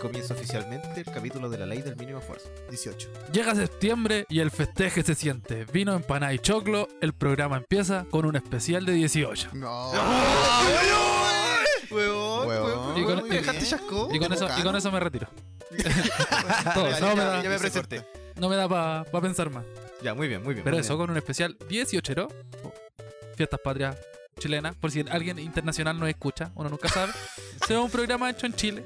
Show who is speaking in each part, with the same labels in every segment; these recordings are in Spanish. Speaker 1: comienza oficialmente el capítulo de la ley del mínimo esfuerzo. 18.
Speaker 2: Llega septiembre y el festeje se siente. Vino, empanada y choclo. El programa empieza con un especial de 18.
Speaker 3: No.
Speaker 1: Huevón,
Speaker 3: Huevón.
Speaker 1: huevón,
Speaker 2: Ah,
Speaker 3: este
Speaker 2: Y con-
Speaker 1: huevón,
Speaker 2: y-
Speaker 1: me dejaste chascó.
Speaker 2: Y con, eso, y con eso me retiro. Todo,
Speaker 1: Uh, Ya,
Speaker 2: no, me da,
Speaker 1: ya me
Speaker 3: se
Speaker 1: presenté.
Speaker 2: no me da para pensar más.
Speaker 1: Ya, muy bien, muy bien.
Speaker 2: Pero
Speaker 1: muy
Speaker 2: eso, con un especial 18, Fiestas patrias chilenas. Por si alguien internacional nos escucha, uno nunca sabe. Será un programa hecho en Chile.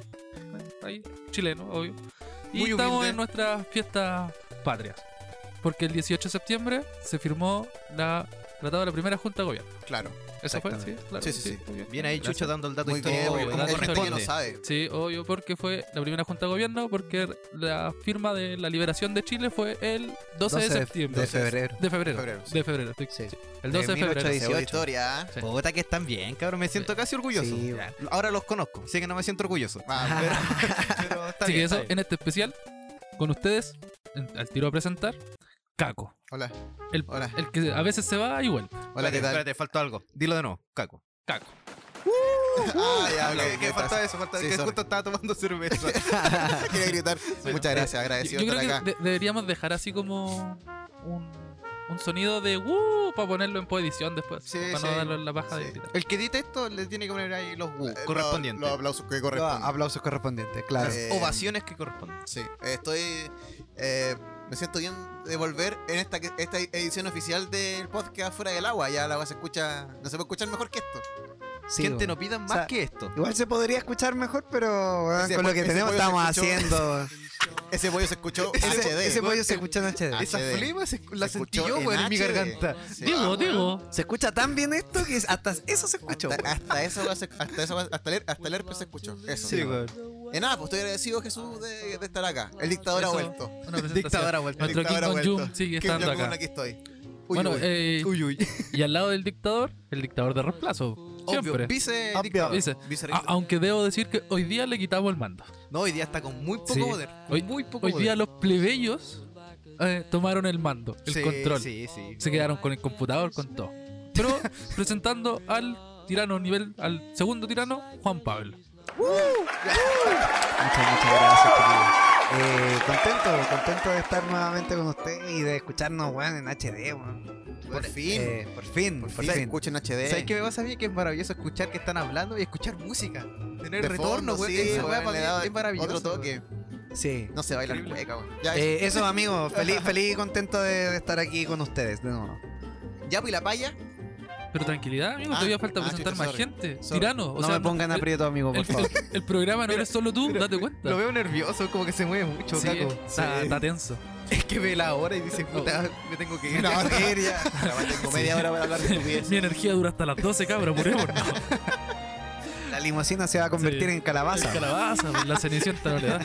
Speaker 2: Ahí, chileno, obvio. Y
Speaker 1: Muy
Speaker 2: estamos
Speaker 1: humilde.
Speaker 2: en nuestras fiestas patrias. Porque el 18 de septiembre se firmó la tratado de la primera junta de gobierno.
Speaker 3: Claro.
Speaker 2: ¿Eso fue? Sí,
Speaker 1: Exactamente.
Speaker 2: claro.
Speaker 3: Sí, sí, sí.
Speaker 2: muy bien.
Speaker 1: bien. Bien ahí,
Speaker 2: Gracias.
Speaker 1: Chucho, dando el dato
Speaker 3: Muy bien,
Speaker 1: histórico.
Speaker 2: obvio,
Speaker 3: porque
Speaker 1: el
Speaker 2: ¿verdad?
Speaker 1: dato
Speaker 3: hay gente que no
Speaker 1: corresponde.
Speaker 3: sabe.
Speaker 2: Sí, obvio, porque fue la primera junta de gobierno, porque la firma de la liberación de Chile fue el 12, de septiembre.
Speaker 4: De febrero.
Speaker 2: De febrero.
Speaker 3: Febrero, sí.
Speaker 2: De febrero, estoy-
Speaker 4: Sí.
Speaker 2: sí. El 12 de, febrero.
Speaker 4: 1818.
Speaker 3: Segunda historia. ¿eh?
Speaker 2: Sí.
Speaker 1: Puta que están bien, cabrón. Me siento casi orgulloso.
Speaker 4: Sí,
Speaker 1: Ya. Ahora los conozco, así que no me siento orgulloso.
Speaker 3: Ah,
Speaker 1: pero, pero está
Speaker 2: Así
Speaker 1: bien.
Speaker 2: que eso,
Speaker 1: está bien.
Speaker 2: en este especial, con ustedes, en- al tiro a presentar, Caco.
Speaker 3: Hola.
Speaker 2: El,
Speaker 3: Hola.
Speaker 2: el que a veces se va y vuelve.
Speaker 3: Hola, ¿qué
Speaker 1: espérate,
Speaker 3: tal?
Speaker 1: Espérate, faltó algo. Dilo de nuevo, Caco.
Speaker 2: Caco.
Speaker 3: Ah, ya,
Speaker 1: Ah, que-
Speaker 3: ok,
Speaker 1: que
Speaker 3: estás-
Speaker 1: faltó eso, faltó
Speaker 3: Sí,
Speaker 1: que
Speaker 3: sorry.
Speaker 1: justo estaba tomando cerveza.
Speaker 3: Quería gritar. Muchas gracias,
Speaker 2: eh, Yo
Speaker 3: agradecido
Speaker 2: creo
Speaker 3: estar
Speaker 2: que
Speaker 3: acá.
Speaker 2: de- deberíamos dejar así como un, un sonido de ¡Woo! para ponerlo en poedición después.
Speaker 3: Sí,
Speaker 2: para
Speaker 3: sí.
Speaker 2: no darle la paja de
Speaker 3: Sí.
Speaker 2: gritar.
Speaker 1: El que edita esto le tiene que poner ahí los
Speaker 3: Eh,
Speaker 1: wu
Speaker 3: los-
Speaker 1: correspondientes.
Speaker 3: Los aplausos que
Speaker 4: Los
Speaker 3: corresponden.
Speaker 4: aplausos correspondientes, claro.
Speaker 1: Las
Speaker 3: Eh,
Speaker 1: ovaciones que corresponden.
Speaker 3: Sí, estoy. eh, me siento bien de volver en esta, que- esta edición oficial del podcast Fuera del Agua. Ya la agua se escucha. No se puede escuchar mejor que esto.
Speaker 4: Sí,
Speaker 1: Gente,
Speaker 4: bueno.
Speaker 1: no pidan más
Speaker 4: sea,
Speaker 1: que esto.
Speaker 4: Igual se podría escuchar mejor, pero weón,
Speaker 3: Ese
Speaker 4: con lo
Speaker 3: pollo-
Speaker 4: que
Speaker 3: ese
Speaker 4: tenemos
Speaker 3: pollo se
Speaker 4: estamos
Speaker 3: escuchó-
Speaker 4: haciendo.
Speaker 3: Ese pollo se escuchó
Speaker 4: Ese,
Speaker 3: HD.
Speaker 4: ese pollo se escucha en HD.
Speaker 1: Esa
Speaker 3: HD.
Speaker 1: flema se- la
Speaker 3: Se
Speaker 1: sentí
Speaker 3: escuchó
Speaker 1: yo,
Speaker 3: en
Speaker 1: weón, en mi
Speaker 3: HD.
Speaker 1: garganta.
Speaker 3: Sí.
Speaker 2: Digo,
Speaker 3: Ah,
Speaker 2: digo.
Speaker 4: Se escucha tan bien esto que es- hasta eso se escuchó.
Speaker 3: Hasta, hasta eso, hasta, eso, hasta, el, hasta el herpes se escuchó. Eso.
Speaker 1: Sí, weón.
Speaker 3: Eh, nada, pues estoy agradecido, Jesús, de, de estar acá. El dictador ha
Speaker 2: Eso,
Speaker 3: vuelto.
Speaker 2: Una presentación.
Speaker 1: Dictadora vuelta.
Speaker 2: Nuestro King
Speaker 3: dictador ha
Speaker 2: Kong
Speaker 3: vuelto.
Speaker 2: Jung sigue
Speaker 3: Kim
Speaker 2: estando
Speaker 3: Jong-un,
Speaker 2: acá.
Speaker 3: aquí estoy. Uy,
Speaker 2: Bueno,
Speaker 3: uy.
Speaker 2: eh,
Speaker 1: Uy, uy.
Speaker 2: y al lado del dictador, el dictador de reemplazo.
Speaker 1: Obvio,
Speaker 2: Siempre.
Speaker 1: vice
Speaker 4: Obvio.
Speaker 1: dictador.
Speaker 2: Vice. Ah,
Speaker 1: Vice
Speaker 2: A- aunque debo decir que hoy día le quitamos el mando.
Speaker 1: No, hoy día está con muy poco
Speaker 2: Sí.
Speaker 1: poder. con
Speaker 2: Hoy-
Speaker 1: muy poco
Speaker 2: Hoy
Speaker 1: poder.
Speaker 2: día los plebeyos eh, tomaron el mando, el
Speaker 1: Sí,
Speaker 2: control.
Speaker 1: Sí, sí.
Speaker 2: Se quedaron con el computador, con todo. Pero presentando al tirano nivel, al segundo tirano, Juan Pablo.
Speaker 4: Muchas, muchas gracias, querido. Eh, contento, contento de estar nuevamente con usted y de escucharnos, weón, en HD, weón.
Speaker 3: Por fin.
Speaker 4: Eh, por fin, por fin.
Speaker 3: Se escucha en HD.
Speaker 1: ¿Sabes qué me pasa a mí? Que es maravilloso escuchar que están hablando y escuchar música. Tener
Speaker 3: De
Speaker 1: retorno,
Speaker 3: fondo,
Speaker 1: güey.
Speaker 3: sí,
Speaker 1: Esa weá
Speaker 3: weón, le
Speaker 1: para mí
Speaker 3: da
Speaker 1: es maravilloso.
Speaker 3: Otro
Speaker 1: weón.
Speaker 3: toque.
Speaker 4: Sí.
Speaker 3: No se baila la
Speaker 1: Increíble.
Speaker 3: cueca, weón. Ya,
Speaker 4: Eh, eso, amigos, feliz, feliz y contento de, de estar aquí con ustedes de nuevo.
Speaker 3: ya, pues, y la paya.
Speaker 2: Pero tranquilidad, amigo,
Speaker 3: Ah,
Speaker 2: todavía falta
Speaker 3: ah,
Speaker 2: presentar
Speaker 3: chucha,
Speaker 2: más
Speaker 3: sorry,
Speaker 2: gente.
Speaker 3: sorry.
Speaker 2: Tirano, o
Speaker 4: no
Speaker 2: sea,
Speaker 4: me pongan
Speaker 2: el-
Speaker 4: aprieto, amigo, por
Speaker 2: el,
Speaker 4: favor.
Speaker 2: el programa no eres solo tú,
Speaker 1: mira,
Speaker 2: date cuenta.
Speaker 1: Lo veo nervioso, como que se mueve mucho,
Speaker 2: Sí,
Speaker 1: Caco.
Speaker 2: está, está tenso.
Speaker 1: Es que ve la hora y dice, puta, me tengo que ir.
Speaker 4: No, ir ya.
Speaker 3: Ahora tengo media hora para hablar de estupidez.
Speaker 2: Mi energía dura hasta las 12, cabra, por
Speaker 4: La limusina se va a convertir
Speaker 2: Sí.
Speaker 4: en calabaza.
Speaker 2: Calabaza, pues, la cenicienta no le da.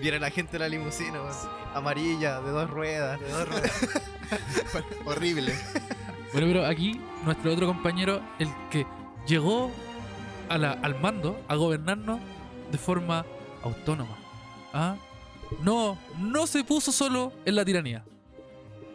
Speaker 1: Viene la gente de la limusina, weón. Amarilla, de dos ruedas.
Speaker 3: Horrible.
Speaker 2: Bueno, pero aquí nuestro otro compañero, el que llegó a la- al mando, a gobernarnos de forma autónoma. ¿Ah? No, no se puso solo en la tiranía.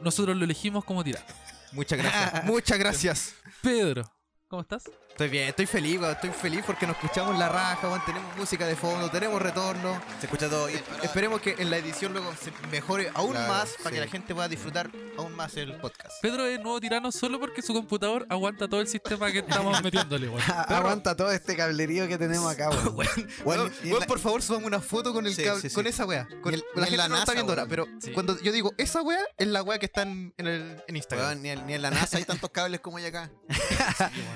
Speaker 2: Nosotros lo elegimos como tirano.
Speaker 1: Muchas gracias. Muchas gracias.
Speaker 2: Pedro, ¿cómo estás?
Speaker 1: Estoy bien, estoy feliz, weón. Estoy feliz porque nos escuchamos la raja, weón. Tenemos música de fondo, tenemos retorno.
Speaker 3: Se escucha todo bien. Ahora-
Speaker 1: Esperemos que en la edición luego se mejore aún
Speaker 3: Claro,
Speaker 1: más para
Speaker 3: sí.
Speaker 1: que la gente pueda disfrutar aún más el podcast.
Speaker 2: Pedro es nuevo tirano solo porque su computador aguanta todo el sistema que estamos metiéndole, weón.
Speaker 4: Aguanta todo este cablerío que tenemos acá, weón.
Speaker 3: Weón,
Speaker 1: Weón,
Speaker 3: y en
Speaker 1: weón,
Speaker 3: la-
Speaker 1: por favor, subamos una foto con el
Speaker 3: Sí,
Speaker 1: cable-
Speaker 3: sí, sí.
Speaker 1: con esa weá. Con,
Speaker 3: Y
Speaker 1: la
Speaker 3: en- y en
Speaker 1: gente
Speaker 3: la
Speaker 1: no está
Speaker 3: NASA,
Speaker 1: viendo ahora,
Speaker 3: weón.
Speaker 1: pero
Speaker 2: Sí.
Speaker 1: cuando yo digo esa weá, es la weá que está en, en el, en Instagram.
Speaker 3: Weón, ni, en- ni en la NASA hay tantos cables como hay acá.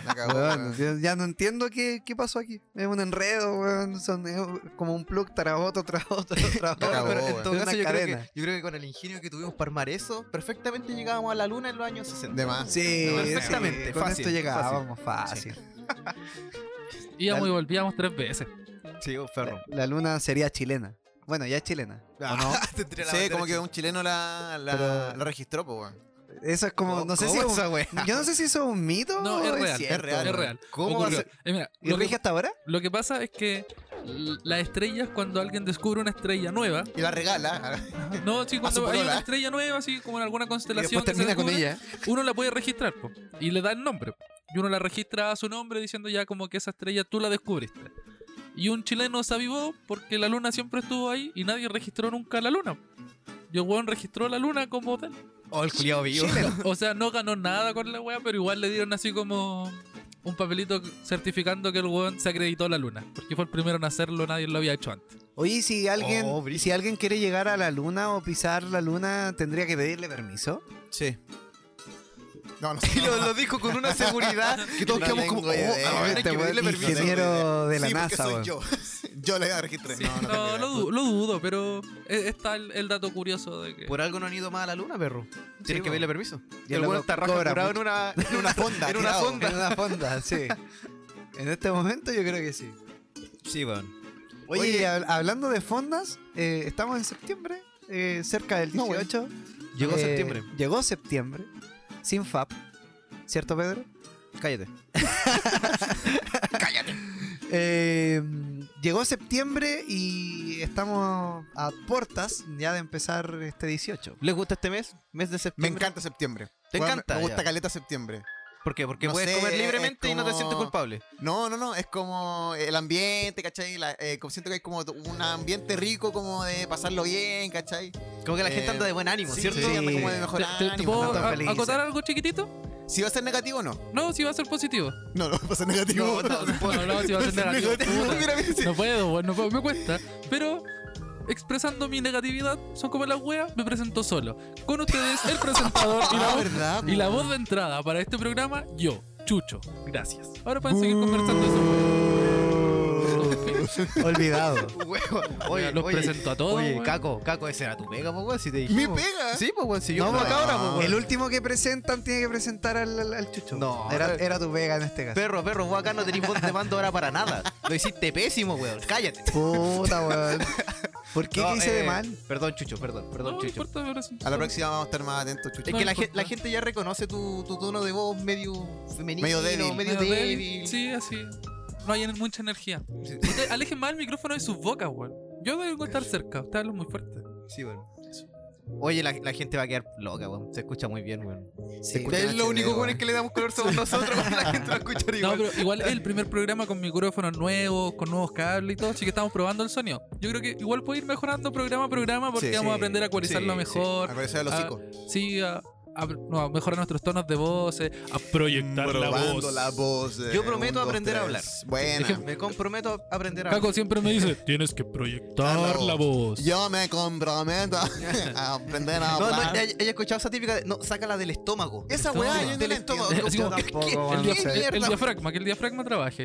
Speaker 3: La cagó,
Speaker 4: Weón,
Speaker 3: weón.
Speaker 4: yo ya no entiendo qué, qué pasó aquí. Es un enredo, weón. Son, es como un plug tras otro, tras otro, tras
Speaker 1: No,
Speaker 4: otro.
Speaker 3: cagó,
Speaker 1: pero en
Speaker 3: weón.
Speaker 1: todo
Speaker 4: Es
Speaker 1: caso,
Speaker 4: una
Speaker 1: yo creo, que,
Speaker 4: cadena.
Speaker 1: yo creo que con el ingenio que tuvimos para armar eso, perfectamente llegábamos a la luna en los años 60.
Speaker 3: De más.
Speaker 4: Sí,
Speaker 1: Perfectamente,
Speaker 4: sí, Con
Speaker 1: fácil,
Speaker 4: esto llegábamos fácil.
Speaker 2: Íbamos y volvíamos tres veces.
Speaker 1: Sí, oh,
Speaker 4: La, la luna sería chilena. Bueno, ya es chilena.
Speaker 1: Ah, tendría la
Speaker 3: Sí,
Speaker 1: bandera
Speaker 3: como que
Speaker 1: chilena.
Speaker 3: un chileno la, la,
Speaker 4: Pero-
Speaker 3: la registró, pues, weón.
Speaker 4: Eso es como, no sé si es
Speaker 1: ¿Cómo
Speaker 4: un-
Speaker 1: esa weá?
Speaker 4: yo no sé si eso es un mito
Speaker 2: No,
Speaker 4: o
Speaker 2: es real,
Speaker 4: cierto.
Speaker 3: es real.
Speaker 2: Es real.
Speaker 1: ¿Cómo va a
Speaker 2: Ocurrió.
Speaker 1: ser?
Speaker 2: Eh, mira,
Speaker 4: ¿Y
Speaker 2: lo que-
Speaker 4: rige hasta ahora?
Speaker 2: Lo que pasa es que l- las estrellas, cuando alguien descubre una estrella nueva,
Speaker 3: Y la regala.
Speaker 2: no, sí,
Speaker 3: su
Speaker 2: cuando hay
Speaker 3: polola.
Speaker 2: una estrella nueva, así como en alguna
Speaker 4: Y
Speaker 2: constelación,
Speaker 4: después
Speaker 2: que se
Speaker 4: termina con
Speaker 2: descubre,
Speaker 4: ella.
Speaker 2: uno la puede registrar po, y le da el nombre. po. Y uno la registra a su nombre diciendo ya como que esa estrella tú la descubriste. Y un chileno se avivó porque la luna siempre estuvo ahí y nadie registró nunca la luna. Y el weón registró la luna como tal.
Speaker 1: Oh, el culiado vivo.
Speaker 2: O sea, no ganó nada con la weá, pero igual le dieron así como un papelito certificando que el weón se acreditó a la luna. Porque fue el primero en hacerlo, nadie lo había hecho antes.
Speaker 4: Oye, si alguien,
Speaker 1: Oh, brígido.
Speaker 4: si alguien quiere llegar a la luna o pisar la luna, ¿tendría que pedirle permiso?
Speaker 1: Sí.
Speaker 3: No, no
Speaker 1: Y lo, lo dijo con una seguridad que todos
Speaker 3: No
Speaker 1: quedamos
Speaker 3: tengo
Speaker 1: como. Oh,
Speaker 3: idea.
Speaker 1: ah, hay
Speaker 4: Este
Speaker 1: que
Speaker 4: weón
Speaker 1: pedirle permiso.
Speaker 3: tengo
Speaker 4: ingeniero
Speaker 3: idea.
Speaker 4: de la
Speaker 3: sí, porque
Speaker 4: NASA,
Speaker 3: soy
Speaker 4: weón.
Speaker 3: yo. yo la registré. No, no, tengo
Speaker 2: No,
Speaker 3: idea.
Speaker 2: lo, du- lo dudo, pero e- está el, el dato curioso de que.
Speaker 1: Por algo no han ido más a la luna, perro. Tienes
Speaker 4: Sí,
Speaker 1: que
Speaker 4: po.
Speaker 1: pedirle permiso.
Speaker 4: Y
Speaker 1: el
Speaker 4: el
Speaker 1: weón
Speaker 4: loco
Speaker 1: está raja
Speaker 4: cobra
Speaker 1: curado en
Speaker 4: mucho.
Speaker 1: una.
Speaker 3: En una fonda.
Speaker 1: En una
Speaker 3: tirado.
Speaker 1: fonda.
Speaker 4: En una fonda, sí. En este momento yo creo que sí.
Speaker 1: Sí, weón.
Speaker 4: Oye,
Speaker 3: Oye,
Speaker 4: y hab- hablando de fondas, eh, estamos en septiembre, eh, cerca del
Speaker 3: No, bueno.
Speaker 4: 18.
Speaker 1: Llegó
Speaker 4: Eh,
Speaker 1: septiembre.
Speaker 4: Llegó septiembre, sin FAP. ¿Cierto, Pedro?
Speaker 1: Cállate.
Speaker 4: Eh, llegó septiembre y estamos a puertas ya de empezar este 18.
Speaker 1: ¿Les gusta este mes? Mes de
Speaker 3: Me
Speaker 1: septiembre.
Speaker 3: encanta septiembre.
Speaker 1: ¿Te
Speaker 3: Weón,
Speaker 1: encanta?
Speaker 3: Me gusta
Speaker 1: Ya.
Speaker 3: caleta septiembre.
Speaker 1: ¿Por qué? Porque
Speaker 3: No
Speaker 1: puedes
Speaker 3: sé,
Speaker 1: comer libremente
Speaker 3: es
Speaker 1: y no te
Speaker 3: como-
Speaker 1: sientes culpable.
Speaker 3: No, no, no, es como el ambiente, ¿cachai? La- eh, como siento que hay como un ambiente rico como de pasarlo bien, ¿cachai?
Speaker 1: Como que la
Speaker 3: Eh,
Speaker 1: gente anda de buen ánimo,
Speaker 3: sí,
Speaker 1: ¿cierto?
Speaker 3: sí, anda como de
Speaker 1: Eh,
Speaker 3: mejor
Speaker 2: ¿Te, te- te
Speaker 3: ánimo,
Speaker 2: puedo
Speaker 3: anda
Speaker 2: a-
Speaker 3: feliz. eh.
Speaker 2: acotar algo chiquitito?
Speaker 3: Si va a ser negativo o no.
Speaker 2: No, si va a ser positivo.
Speaker 3: No, no va a ser negativo.
Speaker 1: No, no, no
Speaker 2: Bueno, no, si va a ser negativo. puta.
Speaker 3: Mira, mira, sí.
Speaker 2: No puedo, weón, no puedo, me cuesta. Pero expresando mi negatividad, son como las weas, me presento solo. Con ustedes, el presentador y la
Speaker 3: Ah,
Speaker 2: voz,
Speaker 3: verdad.
Speaker 2: y la voz de entrada para este programa, yo, Chucho. Gracias. Ahora pueden seguir conversando eso.
Speaker 4: Olvidado.
Speaker 1: Huevo.
Speaker 2: Oye,
Speaker 1: Oye,
Speaker 2: los
Speaker 1: oye,
Speaker 2: presento a todos.
Speaker 1: Oye,
Speaker 2: weón.
Speaker 1: Caco, Caco, ese era tu pega, po, weón, si te
Speaker 3: Mi
Speaker 1: dijimos.
Speaker 3: pega.
Speaker 1: Sí, pues, weón, si yo
Speaker 4: No,
Speaker 1: estaba
Speaker 4: pues,
Speaker 1: acá
Speaker 3: no.
Speaker 1: ahora, pues,
Speaker 4: El
Speaker 1: weón.
Speaker 4: último que presentan tiene que presentar al, al- al chucho.
Speaker 1: No. eh.
Speaker 4: Era, era tu pega en este caso.
Speaker 1: Perro, perro, vos acá no tenés voz de mando ahora para nada. Lo hiciste pésimo, weón. Cállate.
Speaker 4: Puta, weón. ¿Por qué
Speaker 1: No,
Speaker 4: que hice
Speaker 1: eh,
Speaker 4: de mal?
Speaker 1: Perdón, Chucho, perdón,
Speaker 2: No,
Speaker 1: perdón,
Speaker 2: no
Speaker 1: Chucho.
Speaker 2: importa, me presento
Speaker 3: A la
Speaker 2: solo.
Speaker 3: próxima vamos a estar más atentos, chucho.
Speaker 1: Es
Speaker 2: No
Speaker 1: que la,
Speaker 2: importa.
Speaker 1: gen- la gente ya reconoce tu, tu tono de voz medio femenino,
Speaker 3: Medio débil.
Speaker 1: medio
Speaker 2: Medio débil.
Speaker 1: débil.
Speaker 2: Sí, así. No hay en- mucha energía. Ustedes alejen más el micrófono de sus bocas, weón. Yo debo estar cerca, ustedes hablan muy fuerte.
Speaker 1: Sí, weón. Oye, la, la gente va a quedar loca, weón. Se escucha muy bien, weón.
Speaker 4: Sí,
Speaker 1: escucha
Speaker 3: Es lo único bueno es que le damos color somos nosotros, la gente va a escuchar
Speaker 2: No,
Speaker 3: igual.
Speaker 2: pero igual es el primer programa con micrófonos nuevos, con nuevos cables y todo, así que estamos probando el sonido. Yo creo que igual puede ir mejorando programa a programa porque
Speaker 3: Sí,
Speaker 2: vamos a
Speaker 1: sí,
Speaker 2: aprender a ecualizarlo
Speaker 1: sí,
Speaker 2: mejor,
Speaker 3: Aparecer a los
Speaker 2: Ah,
Speaker 3: chicos.
Speaker 2: sí, a, a- no, a mejorar nuestros tonos de voces, a proyectar la voz.
Speaker 1: Yo prometo aprender a hablar.
Speaker 3: Bueno.
Speaker 2: Es que-
Speaker 1: Me comprometo a aprender a
Speaker 2: Caco siempre me dice, tienes que proyectar
Speaker 3: Claro.
Speaker 2: la voz.
Speaker 3: Yo me comprometo a aprender a
Speaker 1: No,
Speaker 2: Ah,
Speaker 1: no,
Speaker 3: hablar.
Speaker 1: he, he escuchado esa típica de, no, sácala del estómago.
Speaker 3: Esa
Speaker 2: no,
Speaker 3: weá
Speaker 2: no,
Speaker 3: yo no
Speaker 1: del
Speaker 3: la
Speaker 1: estómago.
Speaker 3: entiendo.
Speaker 2: Así
Speaker 1: Como,
Speaker 2: como,
Speaker 1: ¿qué-
Speaker 4: tampoco,
Speaker 1: qué-
Speaker 4: weón,
Speaker 2: El,
Speaker 4: no
Speaker 2: dia-
Speaker 4: sé.
Speaker 2: el
Speaker 1: mierda?
Speaker 2: diafragma, que el diafragma trabaje.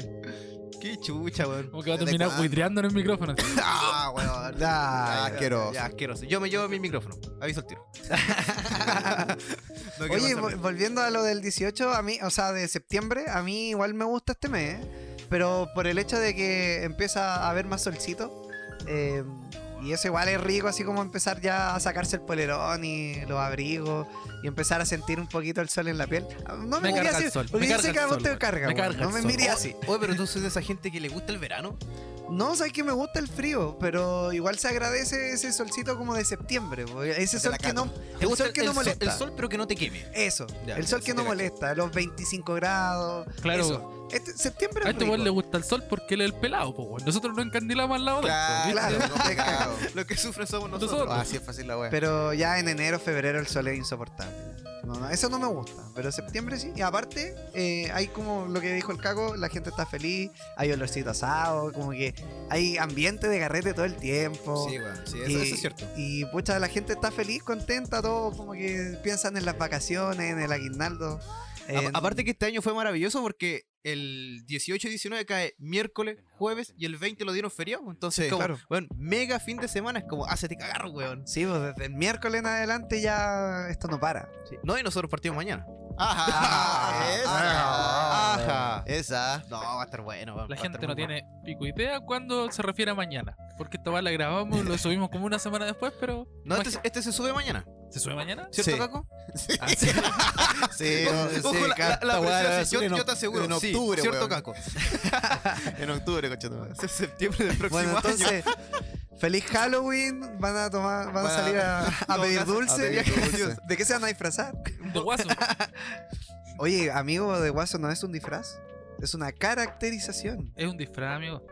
Speaker 1: Qué chucha, weón.
Speaker 2: Como que va a
Speaker 3: ¿Desde
Speaker 2: terminar
Speaker 3: cuándo?
Speaker 2: buitreando en el micrófono.
Speaker 1: Ah, weón.
Speaker 4: Ah,
Speaker 1: Ya,
Speaker 3: asqueroso.
Speaker 1: Ya, asqueroso. Yo me llevo mi micrófono. Aviso el tiro. No quiero
Speaker 4: Oye,
Speaker 1: pasarme.
Speaker 4: vol- volviendo a lo del 18, a mí, o sea, de septiembre, a mí igual me gusta este mes, ¿eh? pero por el hecho de que empieza a haber más solcito, eh, y eso igual es rico, así como empezar ya a sacarse el polerón y los abrigos, y empezar a sentir un poquito el sol en la piel. Ah, No
Speaker 2: Me
Speaker 4: me, mires
Speaker 2: carga
Speaker 4: así,
Speaker 2: el sol,
Speaker 4: porque
Speaker 2: me
Speaker 4: yo sé
Speaker 2: carga
Speaker 4: que a
Speaker 2: el
Speaker 4: vos
Speaker 2: sol,
Speaker 4: te
Speaker 2: weón,
Speaker 4: carga,
Speaker 2: me
Speaker 4: weón,
Speaker 2: carga
Speaker 4: no
Speaker 2: el
Speaker 4: me
Speaker 2: sol.
Speaker 4: mires así.
Speaker 1: Oye, pero tú soy de esa gente que le gusta el verano.
Speaker 4: No, sabes que me gusta el frío, pero igual se agradece ese solcito como de septiembre, porque ese
Speaker 3: Te la
Speaker 4: sol que no,
Speaker 1: ¿Te
Speaker 4: el
Speaker 1: gusta
Speaker 4: sol que no
Speaker 1: el,
Speaker 4: molesta.
Speaker 1: el sol, pero que no te queme.
Speaker 4: Eso,
Speaker 1: Ya,
Speaker 4: el sol
Speaker 1: ya,
Speaker 4: que
Speaker 1: sí
Speaker 4: no
Speaker 1: te cacho.
Speaker 4: molesta, los 25 grados.
Speaker 2: Claro.
Speaker 4: eso. Este, septiembre es
Speaker 2: A este
Speaker 4: rico.
Speaker 2: weón le gusta el sol porque él es el pelado, po, weón. Nosotros no encandilamos al lado de él, po, ¿viste?
Speaker 4: claro.
Speaker 3: complicado.
Speaker 1: Lo que sufren somos
Speaker 2: nosotros.
Speaker 3: Ah, Así es fácil la weá.
Speaker 4: Pero ya en enero, febrero el sol es insoportable. No, no, eso no me gusta, pero septiembre sí. Y aparte, eh, hay como lo que dijo el caco, la gente está feliz, hay olorcito asado, como que hay ambiente de carrete todo el tiempo.
Speaker 1: Sí, weón. Sí,
Speaker 4: y,
Speaker 1: eso, eso es cierto.
Speaker 4: Y pucha, la gente está feliz, contenta, todo como que piensan en las vacaciones, en el aguinaldo.
Speaker 1: A-
Speaker 4: en-
Speaker 1: aparte que este año fue maravilloso porque el 18 y 19 cae miércoles, jueves y el 20 lo dieron feriado. pues, Entonces,
Speaker 3: Sí,
Speaker 1: como,
Speaker 4: claro.
Speaker 1: weón, mega fin de semana es como, hacete cagar, weón.
Speaker 4: Sí, pues desde el miércoles en adelante ya esto no para.
Speaker 1: No, y nosotros partimos mañana.
Speaker 3: Ajá,
Speaker 4: Ah,
Speaker 3: esa.
Speaker 1: ah.
Speaker 3: Esa.
Speaker 1: No, va a estar bueno. weón, va
Speaker 2: La
Speaker 1: a
Speaker 2: gente
Speaker 1: estar
Speaker 2: no
Speaker 1: muy bueno.
Speaker 2: tiene pico idea cuando se refiere a mañana. Porque esta weá la grabamos, lo subimos como una semana después, pero.
Speaker 1: No, este, este se sube mañana,
Speaker 2: ¿Se sube mañana?
Speaker 1: ¿cierto,
Speaker 3: Sí.
Speaker 1: Caco?
Speaker 2: Ah, sí.
Speaker 3: Sí, no,
Speaker 1: Ojo,
Speaker 3: sí,
Speaker 1: la- la-
Speaker 3: carta,
Speaker 1: la
Speaker 3: weá,
Speaker 1: presión,
Speaker 3: sí,
Speaker 1: yo-
Speaker 3: en
Speaker 1: yo te aseguro,
Speaker 3: En
Speaker 1: sí,
Speaker 3: octubre,
Speaker 1: ¿cierto,
Speaker 3: weón.
Speaker 1: Caco?
Speaker 3: En octubre, conchetumare.
Speaker 1: Es septiembre del próximo año.
Speaker 4: Bueno, entonces, feliz Halloween. Van a tomar, van a
Speaker 3: Van a-
Speaker 4: salir a, a
Speaker 1: no,
Speaker 4: pedir
Speaker 1: a-
Speaker 4: dulce.
Speaker 3: a pedir dulce.
Speaker 4: ¿De qué se van a disfrazar?
Speaker 2: De guaso.
Speaker 4: Oye, amigo de Guaso, ¿no es un disfraz? Es una caracterización.
Speaker 2: Es un disfraz, amigo.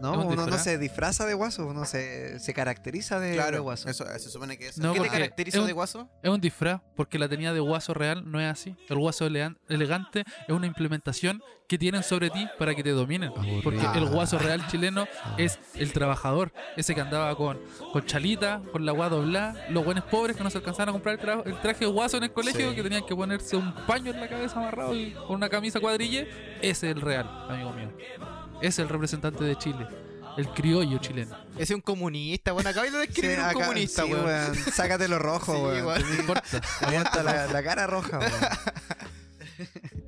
Speaker 4: No,
Speaker 2: ¿Es un
Speaker 4: uno no
Speaker 2: disfraz?
Speaker 4: se disfraza de guaso, uno se, se caracteriza de, de
Speaker 3: Claro,
Speaker 4: guaso.
Speaker 3: eso, se supone que es.
Speaker 2: No,
Speaker 1: ¿Qué te
Speaker 2: porque
Speaker 1: caracteriza
Speaker 2: es un-
Speaker 1: de guaso?
Speaker 2: Es un disfraz, porque la tenía de guaso real no es así. El guaso elegan- elegante es una implementación que tienen sobre ti para que te dominen. Porque el guaso real chileno es el trabajador, ese que andaba con, con chalita, con la guada doblada, los buenos pobres que no se alcanzaban a comprar el, tra- el traje de guaso en el colegio,
Speaker 3: Sí.
Speaker 2: que tenían que ponerse un paño en la cabeza amarrado y con una camisa cuadrille. Ese es el real, amigo mío. Ese es el representante de Chile, el criollo chileno.
Speaker 1: Ese es un comunista, bueno, acabas de escribir un
Speaker 4: acá-
Speaker 1: comunista,
Speaker 4: sí,
Speaker 1: weón.
Speaker 4: weón, Sácate lo rojo,
Speaker 1: Sí,
Speaker 4: weón.
Speaker 1: weón.
Speaker 2: No importa.
Speaker 4: Aguanta la, la cara roja, weón.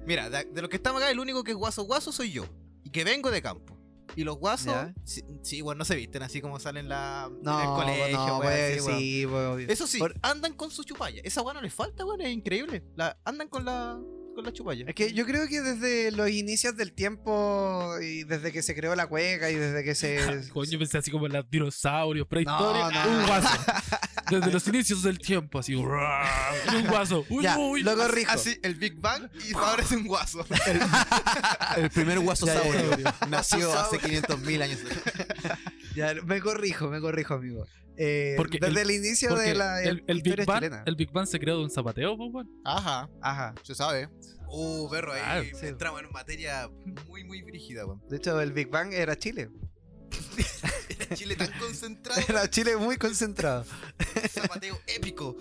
Speaker 1: Mira, de, de los que estamos acá, el único que es guaso guaso soy yo. Y que vengo de campo. Y los guasos,
Speaker 4: Ya.
Speaker 1: sí, sí, weón, no se visten así como salen la,
Speaker 4: No,
Speaker 1: en el colegio,
Speaker 4: no,
Speaker 1: weón,
Speaker 4: weón,
Speaker 1: así, weón.
Speaker 4: sí, weón. obvio.
Speaker 1: Eso pues, sí,
Speaker 4: Por-
Speaker 1: andan con su chupalla. Esa weá no les falta, weón, es increíble. La, andan con la, con la chupalla.
Speaker 4: Es que yo creo que desde los inicios del tiempo y desde que se creó la cueca y desde que se...
Speaker 2: Coño, pensé así como en los dinosaurios, prehistoria.
Speaker 4: No, no.
Speaker 2: Un guaso. Desde los inicios del tiempo, así. ¡ruah! Un guaso. Uy,
Speaker 4: Ya,
Speaker 2: uy.
Speaker 4: lo corrijo.
Speaker 1: Así, el Big Bang y ahora es un guaso.
Speaker 3: El primer guasosaurio. Nació hace
Speaker 1: Guasosaurio.
Speaker 3: 500.000 años.
Speaker 4: Ya, me corrijo, me corrijo, amigo. Eh,
Speaker 2: Porque
Speaker 4: desde
Speaker 2: el-
Speaker 4: el, inicio
Speaker 2: Porque
Speaker 4: de la
Speaker 2: el, el
Speaker 4: historia
Speaker 2: Big Bang,
Speaker 4: chilena.
Speaker 2: el Big Bang se creó de un zapateo, pues, weón.
Speaker 1: Ajá.
Speaker 4: Ajá.
Speaker 3: Se sabe.
Speaker 1: Uh, perro,
Speaker 2: Claro,
Speaker 1: ahí
Speaker 2: sí.
Speaker 1: entramos en materia muy, muy brígida, weón.
Speaker 4: De hecho, el Big Bang era Chile.
Speaker 1: Chile tan concentrado,
Speaker 4: Era Chile muy concentrado.
Speaker 1: zapateo épico.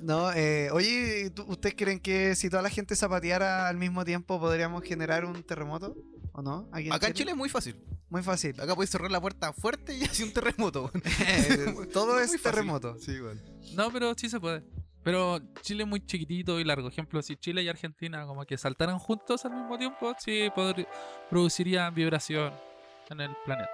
Speaker 4: No, eh, oye, ¿tú- ¿ustedes creen que si toda la gente zapateara al mismo tiempo podríamos generar un terremoto? ¿O no? Aquí
Speaker 1: Acá en Chile es muy fácil.
Speaker 4: Muy fácil.
Speaker 1: Acá puedes cerrar la puerta fuerte y hace un terremoto, weón.
Speaker 4: Eh, Todo
Speaker 1: Muy
Speaker 4: es
Speaker 1: fácil.
Speaker 4: terremoto.
Speaker 1: Sí, weón.
Speaker 2: No, pero sí se puede. Pero Chile es muy chiquitito y largo. Ejemplo, si Chile y Argentina como que saltaran juntos al mismo tiempo, sí podri- producirían vibración en el planeta.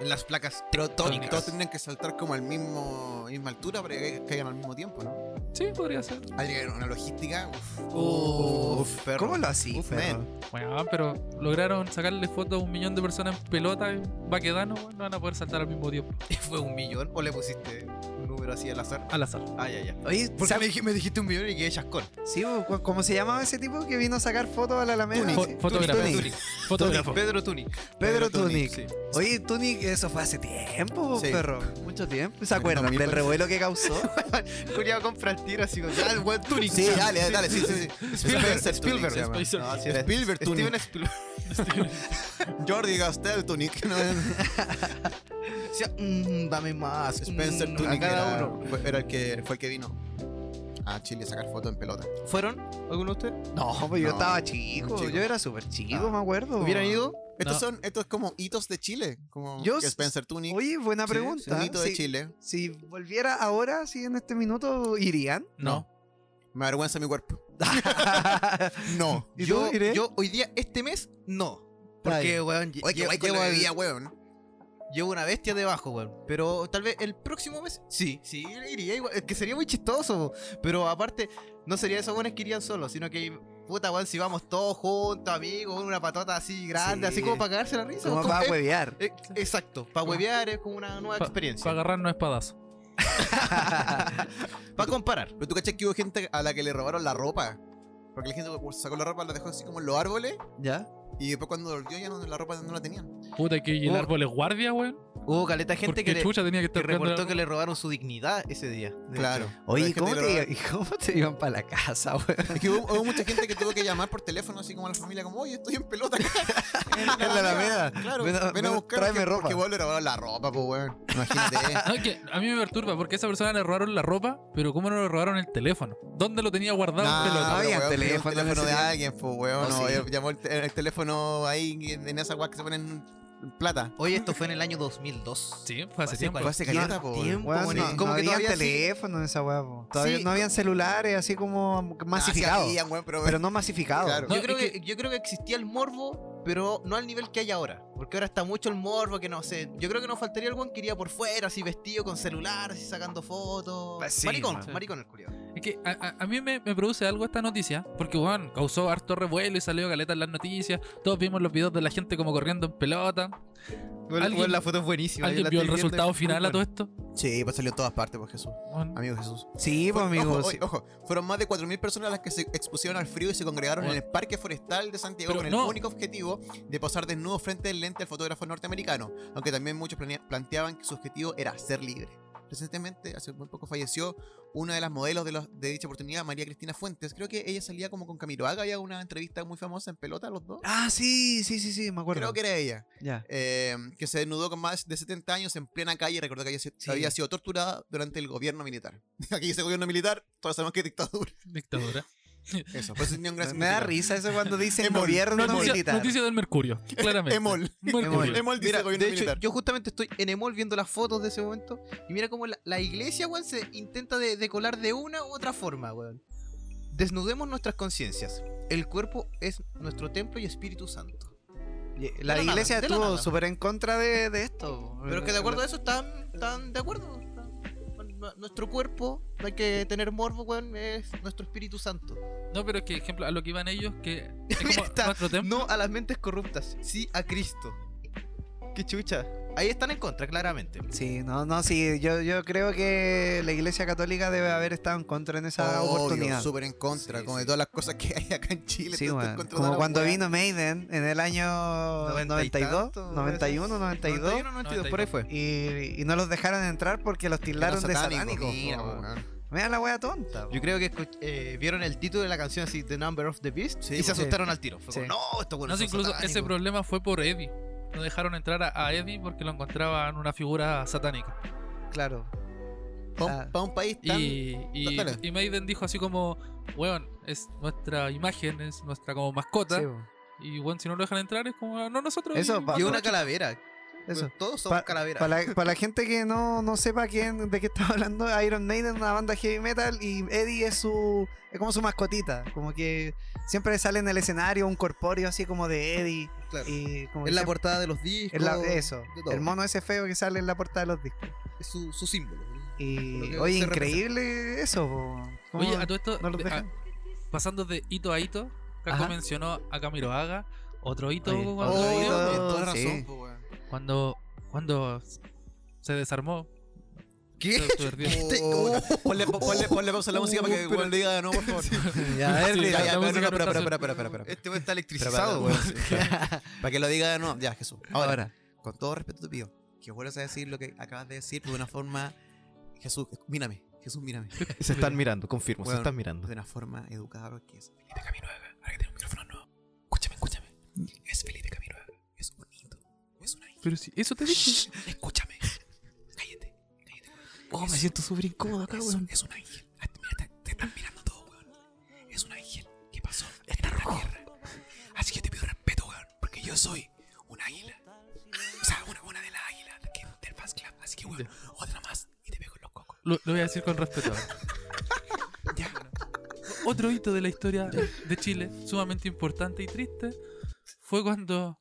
Speaker 1: En las placas
Speaker 3: Pero to-
Speaker 2: Tónicas.
Speaker 3: todos tendrían que saltar como al mismo misma altura para que caigan al mismo tiempo, ¿no?
Speaker 2: Sí, podría ser.
Speaker 3: Alguien una logística. Uf.
Speaker 1: Uf, perro.
Speaker 4: ¿Cómo lo así?
Speaker 3: Uf,
Speaker 4: perro?
Speaker 2: Bueno, pero lograron sacarle fotos a un millón de personas en pelota y va quedando, weón, no van a poder saltar al mismo tiempo.
Speaker 1: ¿Fue un millón? ¿O le pusiste un número así al azar?
Speaker 2: Al azar.
Speaker 1: Ah, ya, ya.
Speaker 4: Oye,
Speaker 1: ¿Por qué
Speaker 4: ¿sabe-
Speaker 1: me, dij- me dijiste un millón y quedé chascón?
Speaker 4: sí, bo, cu- ¿cómo se llamaba ese tipo que vino a sacar fotos a la Alameda?
Speaker 2: Fo-
Speaker 4: Sí.
Speaker 2: fotógrafo.
Speaker 4: Tunic.
Speaker 1: Tunic.
Speaker 2: Fotógrafo.
Speaker 1: Pedro Tunic.
Speaker 4: Pedro Tunic.
Speaker 1: Sí.
Speaker 4: Oye, Tunic, eso fue hace tiempo, bo,
Speaker 3: Sí.
Speaker 4: perro. Mucho tiempo. ¿Se
Speaker 3: En
Speaker 4: acuerdan del
Speaker 3: 2014.
Speaker 4: revuelo que causó?
Speaker 1: Curia compra el tiro así como, ya, el buen Tunic.
Speaker 3: Sí, dale, dale, sí, sí, sí.
Speaker 1: Spielberg,
Speaker 3: Spencer Tunic
Speaker 1: Spielberg.
Speaker 3: se llama.
Speaker 2: Spicer.
Speaker 1: No, sí, es-
Speaker 3: Spielberg Tunic.
Speaker 1: Steven Spielberg.
Speaker 3: Jordi Gastel Tunic. No,
Speaker 1: Decía, "Mm, dame más.
Speaker 3: Spencer
Speaker 1: mm,
Speaker 3: Tunic
Speaker 1: A cada
Speaker 3: era,
Speaker 1: uno.
Speaker 3: fue- era el que, fue el que vino a Chile a sacar fotos en pelota.
Speaker 1: ¿Fueron? ¿Alguno de ustedes?
Speaker 4: No, pues yo
Speaker 3: No,
Speaker 4: estaba chico.
Speaker 3: chico.
Speaker 4: Yo era súper chico,
Speaker 3: Ah.
Speaker 4: me acuerdo. bo.
Speaker 1: ¿Hubieran ido?
Speaker 3: Estos
Speaker 2: No.
Speaker 3: son estos como hitos de Chile. Como
Speaker 4: Yo
Speaker 3: que
Speaker 4: s-
Speaker 3: Spencer Tunic.
Speaker 4: Oye, buena
Speaker 3: sí,
Speaker 4: pregunta.
Speaker 3: Un hito de
Speaker 4: Si-
Speaker 3: Chile.
Speaker 4: Si volviera ahora, si en este minuto, ¿irían?
Speaker 2: No.
Speaker 3: Me avergüenza mi cuerpo. No.
Speaker 4: ¿Y
Speaker 1: yo,
Speaker 4: tú, Irene?
Speaker 1: yo hoy día, este mes, no.
Speaker 4: Está
Speaker 1: Porque,
Speaker 4: bien.
Speaker 1: weón, lle-
Speaker 3: Oye, qué
Speaker 1: lle-
Speaker 3: guay que
Speaker 1: llevo,
Speaker 3: la
Speaker 1: al-
Speaker 3: bebía, weón.
Speaker 1: llevo una bestia debajo, weón. Pero tal vez el próximo mes, sí, sí, iría igual. Es que sería muy chistoso, weón. pero aparte, no sería esos weones que irían solos, sino que, puta, weón, si vamos todos juntos, amigos, con una patota así grande,
Speaker 4: Sí.
Speaker 1: así como para cagarse la risa.
Speaker 4: Como
Speaker 1: weón,
Speaker 4: para
Speaker 1: como-
Speaker 4: huevear.
Speaker 1: eh, eh, Exacto, para huevear es como una nueva
Speaker 2: Pa-
Speaker 1: experiencia.
Speaker 2: Para agarrarnos espadazo.
Speaker 1: Para comparar.
Speaker 3: Pero tú cachas que hubo gente a la que le robaron la ropa. Porque la gente sacó la ropa, la dejó así como en los árboles.
Speaker 4: ¿Ya?
Speaker 3: Y después cuando volvió ya no, la ropa no la tenían.
Speaker 2: Puta, que y el
Speaker 1: Oh.
Speaker 2: árbol es guardia, weón.
Speaker 1: Hubo caleta de gente
Speaker 2: Porque
Speaker 1: que, le-
Speaker 2: chucha tenía que
Speaker 1: que
Speaker 2: estar
Speaker 1: reportó
Speaker 2: cuidando-
Speaker 1: que le robaron su dignidad ese día. de
Speaker 3: Claro.
Speaker 1: hecho.
Speaker 3: Pero hay
Speaker 4: Oye,
Speaker 3: gente
Speaker 4: ¿cómo
Speaker 3: que
Speaker 4: te,
Speaker 3: lo-
Speaker 4: iba- ¿cómo te iban para la casa, weón?
Speaker 3: Es que hubo, hubo mucha gente que tuvo que llamar por teléfono, así como a la familia, como, oye, estoy en pelota acá. en la
Speaker 4: Alameda.
Speaker 3: Claro,
Speaker 4: Ven
Speaker 3: ven
Speaker 4: a-
Speaker 3: a,
Speaker 4: ven a-
Speaker 3: buscar.
Speaker 4: tráeme
Speaker 3: porque-
Speaker 4: ropa.
Speaker 3: Porque vos le robaron la ropa, pues, weón. Imagínate.
Speaker 2: No, es que a mí me perturba porque a esa persona le robaron la ropa, pero ¿cómo no le robaron el teléfono? ¿Dónde lo tenía guardado?
Speaker 3: Nah,
Speaker 2: en pelota?
Speaker 3: pero,
Speaker 4: había
Speaker 3: weón,
Speaker 4: teléfono
Speaker 3: pidió el
Speaker 4: en ese
Speaker 3: teléfono de
Speaker 4: tiempo.
Speaker 3: alguien, pues, weón.
Speaker 4: Oh,
Speaker 3: no,
Speaker 4: sí.
Speaker 3: él Llamó el, te- el teléfono ahí en, en esa weá que se ponen plata.
Speaker 1: Oye, esto fue en el año 2002.
Speaker 2: Sí, fue hace
Speaker 1: Hace
Speaker 2: tiempo.
Speaker 1: cual-
Speaker 3: hace
Speaker 1: caleta,
Speaker 3: po,
Speaker 1: weón.
Speaker 3: weón.
Speaker 1: Tiempo,
Speaker 4: Weón,
Speaker 1: weón,
Speaker 4: no,
Speaker 1: y como
Speaker 4: no
Speaker 1: que
Speaker 4: habían
Speaker 1: todavía sí.
Speaker 4: teléfono en esa weá, po. Todavía
Speaker 1: Sí.
Speaker 4: no habían celulares así como
Speaker 3: Ah,
Speaker 4: masificados.
Speaker 3: sí habían, weón, pero,
Speaker 4: pero no masificados.
Speaker 3: Claro.
Speaker 2: No,
Speaker 1: yo, creo
Speaker 2: es
Speaker 1: que, yo creo que existía el morbo, pero no al nivel que hay ahora. Porque ahora está mucho el morbo, que no sé. Yo creo que nos faltaría algún que iría por fuera, así vestido, con celular, así sacando fotos.
Speaker 4: Pues sí,
Speaker 1: maricón,
Speaker 2: man.
Speaker 1: maricón el culiado.
Speaker 2: Es que a, a- a mí me, me produce algo esta noticia, porque weón, causó harto revuelo y salió caleta en las noticias. Todos vimos los videos de la gente como corriendo en pelota.
Speaker 1: Bueno,
Speaker 2: ¿Alguien-
Speaker 1: bueno, la foto es buenísima. yo
Speaker 2: ¿Alguien
Speaker 1: la
Speaker 2: vio el
Speaker 1: estoy viendo,
Speaker 2: resultado
Speaker 1: es muy
Speaker 2: final a todo
Speaker 1: buena.
Speaker 2: esto?
Speaker 3: Sí, pues salió en todas partes, pues Jesús.
Speaker 2: Bueno,
Speaker 3: Amigo Jesús.
Speaker 4: Sí, pues
Speaker 3: Fueron-
Speaker 4: amigo.
Speaker 3: ojo,
Speaker 4: sí.
Speaker 3: ojo, fueron más de 4.000 personas las que se expusieron al frío y se congregaron
Speaker 2: Bueno.
Speaker 3: en el Parque Forestal de Santiago
Speaker 2: Pero
Speaker 3: con el
Speaker 2: no.
Speaker 3: único objetivo de posar desnudo frente del lente al fotógrafo norteamericano, aunque también muchos planea- planteaban que su objetivo era ser libre. Recientemente, hace muy poco, falleció una de las modelos de, los- de dicha oportunidad, María Cristina Fuentes. Creo que ella salía como con Camiroaga, había una entrevista muy famosa en pelota, los dos.
Speaker 4: Ah, sí, sí, sí, sí, me acuerdo.
Speaker 3: Creo que era ella
Speaker 4: Ya.
Speaker 3: eh, que se desnudó con más de 70 años en plena calle. Recordó que había, sido-
Speaker 4: Sí.
Speaker 3: había sido torturada durante el gobierno militar. Aquí dice gobierno militar, todos sabemos que es dictadura.
Speaker 2: dictadura.
Speaker 3: Eso, por eso tenía un gran
Speaker 4: Me da
Speaker 3: significado.
Speaker 4: risa eso cuando dicen
Speaker 3: Emol.
Speaker 4: gobierno
Speaker 2: Noticia,
Speaker 4: militar.
Speaker 2: noticia del Mercurio, claramente.
Speaker 3: Emol.
Speaker 2: Mercurio.
Speaker 3: Emol dice
Speaker 1: Mira,
Speaker 3: gobierno
Speaker 1: de hecho,
Speaker 3: militar.
Speaker 1: yo justamente estoy en Emol viendo las fotos de ese momento. Y mira cómo la, la iglesia, weón, se intenta de, de colar de una u otra forma, weón. Desnudemos nuestras conciencias. El cuerpo es nuestro templo y Espíritu Santo.
Speaker 4: La
Speaker 1: De la
Speaker 4: iglesia
Speaker 1: nada, de la
Speaker 4: estuvo
Speaker 1: nada.
Speaker 4: súper en contra de, de esto.
Speaker 1: Pero es que de acuerdo a eso están, están de acuerdo. Bueno, nu- Nuestro cuerpo, no hay que tener morbo, weón, es nuestro Espíritu Santo.
Speaker 2: No, pero es que, ejemplo, a lo que iban ellos, que es como
Speaker 1: Está.
Speaker 2: nuestro templo.
Speaker 1: No a las mentes corruptas, sí a Cristo. Qué chucha. Ahí están en contra, claramente.
Speaker 4: Sí, no, no, sí. Yo, yo creo que la iglesia católica debe haber estado en contra en esa
Speaker 3: Obvio,
Speaker 4: oportunidad.
Speaker 3: súper en contra,
Speaker 1: Sí,
Speaker 3: como de
Speaker 1: sí.
Speaker 3: todas las cosas que hay acá en Chile.
Speaker 4: Sí,
Speaker 3: tú estás
Speaker 4: weón.
Speaker 3: en contra de toda
Speaker 4: Como
Speaker 3: la
Speaker 4: cuando
Speaker 3: weá.
Speaker 4: vino Maiden en el año 92, 91, 92.
Speaker 1: 91, 92, por ahí fue.
Speaker 4: Y, y no los dejaron entrar porque los
Speaker 3: Que eran
Speaker 4: tildaron de
Speaker 3: satánicos,
Speaker 4: satánicos.
Speaker 3: mira,
Speaker 4: po, weón.
Speaker 3: weón.
Speaker 4: Mira la wea tonta. po.
Speaker 1: Yo creo que escuch- eh, vieron el título de la canción así, The Number of the Beast,
Speaker 3: Sí,
Speaker 1: y se
Speaker 4: sí.
Speaker 1: asustaron al tiro. Fue
Speaker 4: Sí.
Speaker 1: como, no, esto bueno.
Speaker 2: No sé, incluso ese problema fue por Eddie. No dejaron entrar a, a Eddie porque lo encontraban una figura satánica.
Speaker 4: Claro.
Speaker 3: Pa'
Speaker 4: Ah.
Speaker 3: un- pa' un país tan.
Speaker 2: Y, y,
Speaker 3: Dale.
Speaker 2: y Maiden dijo así como, weón, es nuestra imagen, es nuestra como mascota.
Speaker 4: Sí, po.
Speaker 2: Y bueno, si no lo dejan entrar es como, no nosotros.
Speaker 4: Eso,
Speaker 2: y-
Speaker 4: pa-
Speaker 1: Y una calavera.
Speaker 4: Eso.
Speaker 1: Todos somos
Speaker 4: Para
Speaker 1: calaveras.
Speaker 4: la, pa' la gente que no, no sepa quién, de qué estamos hablando, Iron Maiden es una banda heavy metal y Eddie es su es como su mascotita, como que siempre sale en el escenario un corpóreo así como de Eddie
Speaker 1: Claro.
Speaker 4: y como
Speaker 1: es la
Speaker 4: que
Speaker 1: portada de los
Speaker 4: siempre-
Speaker 1: discos.
Speaker 4: es la- eso,
Speaker 1: de todo.
Speaker 4: el mono ese feo que sale en la portada de los discos.
Speaker 1: Es su, su símbolo. Lo
Speaker 4: Y
Speaker 1: que
Speaker 4: oye,
Speaker 1: se
Speaker 4: increíble eso. po. ¿Cómo
Speaker 2: Oye, a todo esto,
Speaker 4: no los
Speaker 2: de-
Speaker 4: dejan?
Speaker 2: a- pasando de hito a hito, Caco
Speaker 4: Ajá.
Speaker 2: mencionó a Camiroaga, otro hito
Speaker 4: Oye,
Speaker 2: cuando,
Speaker 4: otro
Speaker 2: dio,
Speaker 4: hito.
Speaker 3: tienes toda la
Speaker 4: sí.
Speaker 3: razón, po, weón.
Speaker 2: cuando cuando se desarmó.
Speaker 1: ¿Qué?
Speaker 2: Se perdió.
Speaker 3: Oh, Ponle ponle- ponle pausa a la música para que
Speaker 1: Oh,
Speaker 3: weón le diga de nuevo, por favor.
Speaker 4: Ya, a ver,
Speaker 2: Sí,
Speaker 3: Ya,
Speaker 4: mira,
Speaker 3: ya,
Speaker 2: la
Speaker 3: pero, no,
Speaker 2: música no
Speaker 3: pero,
Speaker 2: está
Speaker 3: pero, pero, pero, pero, pero.
Speaker 1: Este weón está
Speaker 3: Pero
Speaker 1: electrizado,
Speaker 3: para-
Speaker 1: weón.
Speaker 3: Para que lo diga de nuevo. Ya, Jesús. Ahora,
Speaker 4: Ahora.
Speaker 3: con todo respeto te pido que vuelvas a decir lo que acabas de decir, pero de una forma. Jesús, mírame. Jesús, mírame.
Speaker 1: Se están mirando, confirmo,
Speaker 3: Weón.
Speaker 1: se están mirando.
Speaker 3: De una forma educada, porque es Felipe Camiroaga. Ahora que tiene un micrófono nuevo. Escúchame, escúchame. Es Felipe Camiroaga. Es un hito. Es una hija.
Speaker 2: Pero si eso te dije.
Speaker 3: Escúchame. Cállate. Cállate.
Speaker 2: Oh, me
Speaker 3: Es-
Speaker 2: siento súper incómodo
Speaker 3: es, es un ángel. Ah, Mira, te, te están mirando todo, weón. Es un ángel. ¿Qué pasó? Está rojo. Así que te pido respeto, weón. Porque yo soy una águila. O sea, una, una de las águilas de- que- del Fast Club. Así que, weón, otra más. Y te pego en los cocos.
Speaker 2: Lo, lo voy a decir con respeto.
Speaker 3: Ya.
Speaker 2: Otro hito de la historia de Chile, sumamente importante y triste, fue cuando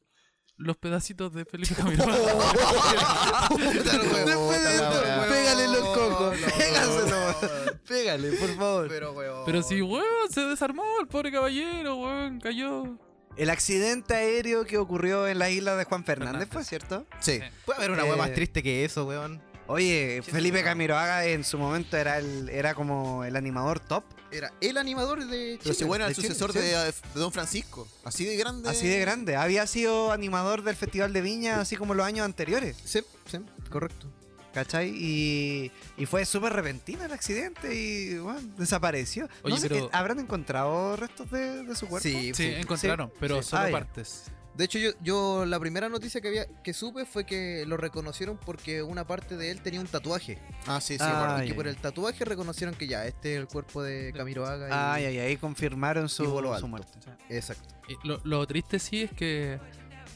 Speaker 2: los pedacitos de Felipe Camiroaga.
Speaker 3: Oh.
Speaker 4: Después de esto, pégale los cocos, pégaselo.
Speaker 1: Pégale, por favor. Pero, weón.
Speaker 2: Pero si, weón, se desarmó el pobre caballero, weón, cayó.
Speaker 4: El accidente aéreo que ocurrió en la isla de Juan Fernández,
Speaker 2: Fernández.
Speaker 4: fue cierto.
Speaker 3: Sí.
Speaker 1: Puede haber una weá más
Speaker 4: Eh,
Speaker 1: triste que eso, weón.
Speaker 4: Oye,
Speaker 2: Sí,
Speaker 4: Felipe
Speaker 2: sí, claro.
Speaker 4: Camiroaga en su momento era el, era como el animador top,
Speaker 1: Era el animador de.
Speaker 3: Pero si bueno,
Speaker 4: de
Speaker 3: el
Speaker 4: Chile,
Speaker 3: sucesor
Speaker 4: sí.
Speaker 3: de, de Don Francisco. Así de grande.
Speaker 4: así de grande. Había sido animador del Festival de Viña, así como los años anteriores,
Speaker 1: Sí, sí, correcto.
Speaker 4: ¿cachai? Y, y fue súper repentino el accidente y bueno, desapareció.
Speaker 2: Oye,
Speaker 4: no sé
Speaker 2: pero-
Speaker 4: qué- ¿Habrán encontrado restos de, de su cuerpo?
Speaker 1: Sí,
Speaker 2: Sí, encontraron, pero
Speaker 4: sí.
Speaker 2: solo
Speaker 4: Ah, ya.
Speaker 2: partes.
Speaker 1: De hecho, yo, yo la primera noticia que había que supe fue que lo reconocieron porque una parte de él tenía un tatuaje.
Speaker 3: Ah, sí, sí.
Speaker 4: Ah,
Speaker 3: bueno.
Speaker 1: y
Speaker 4: ya,
Speaker 1: que por
Speaker 4: ya.
Speaker 1: el tatuaje reconocieron que ya, este es el cuerpo de Camiroaga. y-
Speaker 4: Ay, ay, ahí confirmaron su,
Speaker 1: Y voló
Speaker 4: su
Speaker 1: alto.
Speaker 4: muerte.
Speaker 1: Exacto.
Speaker 2: Y Lo, lo triste sí es que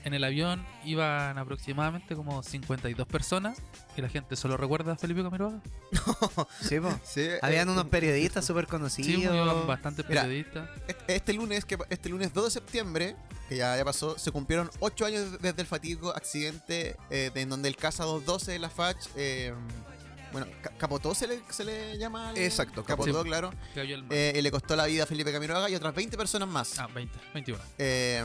Speaker 2: en el avión iban aproximadamente como 52 personas y la gente solo recuerda a Felipe Camiroaga.
Speaker 4: Sí, po.
Speaker 1: Sí,
Speaker 4: Habían unos periodistas súper conocidos.
Speaker 2: Sí, murieron bastantes
Speaker 3: Mira.
Speaker 2: periodistas.
Speaker 3: Este- Este lunes, que, este lunes 2 de septiembre, que ya, ya pasó, se cumplieron 8 años desde el fatídico accidente eh, de- en donde el Casa 212 de la FACH, eh, bueno, ca- capotó se le, se le llama. al-
Speaker 1: Exacto,
Speaker 3: capotó,
Speaker 2: capotó.
Speaker 3: claro.
Speaker 2: Cayó el mar.
Speaker 3: Eh, y le costó la vida a Felipe Camiroaga y otras 20 personas más.
Speaker 2: Ah, 20, 21.
Speaker 3: Eh,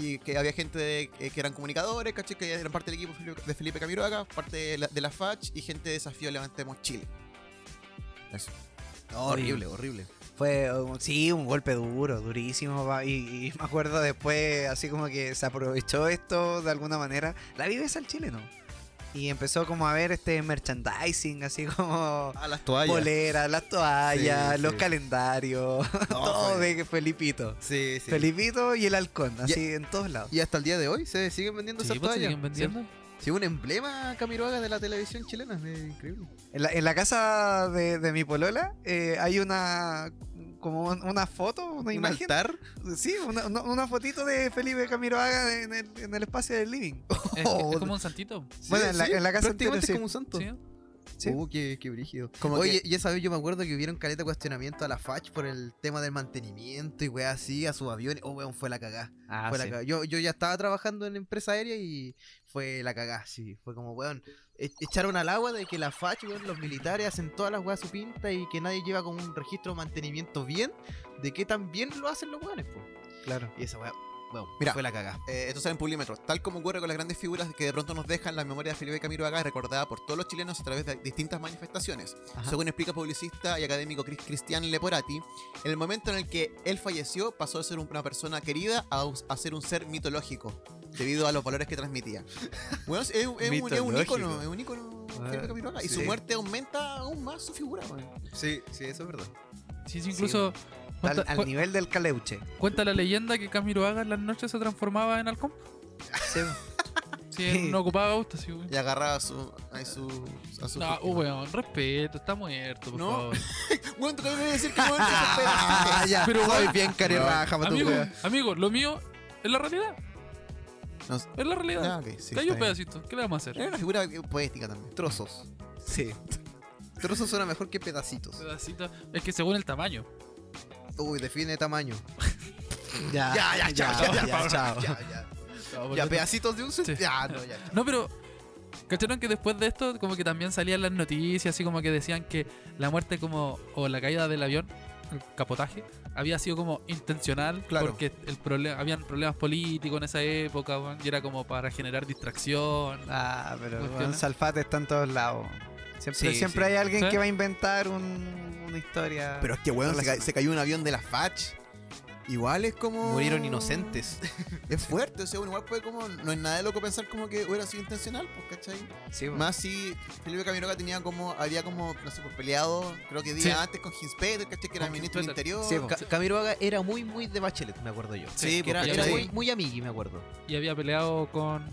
Speaker 3: y que había gente de- eh, que eran comunicadores, ¿cachai? Que eran parte del equipo de Felipe Camiroaga, parte de la, de la FACH y gente de Desafío Levantemos Chile. Eso.
Speaker 1: No, horrible, horrible.
Speaker 4: Fue, un- sí, un golpe duro, durísimo. va, Y, y me acuerdo después, así como que se aprovechó esto de alguna manera. La viveza al chileno. Y empezó como a ver este merchandising, así como
Speaker 1: Ah, las toallas.
Speaker 4: poleras, las toallas,
Speaker 1: Sí,
Speaker 4: los
Speaker 1: sí.
Speaker 4: calendarios,
Speaker 1: No,
Speaker 4: todo
Speaker 1: fue-
Speaker 4: de Felipito.
Speaker 1: Sí, sí.
Speaker 4: Felipito y el halcón, así en todos lados.
Speaker 1: Y hasta el día de hoy se siguen vendiendo
Speaker 2: Sí,
Speaker 1: esas
Speaker 2: pues,
Speaker 1: toallas.
Speaker 2: siguen vendiendo.
Speaker 1: Sí, sí, un emblema Camiroaga de la televisión chilena. Es increíble.
Speaker 4: En la, en la casa de, de mi polola eh, hay una como un- una foto, una
Speaker 1: Un
Speaker 4: imagen.
Speaker 1: altar.
Speaker 4: Sí, una, una- una fotito de Felipe Camiroaga en el, en el espacio del living.
Speaker 2: Es, es como un santito.
Speaker 4: Bueno, en la- en la casa
Speaker 1: prácticamente
Speaker 4: entera,
Speaker 1: es
Speaker 4: sí.
Speaker 1: como un santo.
Speaker 2: ¿sí?
Speaker 4: Sí.
Speaker 1: Uh, qué, qué brígido.
Speaker 3: Como
Speaker 1: Oye, ya sabes, yo me acuerdo que hubieron caleta de cuestionamiento a la FACH por el tema del mantenimiento y weá así, a sus aviones. Oh, weón, fue la cagá.
Speaker 4: Ah,
Speaker 1: fue la cagá. Yo, yo ya estaba trabajando en empresa aérea y fue la cagá, sí. Fue como, weón, e- echaron al agua de que la FACH, weón, los militares hacen todas las weas a su pinta y que nadie lleva como un registro de mantenimiento bien, de qué tan bien lo hacen los weones, po.
Speaker 4: claro.
Speaker 1: Y esa weá, weón,
Speaker 3: Mira.
Speaker 1: fue la cagá.
Speaker 3: Eh, esto sale en Publimetro. Tal como ocurre con las grandes figuras que de pronto nos dejan la memoria de Felipe Camiroaga, es recordada por todos los chilenos a través de distintas manifestaciones.
Speaker 1: Ajá.
Speaker 3: Según explica publicista y académico Cris- Cristian Leporati, en el momento en el que él falleció pasó de ser una persona querida a, us- a ser un ser mitológico, debido a los valores que transmitía. Bueno, es, es un- es un, es un
Speaker 1: Mitológico.
Speaker 3: ícono, es un ícono. Felipe
Speaker 4: Ah,
Speaker 3: Camiroaga, Y su
Speaker 1: sí.
Speaker 3: muerte aumenta aún más su figura, weón.
Speaker 1: Sí, sí, eso es verdad.
Speaker 2: Sí, sí, incluso.
Speaker 4: Al,
Speaker 2: Cuenta,
Speaker 4: al
Speaker 2: cu-
Speaker 4: nivel del caleuche.
Speaker 2: cuenta la leyenda que Camiroaga en las noches se transformaba en halcón.
Speaker 4: Sí.
Speaker 2: Sí, él no ocupaba auto, sí, güey.
Speaker 3: Y agarraba a su. A su, a su
Speaker 2: No, uh,
Speaker 3: víctima.
Speaker 2: weón, respeto, está muerto, por
Speaker 3: No.
Speaker 2: favor.
Speaker 3: Bueno, tú también me decir que weón, se
Speaker 1: Ah, ya,
Speaker 2: Pero,
Speaker 1: soy
Speaker 2: weón,
Speaker 1: bien carerraja pa' tu
Speaker 2: Amigo,
Speaker 1: wea.
Speaker 2: amigo, lo mío es la realidad.
Speaker 3: No.
Speaker 2: Es la realidad.
Speaker 3: Ah, ok, sí, está
Speaker 2: Cayó un
Speaker 3: bien.
Speaker 2: pedacito. ¿Qué le vamos a hacer?
Speaker 3: Era una figura eh, poética también.
Speaker 1: Trozos.
Speaker 4: Sí.
Speaker 1: Trozos suena mejor que pedacitos.
Speaker 2: Pedacito. Es que según el tamaño.
Speaker 1: Uy, define tamaño.
Speaker 4: Ya,
Speaker 1: Ya, ya, ya, ya,
Speaker 4: ya, chao.
Speaker 1: Ya, ya.
Speaker 2: No,
Speaker 1: Ya,
Speaker 2: porque-
Speaker 1: pedacitos de un cent-
Speaker 2: Sí.
Speaker 1: Ya, no, ya.
Speaker 2: no, pero. ¿Cacharon que después de esto, como que también salían las noticias, así como que decían que la muerte como o la caída del avión, el capotaje, había sido como intencional,
Speaker 3: Claro.
Speaker 2: porque el problema habían problemas políticos en esa época, weón, y era como para generar distracción.
Speaker 4: Ah, pero
Speaker 2: Cuestiona.
Speaker 4: bueno, Salfate está en todos lados. Siempre,
Speaker 1: Sí,
Speaker 4: siempre
Speaker 1: sí.
Speaker 4: hay alguien
Speaker 2: ¿Sí?
Speaker 4: que va a inventar un- una historia.
Speaker 3: Pero es que, weón, se, ca-
Speaker 4: Relacionado.
Speaker 3: se cayó un avión de la FACH. Igual es como.
Speaker 1: Murieron inocentes.
Speaker 3: Es fuerte, o sea, uno igual puede como. No es nada de loco pensar como que hubiera sido intencional, pues, ¿cachai?
Speaker 4: Sí, bueno.
Speaker 3: Más si Felipe Camiroga tenía como. Había como, no sé, pues peleado, creo que días
Speaker 2: Sí.
Speaker 3: antes con Hinspeter, ¿cachai? Que era
Speaker 2: Con
Speaker 3: ministro del
Speaker 2: Hinspeter.
Speaker 3: interior.
Speaker 4: Sí, pues. po.
Speaker 1: Ca- Camiroaga era muy, muy de Bachelet, me acuerdo yo.
Speaker 3: pues,
Speaker 2: Sí,
Speaker 1: que era,
Speaker 4: pues,
Speaker 2: porque
Speaker 1: era
Speaker 2: ahí-
Speaker 1: muy, muy amigui, me acuerdo.
Speaker 2: y había peleado con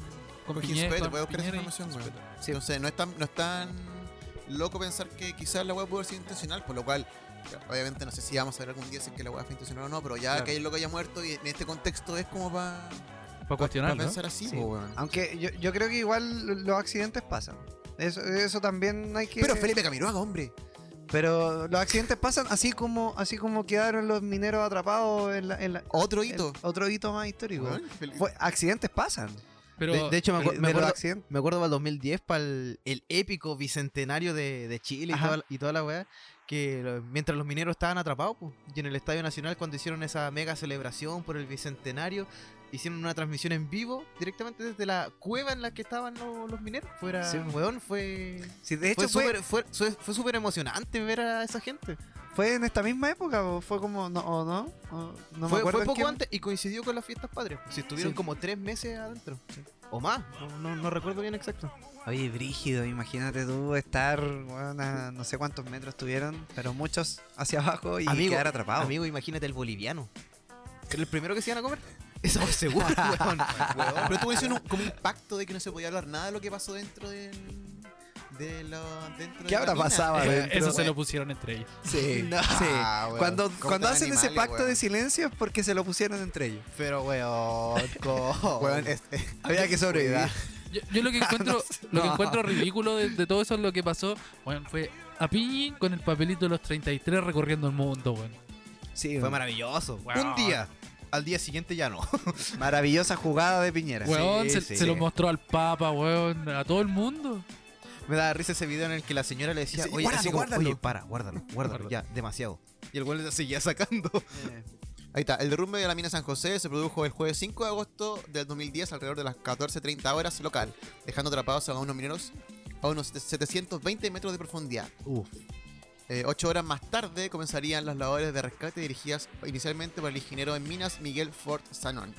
Speaker 2: con,
Speaker 3: Con
Speaker 2: Piñe-
Speaker 3: Ginspeto,
Speaker 2: con
Speaker 3: puede buscar esa
Speaker 2: Piñera y
Speaker 3: información,
Speaker 2: Ginspeto.
Speaker 3: Sí, o sea, no es tan, no es tan loco pensar que quizás la weá pudo haber sido intencional, por lo cual, obviamente no sé si vamos a ver algún día si es que la weá fue intencional o no, pero ya
Speaker 4: Claro.
Speaker 3: que hay loco haya muerto y en este contexto es como para
Speaker 2: Para cuestionarlo. ¿no?
Speaker 3: pensar así,
Speaker 4: Sí.
Speaker 3: po, weón.
Speaker 4: Aunque yo, yo creo que igual los accidentes pasan. Eso, eso también hay que.
Speaker 3: Pero Felipe Camiroaga, hombre.
Speaker 4: Pero los accidentes pasan así como así como quedaron los mineros atrapados en, la, en la-
Speaker 3: Otro
Speaker 4: el-
Speaker 3: hito.
Speaker 4: otro hito más histórico.
Speaker 3: Weón, Felipe-
Speaker 4: Fue- accidentes pasan.
Speaker 2: Pero
Speaker 1: De, de hecho, me, acu-
Speaker 4: de
Speaker 1: me
Speaker 4: los
Speaker 1: acuerdo.
Speaker 4: accidentes.
Speaker 1: Me acuerdo para el 2010, para el, el épico bicentenario de, de Chile y
Speaker 4: Ajá.
Speaker 1: toda, la- y toda la weá, que lo- mientras los mineros estaban atrapados, pues, y en el Estadio Nacional cuando hicieron esa mega celebración por el bicentenario, hicieron una transmisión en vivo directamente desde la cueva en la que estaban lo- los mineros. Fuera,
Speaker 4: Sí.
Speaker 1: weón, fue...
Speaker 4: Sí, de
Speaker 1: fue
Speaker 4: hecho fue,
Speaker 1: súper fue- fue- fue súper emocionante ver a esa gente.
Speaker 4: fue en esta misma época, o fue como no o no, o no me
Speaker 1: fue,
Speaker 4: acuerdo
Speaker 1: fue
Speaker 4: en
Speaker 1: poco
Speaker 4: qué-
Speaker 1: antes y coincidió con las fiestas patrias. Si estuvieron
Speaker 4: Sí.
Speaker 1: como tres meses adentro. O más, no, no- no recuerdo bien exacto.
Speaker 4: Oye, brígido, imagínate tú estar weón, a no sé cuántos metros estuvieron, pero muchos hacia abajo y
Speaker 1: Amigo,
Speaker 4: quedar atrapados.
Speaker 1: Amigo, imagínate el boliviano. Era el primero que se iban a comer. Eso es seguro, weón.
Speaker 3: Weón, Pero tuvo que ser un- como un pacto de que no se podía hablar nada de lo que pasó dentro del. De lo, dentro de
Speaker 4: ¿Qué
Speaker 3: la
Speaker 4: habrá
Speaker 3: mina.
Speaker 4: pasado
Speaker 2: eh,
Speaker 4: adentro?
Speaker 2: eso se lo pusieron entre ellos.
Speaker 4: Sí, sí.
Speaker 3: weón.
Speaker 4: Cuando,
Speaker 3: ¿Cómo
Speaker 4: cuando
Speaker 3: están
Speaker 4: hacen ese
Speaker 3: animales,
Speaker 4: pacto
Speaker 3: weón?
Speaker 4: de silencio es porque se lo pusieron entre ellos.
Speaker 1: Pero, weón, co-
Speaker 3: Weón, es-
Speaker 4: Había que sobrevivir.
Speaker 2: Yo, yo lo que encuentro, lo que encuentro ridículo de, de todo eso es lo que pasó, bueno, fue a Piñi con el papelito de los 33 recorriendo el mundo, bueno.
Speaker 4: Sí,
Speaker 1: Fue maravilloso.
Speaker 2: Weón.
Speaker 1: Un día. Al día siguiente ya no.
Speaker 4: Maravillosa jugada de Piñera.
Speaker 2: Weón, se,
Speaker 1: sí.
Speaker 2: se lo mostró al Papa, weón, a todo el mundo.
Speaker 1: Me da risa ese video en el que la señora le decía,
Speaker 3: Sí,
Speaker 1: oye,
Speaker 3: guárdalo,
Speaker 1: así como,
Speaker 3: guárdalo".
Speaker 1: oye, para, guárdalo, guárdalo,
Speaker 2: Guárdalo.
Speaker 1: ya, demasiado. Y el weón le seguía sacando.
Speaker 4: Eh,
Speaker 3: Ahí está, el derrumbe de la mina San José se produjo el jueves 5 de agosto del 2010 alrededor de las 14.30 horas local, dejando atrapados a unos mineros a unos 720 metros de profundidad.
Speaker 1: Uf.
Speaker 3: Eh, ocho horas más tarde comenzarían las labores de rescate dirigidas inicialmente por el ingeniero en minas Miguel Ford Sanón.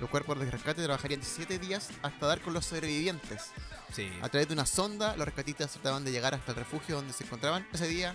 Speaker 3: Los cuerpos de rescate trabajarían 17 días hasta dar con los sobrevivientes.
Speaker 1: Sí.
Speaker 3: A través de una sonda, los rescatistas trataban de llegar hasta el refugio donde se encontraban. Ese día,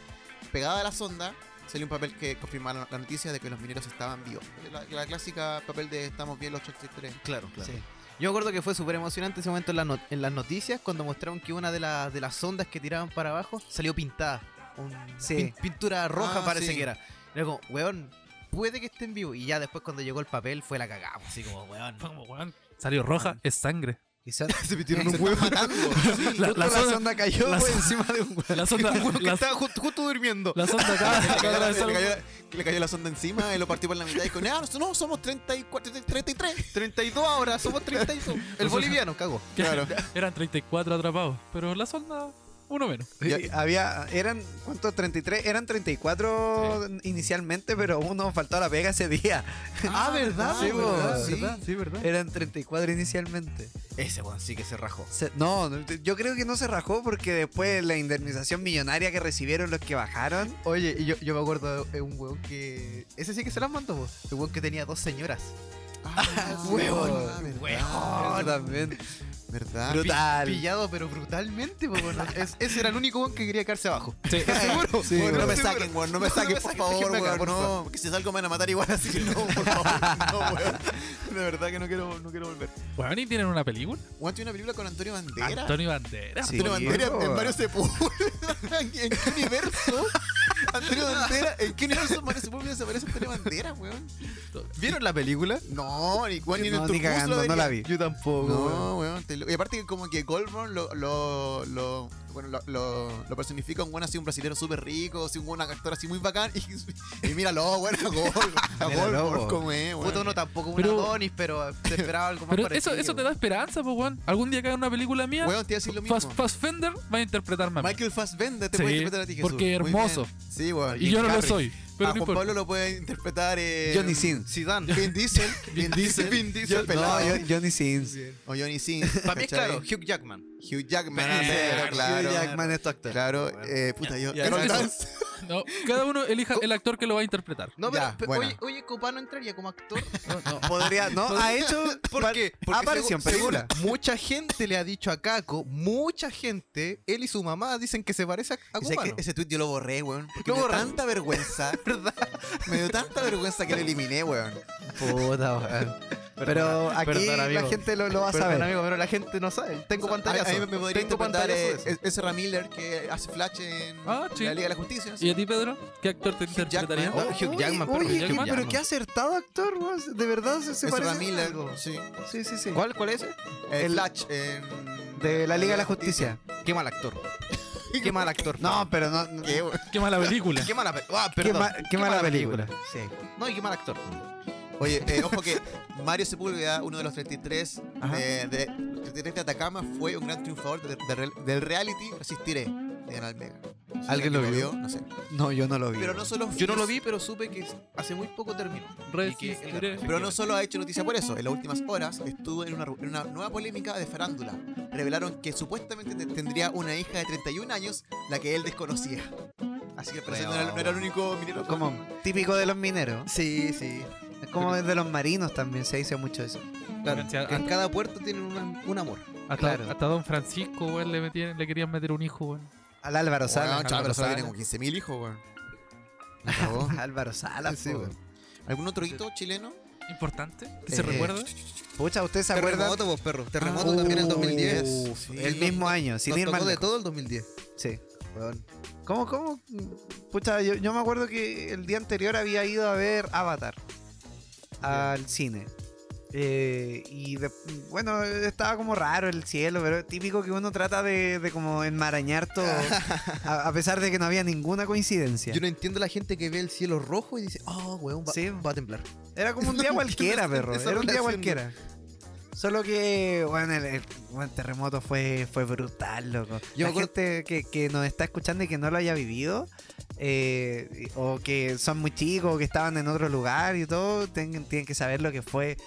Speaker 3: pegada a la sonda, salió un papel que confirmaba la- la noticia de que los mineros estaban vivos. La, la clásica papel de estamos bien los 83.
Speaker 1: Claro, claro.
Speaker 4: Sí.
Speaker 1: Yo me acuerdo que fue súper emocionante ese momento en, la no- en las noticias cuando mostraron que una de, las de las ondas que tiraban para abajo salió pintada. Con
Speaker 4: Sí.
Speaker 1: pin- pintura roja
Speaker 3: Ah,
Speaker 1: parece
Speaker 3: sí.
Speaker 1: que era. Era como, weón, puede que estén vivos. Y ya después cuando llegó el papel fue la cagamos. Así como, weón.
Speaker 2: Fue como, weón, Salió roja, es sangre.
Speaker 4: Quizás
Speaker 1: Se
Speaker 4: metieron
Speaker 3: Se están matando. sí.
Speaker 2: La, la
Speaker 4: la,
Speaker 2: sonda,
Speaker 4: sonda cayó
Speaker 2: la
Speaker 4: por
Speaker 3: pues.
Speaker 2: sonda-
Speaker 4: encima de un
Speaker 2: la sonda,
Speaker 1: Un weón que
Speaker 2: la,
Speaker 1: estaba ju- justo, durmiendo.
Speaker 2: la sonda acaba de
Speaker 3: Le cayó, la,
Speaker 2: atravesar
Speaker 3: le
Speaker 2: un-
Speaker 3: cayó la- le cayó la sonda encima y lo partió por la mitad y dijo, no, no, somos 34, 33.
Speaker 1: 32 ahora, somos 32. El boliviano, cagó.
Speaker 2: que
Speaker 3: Claro.
Speaker 2: Eran 34 atrapados, pero la sonda, uno menos.
Speaker 3: Ya.
Speaker 4: Y Había, eran, ¿cuántos? 33, eran 34 inicialmente, pero uno faltó a la pega ese día.
Speaker 1: Ah, ¿verdad?
Speaker 4: Sí,
Speaker 1: ¿verdad?
Speaker 3: Ah,
Speaker 4: ¿verdad?
Speaker 1: Sí. Eh,
Speaker 2: sí, verdad.
Speaker 4: Eran 34 inicialmente.
Speaker 1: Ese weón sí que se rajó.
Speaker 4: Se- no, no, yo creo que no se rajó porque después la indemnización millonaria que recibieron los que bajaron.
Speaker 1: Oye, y yo, yo me acuerdo de un weón que. Ese sí que se las mandó, vos. El weón que tenía dos señoras.
Speaker 3: Ah,
Speaker 1: Huevón,
Speaker 4: Oh, también.
Speaker 3: ¿Verdad?
Speaker 1: Pi-
Speaker 4: Brutal.
Speaker 1: pillado, pero brutalmente, po, weón. Es- ese era el único weón que quería quedarse abajo.
Speaker 2: Sí.
Speaker 1: Seguro.
Speaker 4: Sí,
Speaker 1: Bueno,
Speaker 3: no me
Speaker 1: seguro.
Speaker 3: saquen, weón, no me saquen, por favor,
Speaker 1: déjenme acá,
Speaker 3: weón,
Speaker 1: por favor.
Speaker 3: no, porque si salgo me van a matar igual, así que no, por favor, no, weón. De verdad que no quiero, no quiero volver.
Speaker 2: Weón, y tienen una película.
Speaker 3: Weón, tiene una película con Antonio Bandera.
Speaker 2: Antonio Banderas.
Speaker 4: Sí.
Speaker 3: Antonio Bandera
Speaker 4: weón.
Speaker 3: en Mario Sepúlveda. ¿En qué universo? Antonio Bandera, ¿en qué universo Mario Sepúlveda se parece a Antonio Bandera, weón?
Speaker 1: ¿Vieron la película?
Speaker 3: No, ni, weón, ni en
Speaker 4: No,
Speaker 3: el
Speaker 4: ni
Speaker 3: Turcus lo
Speaker 4: cagando, no
Speaker 3: vería.
Speaker 4: la vi.
Speaker 1: Yo tampoco,
Speaker 3: No, weón. te lo- Y aparte que como que Goldborn lo, lo, lo, bueno, lo, lo, lo personifica un weón así, un brasilero súper rico, así un buen actor así muy bacán. Y, y míralo, weón, a Goldborn. A
Speaker 4: Míralo,
Speaker 3: Goldborn
Speaker 4: weón.
Speaker 3: como es, weón.
Speaker 1: Puta, uno tampoco un
Speaker 2: Pero-
Speaker 1: Adonis, pero se esperaba algo más
Speaker 2: Pero eso,
Speaker 1: parecido.
Speaker 2: eso te da esperanza, pues, weón. Algún día que hagan una película mía,
Speaker 3: Weón, te iba a decir lo mismo.
Speaker 2: Fast, Fender va a interpretarme a mí.
Speaker 3: Michael Fassbender te
Speaker 2: Sí,
Speaker 3: puede interpretar a ti, Jesús.
Speaker 2: porque
Speaker 3: Muy
Speaker 2: hermoso.
Speaker 3: bien. Sí, weón.
Speaker 2: Y yo no lo
Speaker 3: Harris.
Speaker 2: soy. Pero
Speaker 3: a
Speaker 2: no
Speaker 3: Juan
Speaker 2: importa.
Speaker 3: Pablo lo puede interpretar eh,
Speaker 4: Johnny Sins.
Speaker 1: Zidane.
Speaker 3: Vin Diesel. Vin Diesel. Vin Diesel.
Speaker 4: No,
Speaker 3: pelado.
Speaker 4: yo- Johnny Sins.
Speaker 3: O Johnny Sins.
Speaker 1: Para mí es
Speaker 3: ¿cachai?
Speaker 1: claro, Hugh Jackman.
Speaker 3: Hugh Jackman.
Speaker 2: Claro,
Speaker 3: Claro, claro.
Speaker 4: Hugh Jackman es tu actor.
Speaker 3: Claro,
Speaker 1: Bueno.
Speaker 3: eh, puta, yo.
Speaker 2: ya,
Speaker 3: Carol
Speaker 2: eso.
Speaker 3: Dance.
Speaker 2: No, cada uno elija el actor que lo va a interpretar.
Speaker 1: No, pero,
Speaker 3: Ya,
Speaker 1: pero
Speaker 3: buena.
Speaker 1: oye, oye, Copano entraría como actor.
Speaker 4: Podría, no, ha hecho.
Speaker 1: ¿Por qué? Porque
Speaker 4: apareció en
Speaker 1: segu- seguro,
Speaker 3: Ah.
Speaker 4: película.
Speaker 1: mucha gente le ha dicho a Caco, mucha gente, él y su mamá dicen que se parece a, a
Speaker 3: Y sé que
Speaker 1: Copano.
Speaker 3: ese tweet yo lo borré, weón. Porque
Speaker 1: Lo
Speaker 3: me dio
Speaker 1: borraste.
Speaker 3: tanta vergüenza. Me dio tanta vergüenza que lo eliminé, weón.
Speaker 4: Puta, weón. Pero aquí
Speaker 1: perdón,
Speaker 4: la
Speaker 1: amigo.
Speaker 4: gente lo, lo va a
Speaker 1: Perdón,
Speaker 4: saber.
Speaker 1: amigo, pero la gente no sabe. Tengo
Speaker 3: A,
Speaker 1: pantallazo.
Speaker 3: a mí me me podría
Speaker 1: Tengo
Speaker 3: interpretar eh,
Speaker 1: pantallazo de eso.
Speaker 3: ese Ramiller que hace flash en
Speaker 2: Ah, sí.
Speaker 3: la Liga de la Justicia.
Speaker 2: ¿Y a ti, Pedro? ¿Qué actor te interpretaría?
Speaker 1: Jackman. Oh, Hugh Jackman,
Speaker 4: oye,
Speaker 1: pero
Speaker 4: oye,
Speaker 2: Hugh
Speaker 4: qué-
Speaker 2: Jackman.
Speaker 4: pero qué acertado actor, weón. De verdad se,
Speaker 3: Ese
Speaker 4: se parece.
Speaker 3: Ramiller,
Speaker 4: algo.
Speaker 3: sí.
Speaker 4: Sí, sí, sí.
Speaker 1: ¿Cuál, ¿Cuál es ese?
Speaker 3: Eh,
Speaker 4: El-
Speaker 3: flash en...
Speaker 4: De la Liga de la Justicia.
Speaker 1: Qué mal actor. Qué mal actor.
Speaker 4: No, pero no. no-
Speaker 3: ¿Qué, weón?
Speaker 2: Qué mala película.
Speaker 1: Qué mala película. Ah,
Speaker 4: Qué,
Speaker 1: perdón.
Speaker 4: ma- qué mala, película. Sí.
Speaker 1: No, y qué mal actor.
Speaker 3: Oye, eh, ojo que Mario Sepúlveda, uno de los 33
Speaker 4: Ajá.
Speaker 3: de, eh, de, 33 de Atacama, fue un gran triunfador de- de real- del reality Resistiré de Canal Mega. Si alguien
Speaker 4: ¿Alguien lo vio?
Speaker 3: No sé.
Speaker 4: No, yo no lo vi.
Speaker 3: Pero no solo
Speaker 1: Yo no lo vi, pero supe que hace muy poco terminó. Y que-
Speaker 2: Resistiré.
Speaker 3: Pero no solo ha hecho noticia por eso, en las últimas horas estuvo en una, en una nueva polémica de farándula. Revelaron que supuestamente te- tendría una hija de 31 años, la que él desconocía. Así que
Speaker 1: pues,
Speaker 3: al parecer no era, no era el único minero.
Speaker 4: Como típico de los mineros.
Speaker 1: Sí, sí.
Speaker 4: Es como de los marinos también, se dice mucho eso.
Speaker 1: Claro,
Speaker 2: Cacha,
Speaker 1: en
Speaker 2: ah.
Speaker 1: cada puerto tienen una- un amor.
Speaker 2: Hasta,
Speaker 4: Claro.
Speaker 2: hasta Don Francisco, weón, le, metían- le querían meter un hijo, weón.
Speaker 4: Al Álvaro Sala.
Speaker 3: Bueno, chaval,
Speaker 4: Álvaro
Speaker 3: pero solo
Speaker 4: Sala.
Speaker 3: tiene como 15.000 hijos, weón. Me cagó.
Speaker 4: Álvaro Sala,
Speaker 3: Sí,
Speaker 4: po.
Speaker 3: weón. ¿Algún otro hito chileno?
Speaker 2: Importante, que se
Speaker 3: Eh,
Speaker 2: recuerda.
Speaker 4: Pucha, ¿ustedes se acuerdan?
Speaker 1: Terremoto, vos, perro.
Speaker 4: Ah,
Speaker 1: Terremoto también en
Speaker 4: uh,
Speaker 1: 2010.
Speaker 4: sí. el mismo año, sin
Speaker 1: Nos
Speaker 4: ir
Speaker 1: tocó
Speaker 4: más
Speaker 1: de
Speaker 4: lejos.
Speaker 1: todo el 2010.
Speaker 4: Sí.
Speaker 1: Weón.
Speaker 4: ¿Cómo, cómo? Pucha, yo, yo me acuerdo que el día anterior había ido a ver Avatar al cine. Eh, y de- bueno, estaba como raro el cielo, pero es típico que uno trata de, de como enmarañar todo, a, a pesar de que no había ninguna coincidencia.
Speaker 1: Yo no entiendo la gente que ve el cielo rojo y dice, oh, weón, va,
Speaker 4: Sí.
Speaker 1: va a temblar.
Speaker 4: Era como un día
Speaker 1: No,
Speaker 4: cualquiera,
Speaker 1: ¿qué no
Speaker 4: perro.
Speaker 1: esa
Speaker 4: Era un día
Speaker 1: relación?
Speaker 4: cualquiera. Solo que, bueno, el, el- bueno, el terremoto fue, fue brutal, loco.
Speaker 1: Yo me
Speaker 4: la
Speaker 1: acuerdo-
Speaker 4: gente que, que nos está escuchando y que no lo haya vivido, eh, o que son muy chicos, o que estaban en otro lugar y todo, tienen, tienen que saber lo que fue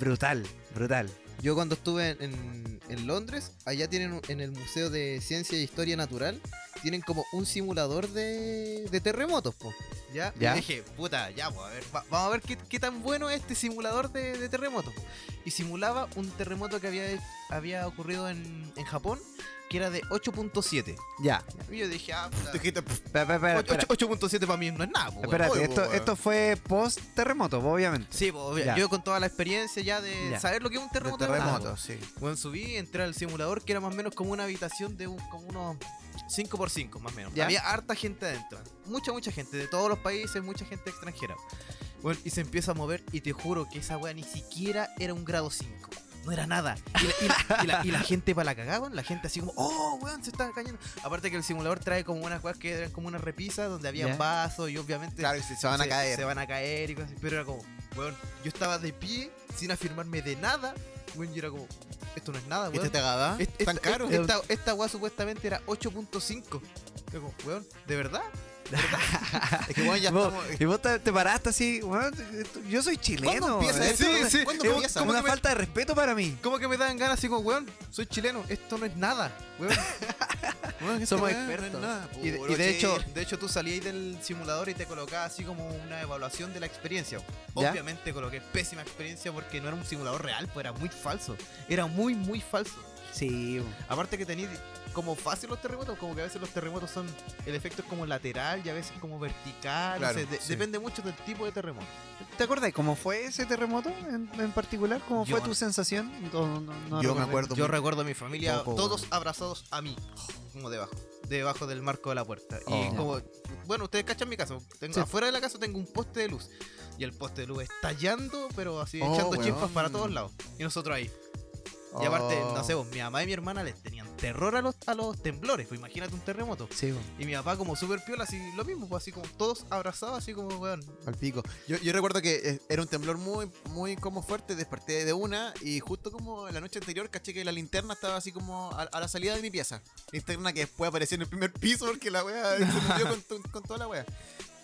Speaker 4: brutal, brutal.
Speaker 1: Yo cuando estuve en, en- en Londres, allá tienen un- en el Museo de Ciencia e Historia Natural, tienen como un simulador de, de terremotos, po. ¿Ya?
Speaker 4: Ya.
Speaker 1: Y dije, puta, ya, po, a ver, va- vamos a ver qué, qué tan bueno es este simulador de, de terremotos. po". Y simulaba un terremoto que había, había ocurrido en, en Japón, que era de 8.7.
Speaker 4: Ya.
Speaker 1: Y yo dije, ah, puta,
Speaker 4: Espera, espera, espera,
Speaker 1: ocho-
Speaker 4: espera.
Speaker 1: 8.7 para mí no es nada, po, weón.
Speaker 4: Espérate,
Speaker 3: Oye, po,
Speaker 4: esto,
Speaker 3: weón.
Speaker 4: esto fue post terremoto, obviamente.
Speaker 1: Sí, po, obvio.
Speaker 4: Ya.
Speaker 1: yo con toda la experiencia ya de
Speaker 4: Ya.
Speaker 1: saber lo que es un
Speaker 3: De
Speaker 1: terremoto. de verdad, po.
Speaker 3: terremoto, sí.
Speaker 1: Bueno, subí, entré al simulador que era más o menos como una habitación de un- como unos 5x5, más o menos.
Speaker 4: Ya.
Speaker 1: Había harta gente adentro. Mucha, mucha gente, de todos los países, mucha gente extranjera. Bueno, y se empieza a mover y te juro que esa weá ni siquiera era un grado 5. No era nada. Y la, y la- y la- y la gente para la cagaban, la gente así como, oh, weón, se está cayendo. Aparte que el simulador trae como unas weas que eran como una repisa donde había
Speaker 4: Ya.
Speaker 1: vasos y obviamente
Speaker 3: Claro, y se, se van a
Speaker 1: se-
Speaker 3: caer.
Speaker 1: Se van a caer y cosas así. Pero era como, weón, yo estaba de pie, sin afirmarme de nada. Weón, yo era como, esto no es nada,
Speaker 3: ¿Viste
Speaker 1: weón.
Speaker 3: esta cagada?
Speaker 1: Est-
Speaker 4: Este,
Speaker 3: ¿Tan
Speaker 1: esta-
Speaker 3: caro?
Speaker 1: est- Esta, esta weá supuestamente era 8.5. Yo como, weón, ¿de verdad?
Speaker 3: Es que bueno, ya
Speaker 4: Vos-
Speaker 3: estamos.
Speaker 4: Y vos te, te paraste así, weón, yo soy chileno.
Speaker 3: empieza
Speaker 4: eh.
Speaker 3: esto?
Speaker 4: Sí, sí.
Speaker 3: ¿Cuándo
Speaker 4: Es
Speaker 3: empieza?
Speaker 4: como
Speaker 3: ¿Cómo
Speaker 4: una
Speaker 3: que me-
Speaker 4: falta de respeto para mí.
Speaker 1: Como que me daban ganas así como, weón, soy chileno, esto no es nada, weón.
Speaker 3: Bueno, esta
Speaker 4: somos
Speaker 3: weá no es
Speaker 4: expertos.
Speaker 3: nada,
Speaker 1: Y de, y
Speaker 3: puro
Speaker 1: de hecho,
Speaker 3: chile.
Speaker 1: de hecho tú salías del simulador y te colocabas así como una evaluación de la experiencia.
Speaker 4: ¿Ya?
Speaker 1: Obviamente coloqué pésima experiencia porque no era un simulador real, pues era muy falso. Era muy, muy falso.
Speaker 4: Sí, weón.
Speaker 1: Aparte que tenéis como fácil los terremotos, como que a veces los terremotos son, el efecto es como lateral y a veces como vertical, no
Speaker 3: Claro,
Speaker 1: sé, de-
Speaker 3: sí.
Speaker 1: depende mucho del tipo de terremoto.
Speaker 4: ¿Te acordás cómo fue ese terremoto en, en particular? ¿Cómo
Speaker 1: Yo
Speaker 4: fue
Speaker 1: no-
Speaker 4: tu sensación? No- no- no
Speaker 3: Yo me
Speaker 4: recuerdo.
Speaker 3: acuerdo.
Speaker 1: Yo recuerdo a mi familia,
Speaker 3: Poco,
Speaker 1: todos abrazados a mí, como debajo, debajo del marco de la puerta.
Speaker 3: Oh.
Speaker 1: Y como, bueno, ustedes cachan mi casa, tengo,
Speaker 4: Sí.
Speaker 1: afuera de la casa tengo un poste de luz. Y el poste de luz estallando, pero así,
Speaker 3: Oh,
Speaker 1: echando
Speaker 3: weón.
Speaker 1: chispas para todos lados. Y nosotros ahí. Y aparte,
Speaker 3: Oh.
Speaker 1: no sé, vos, mi mamá y mi hermana les tenían terror a los, a los temblores, pues imagínate un terremoto.
Speaker 4: Sí, weón.
Speaker 1: Y mi papá como súper piola, así lo mismo, pues, así como todos abrazados, así como, weón.
Speaker 3: Al pico. Yo, yo recuerdo que eh, era un temblor muy, muy como fuerte, desperté de una y justo como la noche anterior caché que la linterna estaba así como a, a la salida de mi pieza. Linterna que después apareció en el primer piso porque la wea se movió con, to- con toda la wea.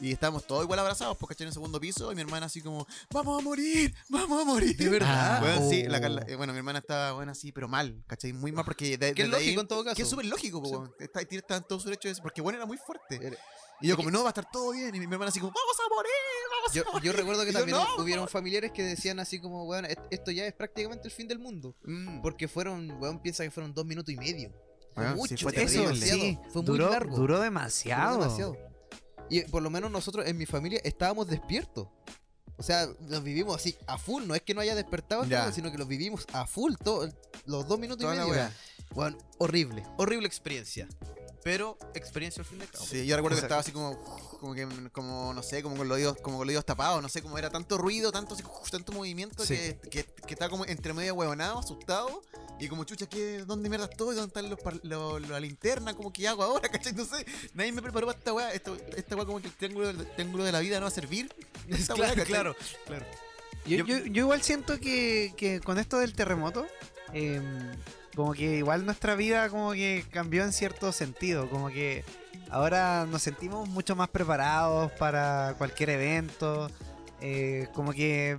Speaker 3: Y estábamos todos igual abrazados, pues caché en el segundo piso y mi hermana así como, vamos a morir, vamos a morir.
Speaker 1: De verdad.
Speaker 4: Ah,
Speaker 3: Bueno, sí, la
Speaker 4: oh.
Speaker 3: Carla- eh, bueno, mi hermana estaba buena así, pero mal, ¿cachai? Muy mal porque... de-
Speaker 1: Que es
Speaker 3: desde ahí-
Speaker 1: lógico en todo caso.
Speaker 3: que es súper lógico, po,
Speaker 1: Sí.
Speaker 3: weón. Está- tiene- Están todos sus derechos, porque bueno, era muy fuerte.
Speaker 1: Era-
Speaker 3: Y yo como, no, va a estar todo bien. Y mi hermana así como, vamos a morir, vamos
Speaker 1: Yo,
Speaker 3: a morir.
Speaker 1: yo recuerdo que
Speaker 3: Yo,
Speaker 1: también
Speaker 3: no,
Speaker 1: hu- hubieron familiares que decían así como, weón, "Est- esto ya es prácticamente el fin del mundo.
Speaker 3: Mm.
Speaker 1: Porque fueron, weón, piensa que fueron dos minutos y medio. Fue
Speaker 3: Weón, sí,
Speaker 1: mucho, eso,
Speaker 3: fue terrible.
Speaker 1: demasiado,
Speaker 4: sí.
Speaker 1: Fue muy
Speaker 4: duró,
Speaker 1: largo. duró
Speaker 4: Duró demasiado.
Speaker 1: Y por lo menos nosotros en mi familia estábamos despiertos. O sea, los vivimos así a full. No es que no haya despertado,
Speaker 3: Ya.
Speaker 1: todo, sino que los vivimos a full todo- los dos minutos
Speaker 3: Toda
Speaker 1: y
Speaker 3: la
Speaker 1: medio.
Speaker 3: wea.
Speaker 1: Weón, horrible, horrible experiencia. Pero experiencia al fin de cabo.
Speaker 3: Sí, yo recuerdo
Speaker 4: O
Speaker 3: que estaba
Speaker 4: sea-
Speaker 3: así como, como que, como, no sé, como con los oídos, como con los oídos tapados, no sé, como era tanto ruido, tanto, así, tanto movimiento
Speaker 4: Sí.
Speaker 3: que, que, que estaba como entre medio huevonado, asustado, y como chucha, ¿qué, ¿dónde mierda estoy? ¿Dónde están los, par- lo- la linterna? ¿Cómo que hago ahora? ¿Cachai? No sé, nadie me preparó para esta weá, esto- esta weá como que el triángulo, del- triángulo de la vida no va a servir. Esta weá, ¿cachai?
Speaker 4: Yo, yo- yo igual siento que, que con esto del terremoto, eh, como que igual nuestra vida como que cambió en cierto sentido, como que ahora nos sentimos mucho más preparados para cualquier evento, eh, como que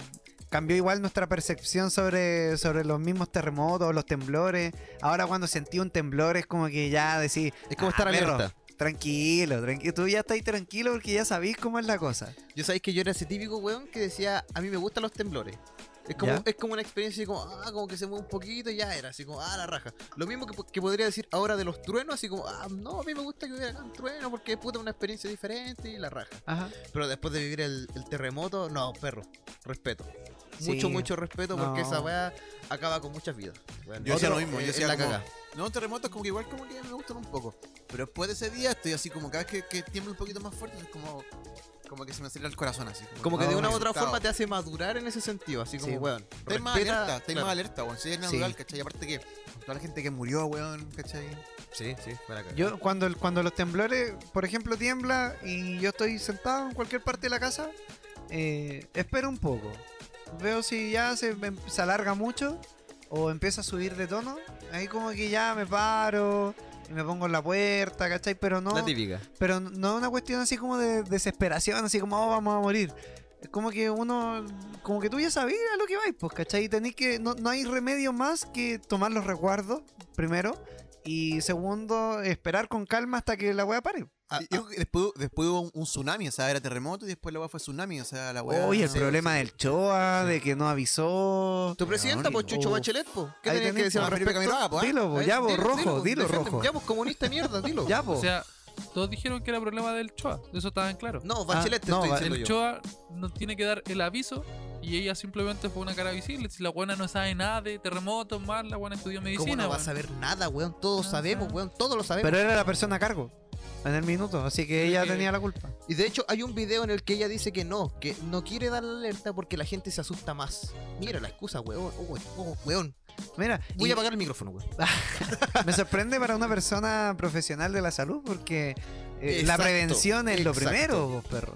Speaker 4: cambió igual nuestra percepción sobre, sobre los mismos terremotos, los temblores. Ahora cuando sentí un temblor es como que ya decís,
Speaker 1: Es como estar
Speaker 4: perro,
Speaker 1: alerta.
Speaker 4: Tranquilo, tranquilo, tú ya estás tranquilo porque ya sabís cómo es la cosa.
Speaker 1: Yo sabéis que yo era ese típico weón que decía, a mí me gustan los temblores. Es como,
Speaker 4: ¿Ya?
Speaker 1: es como una experiencia así como, ah, como que se mueve un poquito y ya era, así como, ah, la raja. Lo mismo que, po- que podría decir ahora de los truenos, así como, ah, no, a mí me gusta que hubiera un trueno porque puta una experiencia diferente y la raja.
Speaker 4: Ajá.
Speaker 1: Pero después de vivir el, el terremoto, no, perro, respeto.
Speaker 4: Sí.
Speaker 1: Mucho, mucho respeto porque
Speaker 4: No.
Speaker 1: esa weá acaba con muchas vidas. Bueno,
Speaker 3: Yo hacía
Speaker 1: otro,
Speaker 3: lo mismo,
Speaker 1: eh,
Speaker 3: yo
Speaker 1: es
Speaker 3: hacía
Speaker 1: la
Speaker 3: como-
Speaker 1: cagá.
Speaker 3: No, terremotos como que igual como que me gustan un poco. Pero después de ese día estoy así como cada vez que, que tiembla un poquito más fuerte, es como, como que se me acelera el corazón así.
Speaker 1: Como que
Speaker 4: No,
Speaker 1: de una u
Speaker 3: me
Speaker 1: otra
Speaker 3: asustaba.
Speaker 1: forma te hace madurar en ese sentido, así como,
Speaker 4: Sí.
Speaker 1: weón.
Speaker 3: Estáis más
Speaker 1: respeta-
Speaker 3: alerta, estáis
Speaker 1: claro.
Speaker 3: más alerta, weón. Sí, es natural, ¿cachai? Aparte que con toda la gente que murió, weón, ¿cachai?
Speaker 1: Sí, sí, fue la cagá.
Speaker 4: Yo cuando, el- cuando los temblores, por ejemplo, tiembla y yo estoy sentado en cualquier parte de la casa, eh, espero un poco. Veo si ya se, me- se em, alarga mucho o empieza a subir de tono, ahí como que ya me paro y me pongo en la puerta, ¿cachai? Pero no,
Speaker 5: La típica.
Speaker 4: pero no es una cuestión así como de desesperación, así como, oh, vamos a morir. Es como que uno, como que tú ya sabías a lo que vais, pues, ¿cachai? Y tenés que, no, no hay remedio más que tomar los recuerdos, primero, y segundo, esperar con calma hasta que la wea pare.
Speaker 1: Ah,
Speaker 3: Y- y después, después hubo un, un tsunami, o sea, era terremoto y después la weá fue tsunami, o sea, la weá.
Speaker 4: Oye, el
Speaker 3: sí,
Speaker 4: problema del Choa, de que no avisó.
Speaker 1: Tu presidenta, pues Chucho
Speaker 4: Oh.
Speaker 1: Bachelet, po. ¿Qué
Speaker 4: Ahí
Speaker 1: tenías que
Speaker 4: tenés,
Speaker 1: decir
Speaker 3: a
Speaker 1: al
Speaker 3: Felipe
Speaker 1: respecto?
Speaker 3: Camiroaga, po, ¿ah?
Speaker 4: ¿eh? Dilo, po,
Speaker 1: Ahí,
Speaker 4: ya, po,
Speaker 1: dilo, pues,
Speaker 4: rojo,
Speaker 1: dilo, pues.
Speaker 4: dilo,
Speaker 1: defiende.
Speaker 4: rojo.
Speaker 1: Ya, pues comunista de mierda, dilo.
Speaker 4: Ya, po.
Speaker 2: O sea, todos dijeron que era problema del Choa. De eso estaban claros.
Speaker 1: No, Bachelet
Speaker 4: Ah,
Speaker 1: te
Speaker 4: no,
Speaker 1: estoy
Speaker 4: va-
Speaker 1: diciendo
Speaker 2: el
Speaker 1: yo.
Speaker 2: Choa no tiene que dar el aviso y ella simplemente fue una cara visible. Si la buena no sabe nada de terremotos, más la buena estudió
Speaker 1: ¿Cómo
Speaker 2: medicina.
Speaker 1: no vas
Speaker 2: weón.
Speaker 1: a saber nada, weón? Todos
Speaker 2: No,
Speaker 1: sabemos,
Speaker 2: no.
Speaker 1: weón. Todos lo sabemos.
Speaker 4: pero era la persona a cargo en el minuto, así que ella
Speaker 2: Sí.
Speaker 4: tenía la culpa.
Speaker 1: Y de hecho hay un video en el que ella dice que no, que no quiere dar la alerta porque la gente se asusta más. Mira la excusa, weón. Oh, weón. Oh, weón.
Speaker 4: Mira,
Speaker 1: Voy
Speaker 4: y
Speaker 1: a
Speaker 4: Ah,
Speaker 1: apagar el micrófono, weón.
Speaker 4: me sorprende para una persona profesional de la salud porque eh, la
Speaker 1: Exacto,
Speaker 4: prevención es lo
Speaker 1: exacto.
Speaker 4: primero, vos, perro.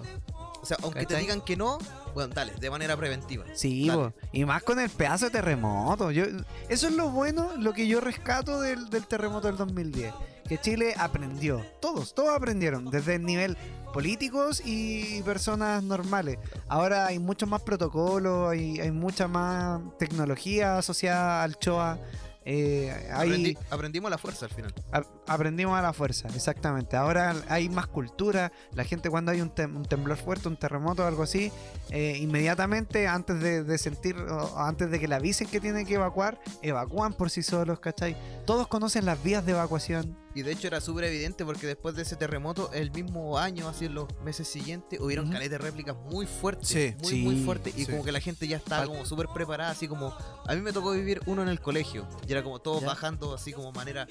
Speaker 1: O sea, aunque te
Speaker 4: ¿Cachai?
Speaker 1: digan que no, weón, dale, de manera preventiva.
Speaker 4: Sí,
Speaker 1: Dale.
Speaker 4: vos. y más con el pedazo de terremoto. Yo, eso es lo bueno, lo que yo rescato del, del terremoto del 2010. Que Chile aprendió, todos, todos aprendieron, desde el nivel políticos y personas normales. Ahora hay muchos más protocolos, hay, hay mucha más tecnología asociada al CHOA. eh, hay-
Speaker 1: Aprendi- aprendimos la fuerza al final.
Speaker 4: Ap- Aprendimos a la fuerza, exactamente. Ahora hay más cultura. La gente cuando hay un, tem- un temblor fuerte, un terremoto o algo así, eh, inmediatamente antes de, de sentir, o antes de que le avisen que tienen que evacuar, evacúan por sí solos, ¿cachai? Todos conocen las vías de evacuación.
Speaker 1: Y de hecho era súper evidente porque después de ese terremoto, el mismo año, así en los meses siguientes, hubieron
Speaker 4: Ujú.
Speaker 1: caleta de réplicas muy fuertes.
Speaker 3: Sí,
Speaker 1: muy,
Speaker 4: sí,
Speaker 1: muy fuertes. Y
Speaker 3: sí.
Speaker 1: como que la gente ya estaba como súper preparada, así como... A mí me tocó vivir uno en el colegio. Y era como todos
Speaker 4: Ya.
Speaker 1: bajando así como manera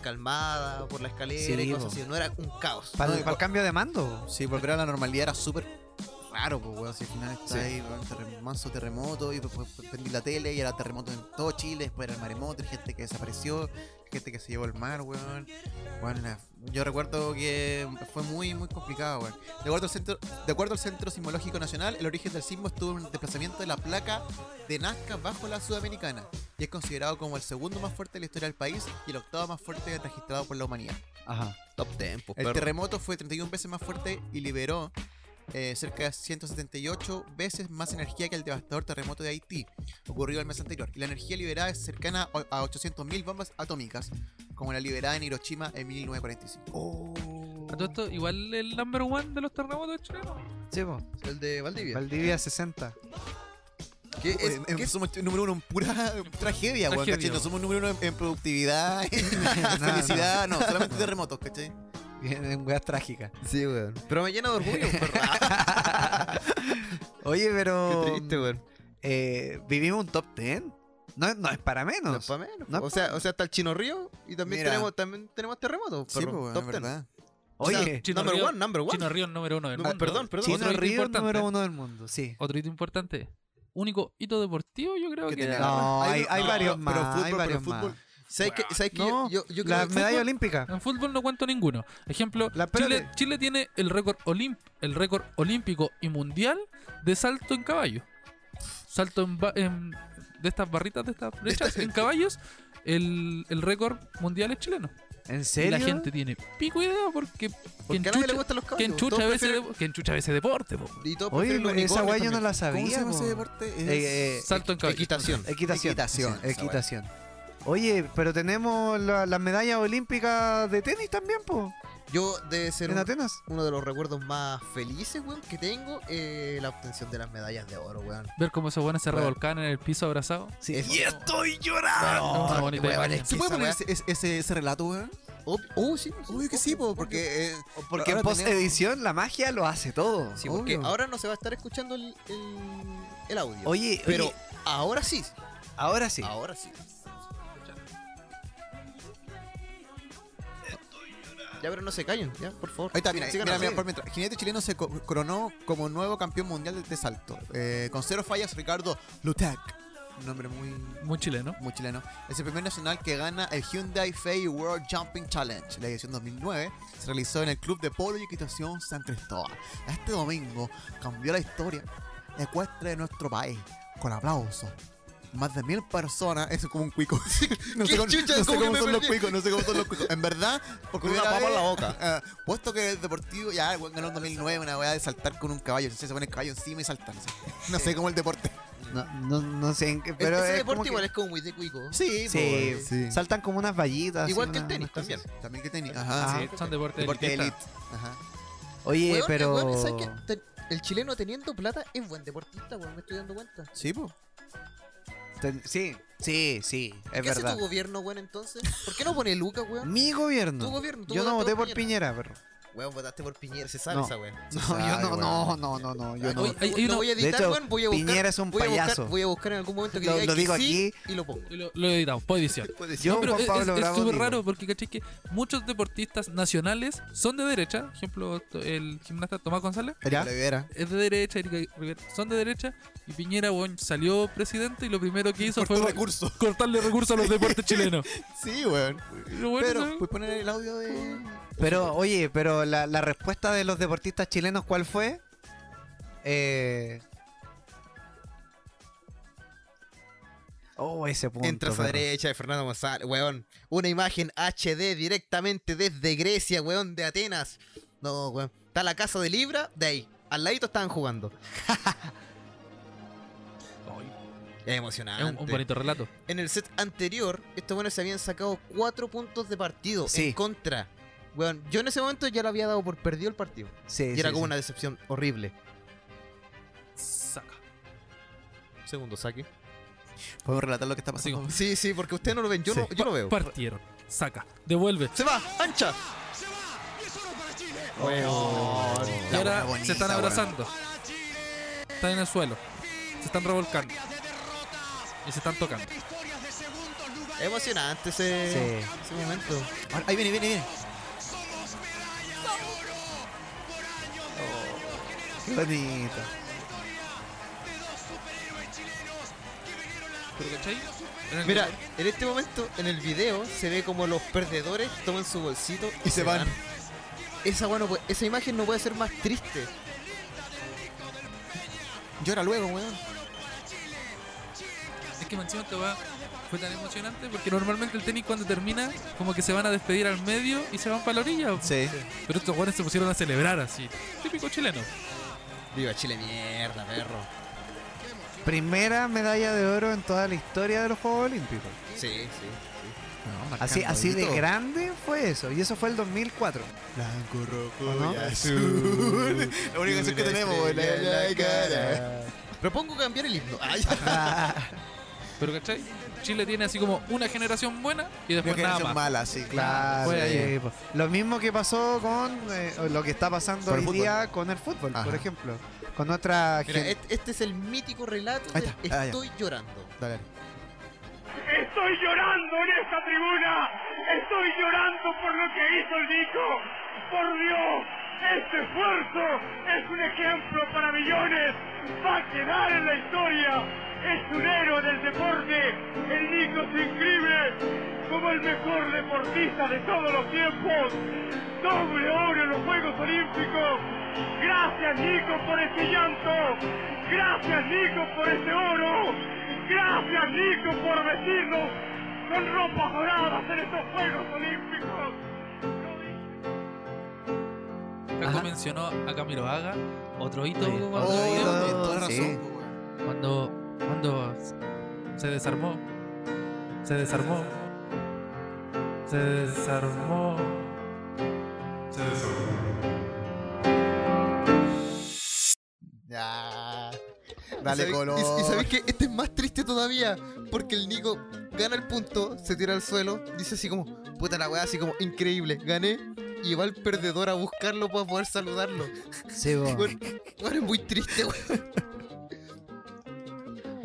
Speaker 1: calmada por la escalera
Speaker 4: Sí,
Speaker 1: y cosas
Speaker 4: po.
Speaker 1: así. No era un caos.
Speaker 4: Para
Speaker 3: No,
Speaker 4: el,
Speaker 3: y cua-
Speaker 4: cambio de mando.
Speaker 3: Sí, volver a la normalidad era súper raro, pues, weón. Si al final está
Speaker 1: Sí.
Speaker 3: ahí, weón, terrem- manso terremoto, y después prendí la tele y era terremoto en todo Chile, después era el maremoto, y gente que desapareció, gente que se llevó al mar, weón. Weón, la- yo recuerdo que fue muy, muy complicado, weón. De acuerdo, al centro, de acuerdo al Centro Sismológico Nacional, el origen del sismo estuvo en el desplazamiento de la placa de Nazca bajo la Sudamericana y es considerado como el segundo más fuerte de la historia del país y el octavo más fuerte registrado por la humanidad.
Speaker 4: Ajá.
Speaker 1: Top tempo,
Speaker 3: El terremoto fue 31 veces más fuerte y liberó eh, cerca de 178 veces más energía que el devastador terremoto de Haití, ocurrido el mes anterior. Y la energía liberada es cercana a a 800.000 bombas atómicas, como la liberada en Hiroshima en 1945.
Speaker 2: A todo esto, igual el number one de los terremotos chilenos.
Speaker 4: Sí, po.
Speaker 1: El de Valdivia.
Speaker 4: Valdivia 60.
Speaker 1: ¿Qué es-
Speaker 3: Eh, eh,
Speaker 1: qué es-
Speaker 3: somos número uno en pura tragedia, weón,
Speaker 2: Tragedia.
Speaker 3: ¿cachai? No somos número uno en, en productividad, en
Speaker 4: No, no.
Speaker 3: felicidad, no, solamente terremotos, ¿cachai?
Speaker 4: En weas trágicas.
Speaker 1: Sí, weón. Pero me llena de orgullo, perro.
Speaker 4: Oye, pero.
Speaker 1: Qué triste, weón.
Speaker 4: eh, vivimos un top 10. No, no es para menos.
Speaker 1: No es pa' menos,
Speaker 4: No es
Speaker 1: po. o, sea, o sea, está el Chino Río y también
Speaker 3: Mira.
Speaker 1: tenemos, también tenemos terremotos.
Speaker 3: Sí,
Speaker 1: perro.
Speaker 3: pues, weón,
Speaker 1: Top
Speaker 3: es
Speaker 1: ten.
Speaker 3: verdad.
Speaker 1: Oye,
Speaker 4: Oye,
Speaker 2: Chino
Speaker 1: number
Speaker 2: Río-
Speaker 1: one, number one.
Speaker 2: Chino Río número uno del
Speaker 1: Ah,
Speaker 2: mundo.
Speaker 1: perdón, perdón.
Speaker 4: Chino
Speaker 2: Otro hito
Speaker 4: Río
Speaker 2: importante.
Speaker 4: número uno del mundo, sí.
Speaker 2: Otro hito importante. Único hito deportivo, yo creo
Speaker 3: Que
Speaker 2: que.
Speaker 3: tenía
Speaker 2: era-
Speaker 3: la-
Speaker 4: No,
Speaker 3: Hay-
Speaker 4: hay, hay
Speaker 3: no,
Speaker 4: varios
Speaker 3: pero
Speaker 4: más.
Speaker 3: fútbol,
Speaker 4: hay
Speaker 3: pero
Speaker 4: varios
Speaker 3: fútbol.
Speaker 4: más.
Speaker 1: ¿Sabes que, ¿sabes que
Speaker 4: No,
Speaker 1: yo, yo, yo creo
Speaker 4: La
Speaker 1: que-
Speaker 4: medalla olímpica.
Speaker 2: En fútbol no cuento ninguno. Ejemplo,
Speaker 4: La-
Speaker 2: Chile,
Speaker 4: espérate.
Speaker 2: Chile tiene el récord olim- el récord olímpico y mundial de salto en caballo. Salto en, ba- en- de estas barritas, de estas flechas en caballos. El, el récord mundial es chileno.
Speaker 4: ¿En
Speaker 2: Y
Speaker 4: serio?
Speaker 2: la gente tiene pico idea
Speaker 1: porque
Speaker 2: porque, quien
Speaker 1: a nadie le
Speaker 2: chucha-
Speaker 1: gustan los caballos.
Speaker 2: quien chucha
Speaker 1: todos
Speaker 2: a veces
Speaker 1: prefieren-
Speaker 2: de- quien chucha a veces deporte. po.
Speaker 1: y todos
Speaker 4: Oye,
Speaker 1: prefieren los
Speaker 4: esa
Speaker 1: unicornios
Speaker 4: guay yo no la
Speaker 1: también.
Speaker 3: ¿Cómo se
Speaker 4: sabía.
Speaker 3: llama
Speaker 4: po.
Speaker 3: ese deporte? Es-
Speaker 4: Eh, eh,
Speaker 2: Salto en caballo.
Speaker 1: Equitación.
Speaker 4: equitación.
Speaker 3: Equitación,
Speaker 4: Sí,
Speaker 3: esa
Speaker 4: equitación. Oye, pero tenemos la- las medallas olímpicas de tenis también, po,
Speaker 1: Yo debe ser
Speaker 4: en
Speaker 1: un-
Speaker 4: Atenas.
Speaker 1: uno de los recuerdos más felices, weón, que tengo, eh, la obtención de las medallas de oro, weón.
Speaker 2: Ver cómo esos buenos se
Speaker 1: Bueno.
Speaker 2: revolcaban en el piso abrazados.
Speaker 4: Sí.
Speaker 1: Es-
Speaker 4: Y estoy llorando.
Speaker 2: No, una bonita
Speaker 1: weón,
Speaker 2: imagen.
Speaker 1: es que
Speaker 3: ¿Se puede
Speaker 1: esa
Speaker 3: poner
Speaker 1: weá-
Speaker 3: ese, ese- ese- ese relato, weón?
Speaker 1: Ob- Oh, sí.
Speaker 3: Uy, que sí,
Speaker 1: obvio,
Speaker 3: po, porque... eh,
Speaker 4: Porque en
Speaker 3: ahora tenemos-
Speaker 4: post-edición la magia lo hace todo.
Speaker 1: Sí, porque
Speaker 4: obvio.
Speaker 1: ahora no se va a estar escuchando el, el- el audio.
Speaker 4: Oye,
Speaker 1: pero Ah.
Speaker 4: oye,
Speaker 1: ahora sí,
Speaker 4: ahora sí.
Speaker 1: ahora sí. Ya, pero no se callen, ya, por favor.
Speaker 3: Ahí está, mira,
Speaker 1: Sigan
Speaker 3: mira,
Speaker 1: así.
Speaker 3: mira, por mientras. Jinete chileno se co- coronó como nuevo campeón mundial de salto. Eh, con cero fallas, Ricardo Lutac. Un nombre muy,
Speaker 2: Muy chileno.
Speaker 3: muy chileno. Es el primer nacional que gana el Hyundai Fay World Jumping Challenge. La edición 2009 se realizó en el Club de Polo y Equitación San Cristóbal. Este domingo cambió la historia ecuestre de nuestro país. Con aplausos, más de mil personas, eso es como un cuico. no
Speaker 1: ¿Qué
Speaker 3: sé cómo,
Speaker 1: chucha?
Speaker 3: no sé
Speaker 1: ¿Cómo que
Speaker 3: cómo
Speaker 1: me
Speaker 3: son los
Speaker 1: perdí?
Speaker 3: cuicos, no sé cómo son los cuicos. En verdad, porque
Speaker 1: Con una papa en la boca.
Speaker 3: Ah, puesto que el deportivo, ya, el weón ganó en 2009 una weá de saltar con un caballo. Entonces se pone el caballo encima y saltar. No sé, no sé cómo el deporte.
Speaker 4: No, no, no sé en qué. Pero
Speaker 1: ese
Speaker 4: es
Speaker 1: deporte
Speaker 4: como que-
Speaker 1: igual Este es como muy de cuico. Ah,
Speaker 3: Sí,
Speaker 4: Sí,
Speaker 3: po, sí.
Speaker 4: saltan como unas vallitas.
Speaker 1: Igual
Speaker 4: así,
Speaker 1: que el
Speaker 4: unas-
Speaker 1: tenis
Speaker 4: unas
Speaker 1: también.
Speaker 4: cosas.
Speaker 3: También que tenis. Ajá,
Speaker 4: Ah,
Speaker 3: sí.
Speaker 2: Sí, son deportes
Speaker 3: Deporte de
Speaker 2: elitistas.
Speaker 3: elite. Ajá.
Speaker 4: Oye,
Speaker 1: Weón, el
Speaker 4: pero.
Speaker 1: weón, ¿sabes qué? Te- El chileno teniendo plata es buen deportista, weón, me estoy dando cuenta.
Speaker 3: Sí, po.
Speaker 4: Ten- Sí, sí, sí, es
Speaker 1: ¿Qué hace
Speaker 4: verdad.
Speaker 1: tu gobierno, weón, entonces? ¿Por qué no pone Luca, weón?
Speaker 4: Mi gobierno.
Speaker 1: Tu gobierno, tu
Speaker 4: yo no
Speaker 1: votaste
Speaker 4: voté por Piñera, perro.
Speaker 1: Weón, votaste por Piñera, se sabe
Speaker 4: No.
Speaker 1: esa weón.
Speaker 4: No,
Speaker 3: sabe,
Speaker 4: yo no,
Speaker 3: weón.
Speaker 4: no, no, no, no, yo
Speaker 1: Yo
Speaker 4: no.
Speaker 2: Oye, hay- hay
Speaker 1: no
Speaker 2: uno-
Speaker 1: voy a
Speaker 4: de
Speaker 1: editar,
Speaker 4: hecho,
Speaker 1: weón, voy a buscar.
Speaker 4: Piñera es un
Speaker 1: voy a buscar-
Speaker 4: payaso.
Speaker 1: voy a buscar en algún momento que
Speaker 4: Lo-
Speaker 1: diga
Speaker 4: lo
Speaker 1: que
Speaker 4: digo
Speaker 1: sí
Speaker 4: aquí.
Speaker 1: y lo pongo.
Speaker 2: Lo, lo editamos, puedo edición.
Speaker 4: Yo,
Speaker 2: No, pero
Speaker 4: Juan
Speaker 2: es-
Speaker 4: Pablo
Speaker 2: es- es
Speaker 4: Bravo,
Speaker 2: súper
Speaker 4: digo.
Speaker 2: raro porque caché que muchos deportistas nacionales son de derecha. Ejemplo, to- el gimnasta Tomás González
Speaker 3: Erika Olivera.
Speaker 2: es de derecha, Erika Rivera son de derecha. Y Piñera weón, salió presidente y lo primero que hizo
Speaker 3: Cortó
Speaker 2: fue
Speaker 3: recursos.
Speaker 2: cortarle recursos a los deportes chilenos.
Speaker 3: Sí, weón.
Speaker 2: Y lo bueno,
Speaker 3: Pero,
Speaker 2: ¿sabes?
Speaker 3: ¿puedes poner el audio de...?
Speaker 4: Pero, oye, pero la, la respuesta de los deportistas chilenos, ¿cuál fue? Eh... Oh, ese punto.
Speaker 1: Entras a
Speaker 4: perro.
Speaker 1: derecha de Fernando González, weón. Una imagen HD directamente desde Grecia, weón, de Atenas. No, weón. Está la casa de Libra, de ahí. Al ladito estaban jugando.
Speaker 2: Ay,
Speaker 1: Es
Speaker 2: es un,
Speaker 1: emocionante.
Speaker 2: un bonito relato.
Speaker 1: En el set anterior, estos buenos se habían sacado cuatro puntos de partido
Speaker 4: Sí.
Speaker 1: en contra. Weón, yo en ese momento ya lo había dado por perdido el partido.
Speaker 4: Sí,
Speaker 1: Y
Speaker 4: sí,
Speaker 1: era como
Speaker 4: sí.
Speaker 1: una decepción horrible.
Speaker 2: Saca.
Speaker 1: Segundo saque.
Speaker 3: ¿Podemos relatar lo que está
Speaker 2: Así
Speaker 3: pasando?
Speaker 2: como-
Speaker 1: Sí, sí, porque ustedes no lo ven. Yo,
Speaker 3: Sí.
Speaker 1: no, yo lo veo.
Speaker 2: Partieron. Saca. Devuelve.
Speaker 1: Se va, ancha. Weón.
Speaker 2: Y
Speaker 3: La
Speaker 2: ahora
Speaker 3: wea bonita,
Speaker 2: se están
Speaker 3: weón.
Speaker 2: abrazando. Están en el suelo. Se están revolcando. Y se están tocando.
Speaker 1: Emocionante ese,
Speaker 4: Sí.
Speaker 1: ese momento.
Speaker 3: Ahora, Ahí viene, viene, viene.
Speaker 4: Qué bonito.
Speaker 2: Pero, ¿cachai? En el-
Speaker 1: Mira, en este momento, en el video, se ve como los perdedores toman su bolsito
Speaker 3: Y se van.
Speaker 1: Esa, bueno, pues, esa imagen no puede ser más triste.
Speaker 3: Llora luego, weón.
Speaker 2: Es que más encima esta weá fue tan emocionante porque normalmente el tenis cuando termina como que se van a despedir al medio y se van para la orilla.
Speaker 3: Sí.
Speaker 2: Pero estos weones se pusieron a celebrar así. Típico chileno.
Speaker 1: Viva Chile, mierda, perro.
Speaker 4: Primera medalla de oro en toda la historia de los Juegos Olímpicos.
Speaker 1: Sí, sí.
Speaker 4: Así, así de grande fue eso. Y eso fue el 2004.
Speaker 3: Blanco, rojo
Speaker 4: ¿O no?
Speaker 3: y azul. La única canción que tenemos, weón. La, la cara.
Speaker 1: Propongo cambiar el himno. Ay,
Speaker 4: Ah,
Speaker 2: Pero ¿cachai? Chile tiene así como una generación buena y después
Speaker 3: Una
Speaker 2: nada
Speaker 3: canción
Speaker 2: más.
Speaker 3: mala, sí, claro.
Speaker 4: claro.
Speaker 2: Fue ahí.
Speaker 4: sí, po. Lo mismo que pasó con eh, o lo que está pasando
Speaker 3: Con el
Speaker 4: hoy
Speaker 3: fútbol.
Speaker 4: día con el fútbol, por
Speaker 3: Ajá.
Speaker 4: ejemplo. Con otra
Speaker 1: mira,
Speaker 4: gen-
Speaker 1: este, este es el mítico relato
Speaker 3: Ahí
Speaker 1: de
Speaker 3: está, ah, ya.
Speaker 1: Estoy llorando.
Speaker 3: Dale.
Speaker 5: Estoy llorando en esta tribuna. Estoy llorando por lo que hizo el Nico. Por Dios, este esfuerzo es un ejemplo para millones. Va a quedar en la historia. Es un héroe del deporte. El Nico se inscribe como el mejor deportista de todos los tiempos. Doble oro en los Juegos Olímpicos. Gracias Nico por este llanto. Gracias Nico por este oro. Gracias, Nico, por vestirnos con ropas doradas en estos Juegos Olímpicos.
Speaker 2: Caco
Speaker 4: Ajá.
Speaker 2: mencionó a Camilo Haga, otro este hito.
Speaker 4: Oye,
Speaker 2: cuando-
Speaker 4: otro
Speaker 3: Oh,
Speaker 4: hito.
Speaker 3: tienes toda la razón,
Speaker 4: sí.
Speaker 3: po, weón.
Speaker 2: Cuando, cuando se desarmó, se desarmó, se desarmó, se desarmó.
Speaker 3: Ya.
Speaker 1: ¿Y
Speaker 3: Dale
Speaker 1: sabéis-
Speaker 3: color.
Speaker 1: Y, y sabéis que este es más triste todavía, porque el Nico gana el punto, se tira al suelo, dice así como, puta la weá, así como, increíble, gané, y va el perdedor a buscarlo para poder saludarlo.
Speaker 4: Sí, po.
Speaker 1: Bueno, bueno, es muy triste, weón.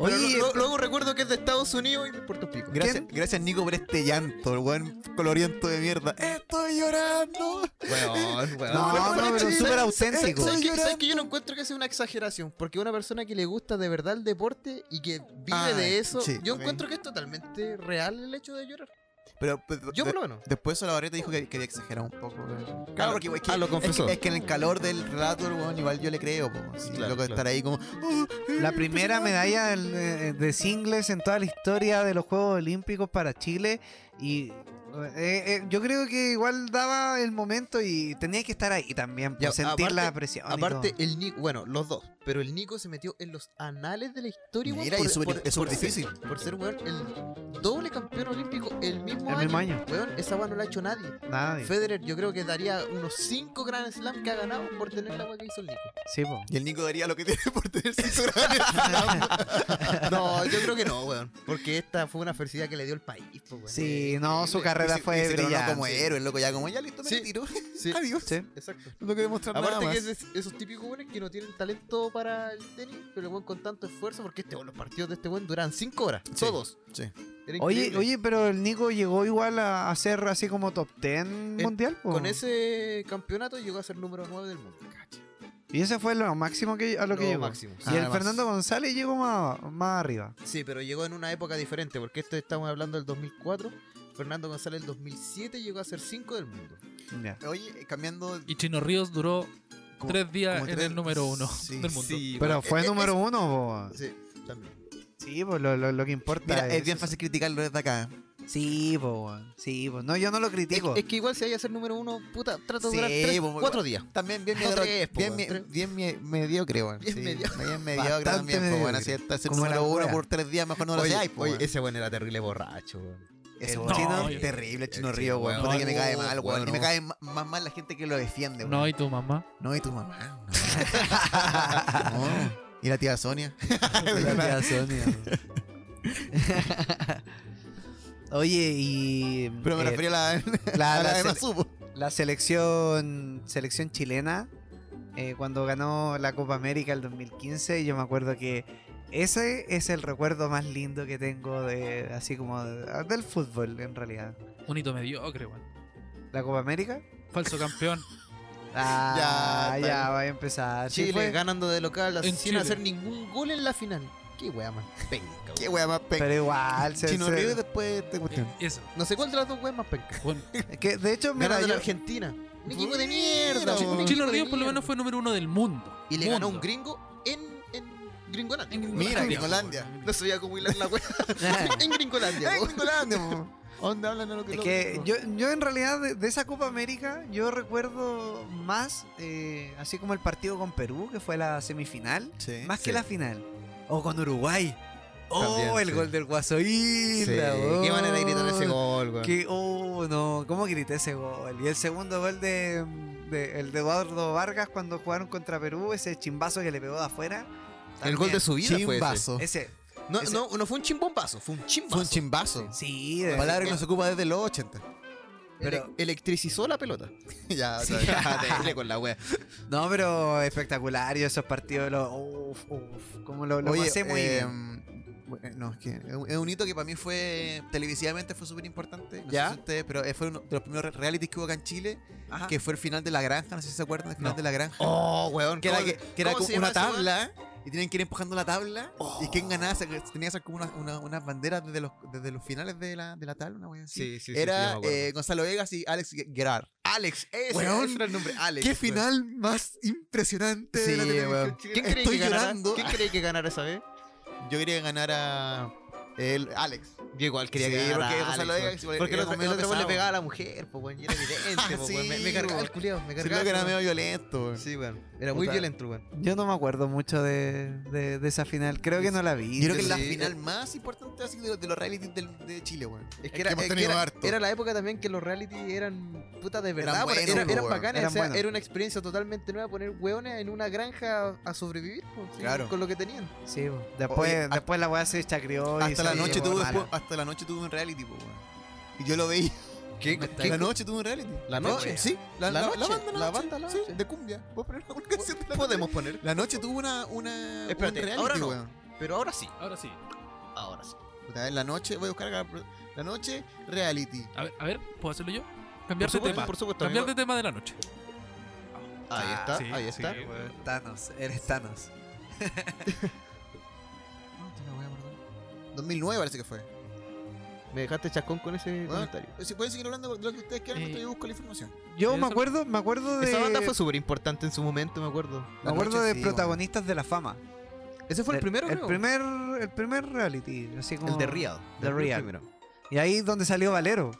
Speaker 1: Pero
Speaker 4: Oye, eh,
Speaker 1: lo- lo- luego recuerdo que es de Estados Unidos y me importa un pico.
Speaker 3: Gracias, gracias Nico por este llanto, el weón coloriento de mierda. Estoy llorando.
Speaker 1: Weón, weón.
Speaker 4: No,
Speaker 1: Bueno,
Speaker 4: pero
Speaker 1: ¿sabes-
Speaker 4: súper
Speaker 1: sabes-
Speaker 4: auténtico.
Speaker 1: ¿Sabes que,
Speaker 3: Estoy
Speaker 1: sabes que yo no encuentro que sea una exageración? Porque una persona que le gusta de verdad el deporte y que vive
Speaker 3: Ah,
Speaker 1: de eso,
Speaker 3: sí,
Speaker 1: yo
Speaker 3: ok.
Speaker 1: encuentro que es totalmente real el hecho de llorar.
Speaker 3: Pero, pero-
Speaker 1: Yo
Speaker 3: de-
Speaker 1: por lo menos.
Speaker 3: después Solabarrieta dijo que quería exagerar un poco. eh. Claro, porque es que,
Speaker 6: Ah, lo
Speaker 3: es,
Speaker 6: confesó.
Speaker 3: que, es que en el calor del relato, el weón, igual yo le creo. Po. Sí,
Speaker 6: Claro,
Speaker 3: loco,
Speaker 6: claro.
Speaker 3: estar ahí como. "Oh, eh,
Speaker 4: La primera
Speaker 3: impresionante".
Speaker 4: medalla del- de, de singles en toda la historia de los Juegos Olímpicos para Chile. Y eh, eh, yo creo que igual daba el momento y tenía que estar ahí también,
Speaker 1: Ya,
Speaker 4: por sentir la
Speaker 1: aparte-
Speaker 4: presión. y
Speaker 1: Aparte,
Speaker 4: todo.
Speaker 1: el Nico, bueno, los dos, pero el Nico se metió en los anales de la historia, weón,
Speaker 3: Mira, y
Speaker 1: por-
Speaker 3: es súper-
Speaker 1: por-
Speaker 3: es súper
Speaker 1: por ser-
Speaker 3: difícil.
Speaker 1: Por ser, weón, el doble campeón olímpico el mismo
Speaker 4: El
Speaker 1: año.
Speaker 4: mismo año.
Speaker 1: Weón, esa weón no la ha hecho nadie.
Speaker 4: Nadie.
Speaker 1: Federer, yo creo que daría unos 5 Grand Slam que ha ganado por tener la weón que hizo el Nico.
Speaker 4: Sí, pues. po.
Speaker 3: Y el Nico daría lo que tiene por tener cinco grados.
Speaker 1: No, yo creo que no, weón. Porque esta fue una felicidad que le dio el país, po, weón.
Speaker 4: Sí, no, su carrera
Speaker 3: Y se- y
Speaker 4: fue
Speaker 3: se coronó
Speaker 4: brillante.
Speaker 3: como héroe, loco, ya como ya listo, me
Speaker 1: Sí.
Speaker 3: retiro.
Speaker 1: Sí,
Speaker 3: Adiós.
Speaker 4: Sí.
Speaker 1: exacto.
Speaker 3: No tengo que demostrar
Speaker 1: Aparte
Speaker 3: nada
Speaker 1: que
Speaker 3: más.
Speaker 1: es de esos típicos weones que no tienen talento para el tenis, pero weón con tanto esfuerzo, porque este, weón, los partidos de este weón duran 5 horas,
Speaker 3: Sí.
Speaker 1: todos.
Speaker 3: Sí.
Speaker 1: Era
Speaker 4: Oye,
Speaker 1: increíble.
Speaker 4: oye, pero el Nico llegó igual a, a ser así como top 10 mundial. po.
Speaker 1: Con ese campeonato llegó a ser número 9 del mundo.
Speaker 4: Y ese fue lo máximo que, a lo que
Speaker 1: Lo
Speaker 4: llegó.
Speaker 1: máximo.
Speaker 4: Y
Speaker 3: Ah,
Speaker 4: el
Speaker 3: más.
Speaker 4: Fernando González llegó más, más arriba.
Speaker 1: Sí, pero llegó en una época diferente, porque esto estamos hablando del 2004. Fernando González el 2007 llegó a ser 5 del mundo.
Speaker 4: Ya.
Speaker 3: Oye, eh, cambiando.
Speaker 2: Y Chino Ríos duró
Speaker 3: como-
Speaker 2: tres días
Speaker 3: como
Speaker 2: en
Speaker 3: tres-
Speaker 2: el número uno
Speaker 3: Sí,
Speaker 2: del mundo.
Speaker 4: Pero fue
Speaker 1: eh,
Speaker 4: número uno, po.
Speaker 1: Sí, también.
Speaker 4: Sí, pues lo, lo- lo que importa.
Speaker 3: Mira, es bien fácil criticarlo desde acá.
Speaker 4: Sí, po, weón. Sí, po. No, yo no lo
Speaker 1: Es,
Speaker 4: critico.
Speaker 1: es que igual si hay a ser número 1, puta, trato de
Speaker 3: Sí,
Speaker 1: durar 3,
Speaker 3: bo- bo-
Speaker 1: 4 días.
Speaker 3: También bien
Speaker 1: No,
Speaker 3: mediocre.
Speaker 1: tres, po,
Speaker 3: bien,
Speaker 1: weón,
Speaker 3: me-
Speaker 1: tres.
Speaker 3: bien me- mediocre, weón.
Speaker 1: Bien
Speaker 3: Sí,
Speaker 1: mediocre.
Speaker 3: Bien mediocre
Speaker 4: Bastante
Speaker 3: también, po, weón.
Speaker 4: mediocre.
Speaker 3: Así está, ser
Speaker 4: Como
Speaker 3: número
Speaker 4: la
Speaker 3: uno
Speaker 4: wea.
Speaker 3: por tres días, mejor no lo
Speaker 1: Oye,
Speaker 3: seáis, po,
Speaker 1: oye,
Speaker 3: weón.
Speaker 1: ese weón era terrible borracho. weón.
Speaker 3: Ese
Speaker 4: No,
Speaker 3: weón chino
Speaker 2: oye.
Speaker 3: terrible, chino
Speaker 1: El
Speaker 3: río,
Speaker 1: chino,
Speaker 3: weón.
Speaker 1: weón.
Speaker 3: Puta que me cae
Speaker 1: No,
Speaker 3: mal, weón.
Speaker 1: weón,
Speaker 3: Y me
Speaker 1: no.
Speaker 3: cae ma- más mal la gente que lo defiende, weón.
Speaker 2: No, y tu mamá.
Speaker 3: No, y tu mamá. No. Y la tía Sonia.
Speaker 4: Oye, y.
Speaker 3: Pero me
Speaker 4: eh,
Speaker 3: refería a la,
Speaker 4: la-
Speaker 3: a la
Speaker 4: la
Speaker 3: de
Speaker 4: sele-
Speaker 3: Mazupo.
Speaker 4: la selección selección chilena eh, cuando ganó la Copa América el 2015 yo me acuerdo que ese es el recuerdo más lindo que tengo de así como de- ah, del fútbol en realidad
Speaker 2: Un hito mediocre, weón.
Speaker 4: la Copa América
Speaker 2: Falso campeón.
Speaker 3: Ya,
Speaker 4: ah,
Speaker 3: está
Speaker 4: ya,
Speaker 3: bien.
Speaker 4: va a empezar Sí,
Speaker 1: Chile
Speaker 4: fue.
Speaker 1: ganando de local
Speaker 2: En
Speaker 1: sin
Speaker 2: Chile.
Speaker 1: hacer ningún gol en la final. Qué weá más penca. weón.
Speaker 3: Qué weón más penca.
Speaker 4: pero igual se-
Speaker 3: Chino
Speaker 4: se-
Speaker 3: río y después te cuestión.
Speaker 2: Eh, Eso.
Speaker 1: No sé cuál de las dos weas más penca.
Speaker 2: Bueno,
Speaker 4: que de hecho mira
Speaker 1: Ganando
Speaker 4: yo-
Speaker 1: la Argentina. Un equipo de mierda.
Speaker 3: Chile-
Speaker 1: weón, un
Speaker 2: Chino
Speaker 1: equipo de
Speaker 2: Ríos por lo
Speaker 1: mierda.
Speaker 2: menos fue número uno del mundo.
Speaker 1: Y le ganó a un
Speaker 2: Mundo.
Speaker 1: gringo en, en Gringolandia.
Speaker 2: En
Speaker 3: Mira,
Speaker 2: Gringolandia.
Speaker 3: Gringolandia.
Speaker 1: No sabía cómo hilar la wea. en Gringolandia.
Speaker 3: ¡Ay,
Speaker 1: po.
Speaker 3: Nicolás! ¿Dónde hablan de lo que
Speaker 4: Es que yo, yo en realidad de, de esa Copa América yo recuerdo más eh, así como el partido con Perú que fue la semifinal
Speaker 3: Sí.
Speaker 4: Más
Speaker 1: ¿Eh? Sí.
Speaker 4: que la final. O con Uruguay. Oh,
Speaker 1: También,
Speaker 4: el
Speaker 1: sí.
Speaker 4: gol del Guasoín.
Speaker 1: Sí, Qué manera de gritar ese gol, weón.
Speaker 4: Que, oh, no, ¿cómo grité ese gol? Y el segundo gol de, de- el de Eduardo Vargas cuando jugaron contra Perú, ese chimbazo que le pegó de afuera.
Speaker 1: El gol de su vida fue ese.
Speaker 3: Chimbazo.
Speaker 4: Ese,
Speaker 1: No,
Speaker 4: ese-
Speaker 1: no, no fue un chimbombazo, fue un chimbazo.
Speaker 3: Fue un chimbazo.
Speaker 4: sí, de-
Speaker 3: Palabra que no se ocupa desde los 80.
Speaker 1: Ele-
Speaker 4: pero-
Speaker 1: electricizó la pelota.
Speaker 3: ya,
Speaker 4: Sí.
Speaker 3: otra vez.
Speaker 1: Dale con la wea.
Speaker 4: no, pero espectacular. Y esos partidos, lo, uf, uf, como lo, lo
Speaker 3: Oye,
Speaker 4: pasé muy
Speaker 3: eh,
Speaker 4: bien.
Speaker 3: bueno, no, es que es un- es un hito que para mí fue televisivamente fue súper importante. No
Speaker 1: ¿Ya?
Speaker 3: sé si ustedes, pero eh, fue uno de los primeros re- realities que hubo acá en Chile,
Speaker 4: Ah.
Speaker 1: Ajá.
Speaker 3: que fue el final de la granja, no sé si se acuerdan del final
Speaker 2: No.
Speaker 3: de la granja.
Speaker 1: Oh, weón.
Speaker 3: que era,
Speaker 1: ¿cómo-
Speaker 3: que, que era
Speaker 1: cómo
Speaker 3: como
Speaker 1: se llama
Speaker 3: una
Speaker 1: ese weón?
Speaker 3: tabla y tenían que ir empujando la tabla y quien ganaba se- tenía que hacer como una- una- unas banderas desde los, desde los finales de la, de la tabla, una wea
Speaker 1: Sí,
Speaker 3: así.
Speaker 1: sí, sí. sí,
Speaker 3: era
Speaker 1: yo me acuerdo.
Speaker 3: eh, Gonzalo Vegas y Alex Gu- Gerard.
Speaker 1: Alex, ese,
Speaker 3: weón,
Speaker 1: ese era el nombre. Alex.
Speaker 3: ¡Qué
Speaker 1: weón.
Speaker 3: final más impresionante de la
Speaker 1: Sí,
Speaker 3: televisión
Speaker 1: weón.
Speaker 3: chilena!
Speaker 1: ¿Quién cree
Speaker 3: Estoy
Speaker 1: que ganara?
Speaker 3: llorando.
Speaker 1: ¿Quién cree que ganara esa vez?
Speaker 3: Yo quería ganar a el Alex.
Speaker 1: Yo igual quería
Speaker 3: Sí,
Speaker 1: que ganara.
Speaker 3: porque
Speaker 1: Alex,
Speaker 3: Gonzalo
Speaker 1: weón.
Speaker 3: Vegas igual
Speaker 1: Porque el
Speaker 3: era
Speaker 1: otro,
Speaker 3: medio
Speaker 1: el otro weón le
Speaker 3: pesado.
Speaker 1: pegaba a la mujer, pues, weón. Y era evidente, po,
Speaker 3: Sí,
Speaker 1: weón. Me, me cargaba el
Speaker 3: weón.
Speaker 1: culiao, me
Speaker 3: Sí,
Speaker 1: cargaba.
Speaker 3: creo que era
Speaker 1: weón.
Speaker 3: medio violento. weón.
Speaker 1: Sí, weón. Era muy
Speaker 3: Puta.
Speaker 1: violento, weón.
Speaker 4: Yo no me acuerdo mucho de, de- de esa final. Creo que no la vi.
Speaker 3: Yo creo que es
Speaker 4: Sí.
Speaker 3: la
Speaker 1: Sí.
Speaker 3: final más importante así de, los- de los reality del- de, Chile, weón.
Speaker 1: Es
Speaker 3: que
Speaker 1: que era,
Speaker 3: hemos
Speaker 1: es que
Speaker 3: tenido
Speaker 1: era-
Speaker 3: harto.
Speaker 1: era la época también que los reality eran puta de verdad,
Speaker 3: Eran
Speaker 1: porque
Speaker 3: buenos,
Speaker 1: eran,
Speaker 3: po,
Speaker 1: eran
Speaker 3: weón.
Speaker 1: bacanes,
Speaker 4: Eran
Speaker 1: o sea,
Speaker 4: buenos.
Speaker 1: era una experiencia totalmente nueva poner hueones en una granja a sobrevivir po, sí,
Speaker 3: Claro.
Speaker 1: con lo que tenían.
Speaker 4: Sí, bo. después,
Speaker 3: Oye, hasta-
Speaker 4: después la weá se chacrió. y
Speaker 3: Hasta la
Speaker 4: se
Speaker 3: noche
Speaker 4: llevó
Speaker 3: tuvo
Speaker 4: mala.
Speaker 3: después- hasta la noche tuve un reality, po, weón. Y yo lo veía.
Speaker 1: ¿Qué?
Speaker 3: La noche tuvo un reality.
Speaker 1: ¿La
Speaker 3: No,
Speaker 1: noche?
Speaker 3: Sí, la,
Speaker 1: ¿La
Speaker 3: la-
Speaker 1: noche?
Speaker 3: la banda, la,
Speaker 1: ¿La
Speaker 3: noche,
Speaker 1: banda, la
Speaker 3: sí,
Speaker 1: noche?
Speaker 3: de cumbia. ¿Puedo poner una canción de la
Speaker 1: Podemos poner,
Speaker 3: noche? La noche tuvo una, una
Speaker 1: Espérate,
Speaker 3: un reality,
Speaker 1: ahora no.
Speaker 3: weón.
Speaker 1: pero ahora sí,
Speaker 2: Ahora sí.
Speaker 1: ahora sí.
Speaker 3: Puta, en la noche, voy a buscar acá. La noche, reality.
Speaker 2: A ver, a ver, ¿puedo hacerlo yo?
Speaker 1: Por
Speaker 2: Cambiar de
Speaker 1: supuesto,
Speaker 2: tema.
Speaker 1: por supuesto,
Speaker 2: Cambiar de
Speaker 1: amigo.
Speaker 2: tema de la noche.
Speaker 1: Ahí
Speaker 4: Ah,
Speaker 1: está,
Speaker 2: sí,
Speaker 1: ahí
Speaker 2: sí.
Speaker 1: está.
Speaker 4: Thanos, eres Thanos.
Speaker 1: Ah,
Speaker 3: 2009 parece que fue.
Speaker 1: Me dejaste chascón con ese comentario.
Speaker 3: Eh, Si pueden seguir hablando de lo que ustedes quieran,
Speaker 2: Eh,
Speaker 3: mientras yo busco la información.
Speaker 4: Yo
Speaker 2: Eso-
Speaker 4: me acuerdo, me acuerdo de.
Speaker 1: Esa banda fue súper importante en su momento, me acuerdo.
Speaker 4: me
Speaker 3: La
Speaker 4: acuerdo
Speaker 3: noche,
Speaker 4: de
Speaker 3: sí,
Speaker 4: protagonistas de la fama.
Speaker 1: Ese fue el,
Speaker 4: Del-
Speaker 1: primero,
Speaker 4: el
Speaker 1: creo.
Speaker 4: primer, el primer reality, así como.
Speaker 1: El de Rial.
Speaker 4: The
Speaker 1: El
Speaker 4: Real.
Speaker 1: primero.
Speaker 4: Y ahí es donde salió Valero.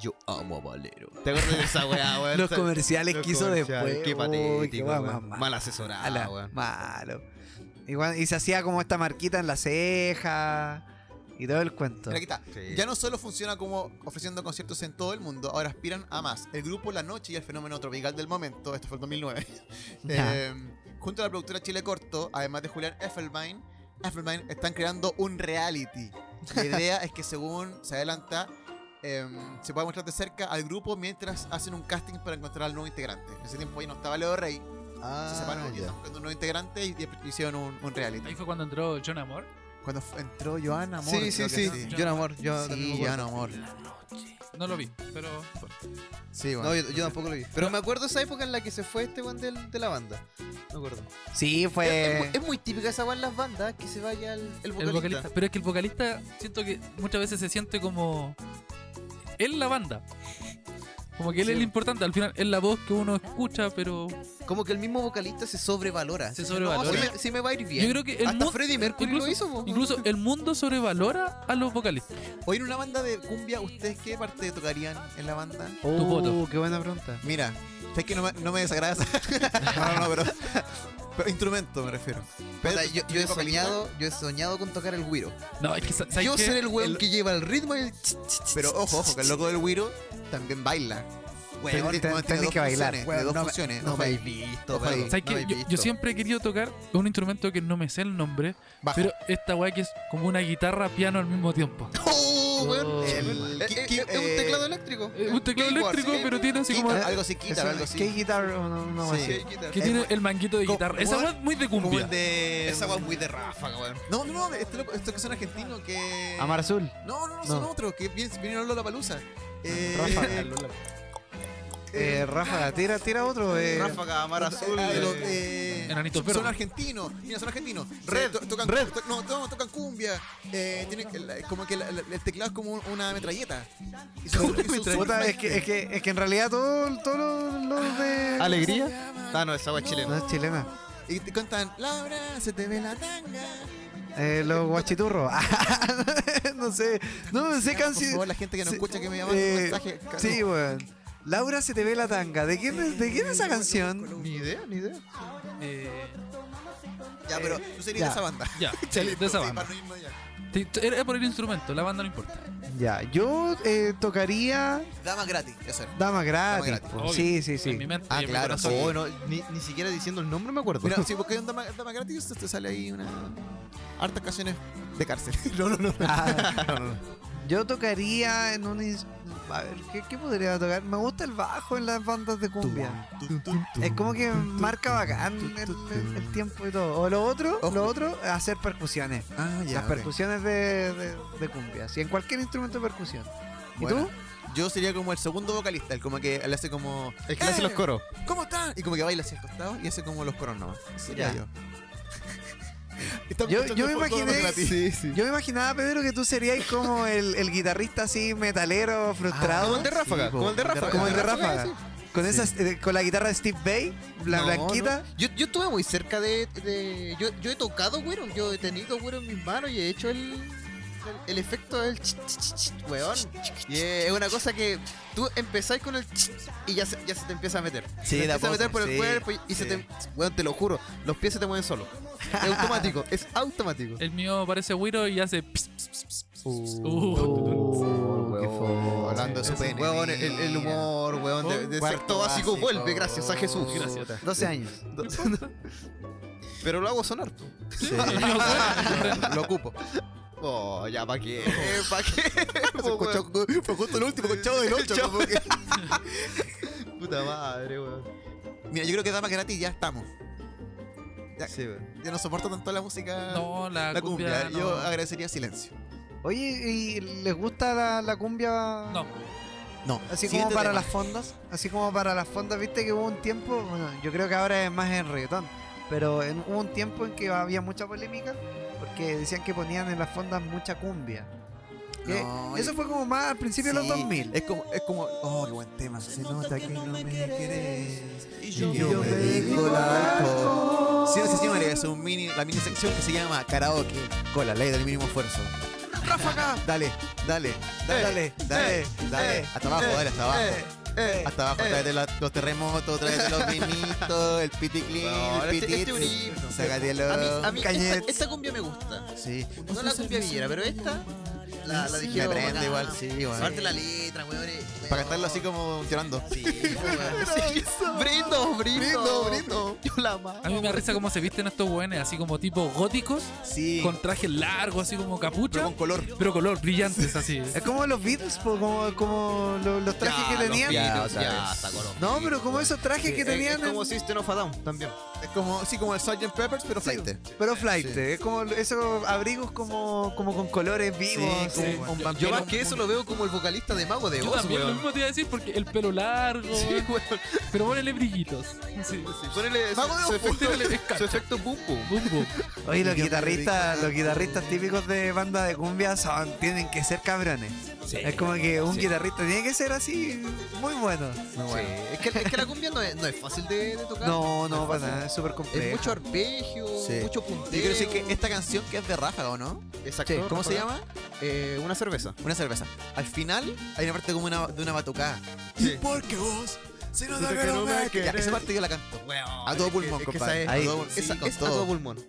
Speaker 1: Yo amo a Valero. ¿Te acuerdas de esa weá, weón?
Speaker 4: Los comerciales
Speaker 1: Los
Speaker 4: que hizo
Speaker 1: comerciales,
Speaker 4: después.
Speaker 1: Qué
Speaker 4: Uy, qué
Speaker 1: patético,
Speaker 4: guay,
Speaker 1: weón.
Speaker 4: mamá.
Speaker 1: Mal asesorada,
Speaker 4: Ala,
Speaker 1: weón.
Speaker 4: malo. Igual, y se hacía como esta marquita en la ceja y todo el cuento.
Speaker 3: Mira, aquí está.
Speaker 1: Sí.
Speaker 3: Ya no solo funciona como ofreciendo conciertos en todo el mundo, ahora aspiran a más. El grupo La Noche y el fenómeno tropical del momento, esto fue el 2009,
Speaker 4: Ya.
Speaker 3: eh, junto a la productora Chile Corto, además de Julián Effelbein, Effelbein están creando un reality. La idea es que según se adelanta, eh, se pueda mostrar de cerca al grupo mientras hacen un casting para encontrar al nuevo integrante. En ese tiempo ahí no estaba Leo Rey,
Speaker 1: Ah,
Speaker 3: se separaron y
Speaker 1: ya.
Speaker 3: están buscando un nuevo integrante y, y hicieron un, un reality.
Speaker 2: Ahí fue cuando entró John Amor.
Speaker 3: Cuando f- entró Joana Amor.
Speaker 1: Sí, sí,
Speaker 3: creo que
Speaker 1: sí.
Speaker 2: sí.
Speaker 1: Yo no amor. Yo
Speaker 3: Sí,
Speaker 1: también me
Speaker 3: Joan
Speaker 1: acuerdo.
Speaker 3: Amor.
Speaker 2: No lo vi, pero
Speaker 3: Sí, bueno.
Speaker 1: No, yo, yo tampoco lo vi. Pero me acuerdo esa época en la que se fue este weón del- de la banda. Me acuerdo.
Speaker 4: Sí,
Speaker 3: Eh,
Speaker 1: Es,
Speaker 4: fue.
Speaker 1: es muy típica esa weón en las bandas que se vaya el, el vocalista.
Speaker 2: el vocalista. Pero es que el vocalista siento que muchas veces se siente como él la banda. Como que él
Speaker 1: Sí.
Speaker 2: es el importante, al final es la voz que uno escucha, pero
Speaker 1: Como que el mismo vocalista se sobrevalora.
Speaker 2: Se sobrevalora.
Speaker 1: No, sí, me, sí me va a ir bien.
Speaker 2: yo creo que el
Speaker 1: Hasta
Speaker 2: mu-
Speaker 1: Freddie Mercury
Speaker 2: incluso-
Speaker 1: lo hizo. po.
Speaker 2: Incluso el mundo sobrevalora a los vocalistas.
Speaker 3: Oye, en una banda de cumbia, ¿ustedes qué parte tocarían en la banda?
Speaker 4: Uh,
Speaker 2: tu voto.
Speaker 4: qué buena pregunta.
Speaker 3: Mira, sé que no me, no me desagrada esa- no, no, no, pero, pero instrumento me refiero.
Speaker 1: O
Speaker 3: Pero
Speaker 1: sea, yo, yo he soñado, yo he soñado con tocar el güiro.
Speaker 2: No, es que sa- ¿sabes
Speaker 1: Yo
Speaker 2: qué?
Speaker 1: ser el weón
Speaker 3: El-
Speaker 1: que lleva el ritmo y el
Speaker 3: Pero ojo, ojo, que el loco del Wiro también baila.
Speaker 4: Weón,
Speaker 3: Tiene-
Speaker 4: ten-
Speaker 3: tiene
Speaker 4: tenés
Speaker 3: dos
Speaker 4: que bailar.
Speaker 3: funciones,
Speaker 4: Weón,
Speaker 3: tiene dos
Speaker 4: no me-
Speaker 3: funciones.
Speaker 1: No
Speaker 3: ojo
Speaker 1: me
Speaker 3: ahí.
Speaker 1: habéis visto,
Speaker 3: Ojo ahí.
Speaker 1: perro,
Speaker 2: ¿Sabes
Speaker 1: no me
Speaker 2: qué?
Speaker 1: habéis
Speaker 2: Yo, yo
Speaker 1: visto.
Speaker 2: siempre he querido tocar un instrumento que no me sé el nombre,
Speaker 3: Bajo.
Speaker 2: pero esta weá que es como una guitarra piano al mismo tiempo.
Speaker 1: ¡Oh, weón!
Speaker 2: Oh,
Speaker 3: el-
Speaker 1: Eh, eh,
Speaker 3: ki-
Speaker 1: eh, es un
Speaker 3: eh,
Speaker 1: teclado eléctrico. eh,
Speaker 2: Eh, un teclado
Speaker 1: Keyboard,
Speaker 2: eléctrico,
Speaker 1: sí.
Speaker 2: pero tiene así como.
Speaker 3: Guitar- algo así, guitar, algo
Speaker 4: ¿Qué
Speaker 3: así.
Speaker 4: guitar o no? no,
Speaker 3: Sí.
Speaker 4: así?
Speaker 1: Sí, guitarra.
Speaker 2: Que tiene el manguito de
Speaker 3: como-
Speaker 2: guitarra. Esa
Speaker 3: como-
Speaker 2: weá es muy de
Speaker 3: Como el
Speaker 2: cumbia.
Speaker 3: de.
Speaker 1: Esa weón es muy de ráfaga, weón.
Speaker 3: No, no, no, este loco- estos que son argentinos que.
Speaker 4: Amar Azul.
Speaker 3: No, no, no, son
Speaker 4: No.
Speaker 3: otros que vin- vinieron a Lola Palusa. Eh,
Speaker 4: Ráfaga, Eh, Ráfaga, tira, tira otro. eh.
Speaker 1: Ráfaga, Amar Azul.
Speaker 3: Ah, de los,
Speaker 1: eh,
Speaker 3: eh,
Speaker 2: Enanitos
Speaker 3: son, son
Speaker 2: verdes.
Speaker 3: argentinos, mira, son argentinos.
Speaker 1: Red,
Speaker 3: To- tocan,
Speaker 1: red.
Speaker 3: to- no, to- tocan cumbia. Eh, tienen que- la- como que la- la- el teclado es como un- una metralleta. Y son- y son
Speaker 4: Puta,
Speaker 3: súper
Speaker 4: es, que, es, que, es que en realidad todos todo los
Speaker 1: eh,
Speaker 4: de.
Speaker 1: ¿Alegría? Ah, no, esa weón es
Speaker 4: No
Speaker 1: chilena.
Speaker 4: es chilena.
Speaker 3: Y te cantan, Laura, se te ve la tanga.
Speaker 4: Eh, los guachiturros. no sé. No sé
Speaker 3: Por
Speaker 4: canción.
Speaker 3: favor, la gente que no
Speaker 4: sí,
Speaker 3: escucha que me llama
Speaker 4: eh,
Speaker 3: un mensaje.
Speaker 4: Sí, weón. Laura se te ve la tanga. ¿De quién es, de quién es esa canción?
Speaker 1: Ni idea, ni idea.
Speaker 2: Eh,
Speaker 3: Ya, pero tú serías
Speaker 4: ya.
Speaker 3: de esa banda.
Speaker 2: ya,
Speaker 3: Listo,
Speaker 2: de esa
Speaker 3: sí,
Speaker 2: banda.
Speaker 3: para no irnos allá.
Speaker 2: Sí, Era por el instrumento, la banda no importa.
Speaker 4: Ya, yo eh, tocaría
Speaker 3: Dama gratis, eso era.
Speaker 4: Dama gratis.
Speaker 3: gratis,
Speaker 4: po.
Speaker 2: Obvio.
Speaker 4: sí, sí,
Speaker 2: En mi
Speaker 4: sí.
Speaker 2: mente
Speaker 3: Ah,
Speaker 2: y en mi
Speaker 3: claro,
Speaker 2: corazón.
Speaker 3: sí.
Speaker 1: Oh, no, ni, ni siquiera diciendo el nombre me acuerdo.
Speaker 3: Mira, si buscáis un dama, dama gratis, te sale ahí una. hartas canciones de cárcel. No, no, no.
Speaker 4: Ah, yo tocaría en un. ins- A ver, ¿qué, qué podría tocar? Me gusta el bajo en las bandas de cumbia. Es como que marca bacán el, el- el tiempo y todo. O lo otro,
Speaker 3: Ojo.
Speaker 4: lo otro, hacer percusiones.
Speaker 3: Ah, ya.
Speaker 4: Las
Speaker 3: ok.
Speaker 4: percusiones de, de, de cumbia. Sí, en cualquier instrumento de percusión. ¿Y
Speaker 3: Buena.
Speaker 4: tú?
Speaker 3: Yo sería como el segundo vocalista, el como que le hace como.
Speaker 1: El que le hace
Speaker 3: ¡Eh!
Speaker 1: los coros.
Speaker 3: ¿Cómo están? Y como que baila hacia el costado y hace como los coros nomás. Eso sería
Speaker 4: Ya.
Speaker 3: yo. Están
Speaker 4: Yo-
Speaker 3: escuchando
Speaker 4: yo me
Speaker 3: por todo
Speaker 4: imaginé-
Speaker 3: gratis.
Speaker 1: Sí, sí.
Speaker 4: Yo me imaginaba, Pedro, que tú serías como el, el guitarrista así metalero, frustrado.
Speaker 1: Como el de Ráfaga,
Speaker 3: Sí,
Speaker 1: Ah, como el de Ráfaga.
Speaker 4: Como el de
Speaker 1: Ráfaga,
Speaker 4: Ráfaga. Con, esas, eh, con la guitarra de Steve Bay, la
Speaker 1: No,
Speaker 4: blanquita.
Speaker 1: no. Yo, yo estuve muy cerca de. de- yo, yo he tocado güero. Yo he tenido güero en mis manos y he hecho el. El, el efecto del ch, ch, ch, ch, weón. Y es una cosa que tú empezáis con el ch y ya se, ya se te empieza a meter.
Speaker 3: Sí,
Speaker 1: se te
Speaker 3: de a
Speaker 1: empieza a meter
Speaker 3: poco,
Speaker 1: por el
Speaker 3: sí,
Speaker 1: cuerpo y, y se
Speaker 3: sí.
Speaker 1: te. Weón, te lo juro, los pies se te mueven solo. Es automático, es automático.
Speaker 2: El mío parece Wiro y hace. ps, ps, ps, ps, ps, ps. Uh.
Speaker 4: Oh, qué fome.
Speaker 3: Hablando de su
Speaker 1: Ese
Speaker 3: pene.
Speaker 1: Weón, el, el humor, weón, de, de
Speaker 3: Cuarto
Speaker 1: sexto básico,
Speaker 3: básico.
Speaker 1: vuelve gracias a Jesús.
Speaker 2: Gracias.
Speaker 4: 12 años.
Speaker 1: Pero lo hago sonar.
Speaker 3: Lo ocupo.
Speaker 1: Oh, ya, ¿pa' qué? ¿Pa' qué?
Speaker 3: Se escuchó- fue justo el último, con Chavo del Ocho. como que-
Speaker 1: Puta madre, weón.
Speaker 3: Mira, yo creo que Dama gratis ya estamos. Ya,
Speaker 1: Sí, weón.
Speaker 3: ya no soporto tanto la música.
Speaker 2: No, la,
Speaker 3: la cumbia.
Speaker 2: cumbia. no.
Speaker 3: Yo agradecería silencio.
Speaker 4: Oye, ¿y les gusta la, la cumbia?
Speaker 2: No.
Speaker 3: No.
Speaker 4: Así como
Speaker 3: Siguiente
Speaker 4: para
Speaker 3: tema.
Speaker 4: las fondas. Así como para las fondas, viste que hubo un tiempo, bueno, yo creo que ahora es más en reggaetón, pero en- hubo un tiempo en que había mucha polémica porque decían que ponían en las fondas mucha cumbia. Que
Speaker 3: No,
Speaker 4: eso
Speaker 3: y-
Speaker 4: fue como más al principio de los
Speaker 3: Sí,
Speaker 4: 2000.
Speaker 3: Es como, es como, oh, qué buen tema. Se nota que no me querés. Y yo
Speaker 4: yo
Speaker 3: me
Speaker 4: me
Speaker 3: dedico al alcohol. Sí, sí, señores, es un mini, la mini sección que se llama Karaoke con la ley del mínimo esfuerzo. Ráfaga. Dale, dale, dale,
Speaker 4: Dale,
Speaker 3: dale,
Speaker 4: eh,
Speaker 3: dale.
Speaker 4: eh,
Speaker 3: Hasta abajo,
Speaker 4: eh,
Speaker 3: dale, hasta abajo.
Speaker 4: eh, eh,
Speaker 3: Hasta abajo, a través de la- los terremotos, a través de los vinitos, el piti clean,
Speaker 1: No,
Speaker 3: el
Speaker 1: este-
Speaker 3: piti.
Speaker 1: este bonito.
Speaker 3: Sácatelo.
Speaker 1: A mí, a mí esta,
Speaker 3: Cañet.
Speaker 1: esta cumbia me gusta.
Speaker 3: Sí.
Speaker 1: No la cumbia villera, pero esta la, la
Speaker 3: Me
Speaker 1: dijeron
Speaker 3: prende
Speaker 1: bacán.
Speaker 3: igual, sí, igual.
Speaker 1: Aparte la letra, weón. eh,
Speaker 3: Para cantarlo así como llorando.
Speaker 1: Sí, weón. Sí. Brindo, brindo, brindo. Yo la amo.
Speaker 2: A mí me da risa cómo se visten estos weones, así como tipo góticos,
Speaker 3: Sí.
Speaker 2: con Ah, trajes largos, así como capucha,
Speaker 3: Pero con color.
Speaker 2: pero color, brillantes, así.
Speaker 4: Es como los Beatles, po, como, como lo- los, trajes
Speaker 1: Ya,
Speaker 4: que
Speaker 1: los
Speaker 4: tenían.
Speaker 3: Beatles.
Speaker 1: Beatles,
Speaker 3: Ya, otra
Speaker 1: ya,
Speaker 3: vez.
Speaker 1: sacó los
Speaker 4: No,
Speaker 1: Beatles,
Speaker 4: pero como
Speaker 1: weón.
Speaker 4: esos trajes que
Speaker 1: Es- es-
Speaker 4: tenían.
Speaker 1: Es como
Speaker 4: en-
Speaker 1: System of a Down también.
Speaker 3: Es como, sí, como el Sgt. Peppers, pero
Speaker 4: Sí,
Speaker 3: flight.
Speaker 4: pero flight, eh, es como esos abrigos como, como con colores vivos.
Speaker 3: Sí,
Speaker 4: eh,
Speaker 3: como-
Speaker 4: con
Speaker 2: yo-
Speaker 1: Yo
Speaker 4: vampiros.
Speaker 1: más que eso lo veo como el vocalista de Mago de
Speaker 2: Yo
Speaker 1: Oz,
Speaker 2: también lo
Speaker 1: weón.
Speaker 2: mismo te iba a decir porque el pelo largo,
Speaker 1: Sí, weón.
Speaker 2: pero ponele brillitos. Sí.
Speaker 1: Ponele su,
Speaker 3: Mago de
Speaker 1: su
Speaker 3: Oz,
Speaker 1: efecto,
Speaker 2: ponele escarcha.
Speaker 1: su efecto pum pum.
Speaker 2: Bum, bum.
Speaker 4: Oye, los
Speaker 3: Yo me
Speaker 4: guitarristas,
Speaker 3: dedico a-
Speaker 4: los guitarristas típicos de banda de cumbia son- tienen que ser cabrones. es como que un guitarrista tiene que ser así, muy bueno.
Speaker 3: Muy bueno.
Speaker 1: Sí, es, que, es que la cumbia no es, no es fácil de, de tocar.
Speaker 4: No, no, para nada, es súper
Speaker 1: Es
Speaker 4: complejo.
Speaker 1: mucho arpegio,
Speaker 3: Sí.
Speaker 1: mucho
Speaker 3: Yo
Speaker 1: punteo.
Speaker 3: quiero decir que esta canción que es de Ráfaga, ¿o no?
Speaker 1: Exacto.
Speaker 4: Sí,
Speaker 3: ¿Cómo se
Speaker 1: Rafa,
Speaker 3: llama?
Speaker 1: eh, una cerveza.
Speaker 3: Una cerveza. Al final hay una parte como una, de una batucada.
Speaker 1: Sí.
Speaker 3: ¿Y por qué vos? Se nota
Speaker 1: Dice
Speaker 3: que
Speaker 1: que
Speaker 3: no
Speaker 1: no
Speaker 3: me
Speaker 1: me
Speaker 3: querés. Ya, Esa parte yo la canto. A todo
Speaker 1: es que-
Speaker 3: pulmón,
Speaker 1: es que
Speaker 3: compadre.
Speaker 1: esa
Speaker 3: A
Speaker 1: es-
Speaker 3: todo pulmón.
Speaker 1: Esa
Speaker 3: Sí, con
Speaker 1: es a todo pulmón.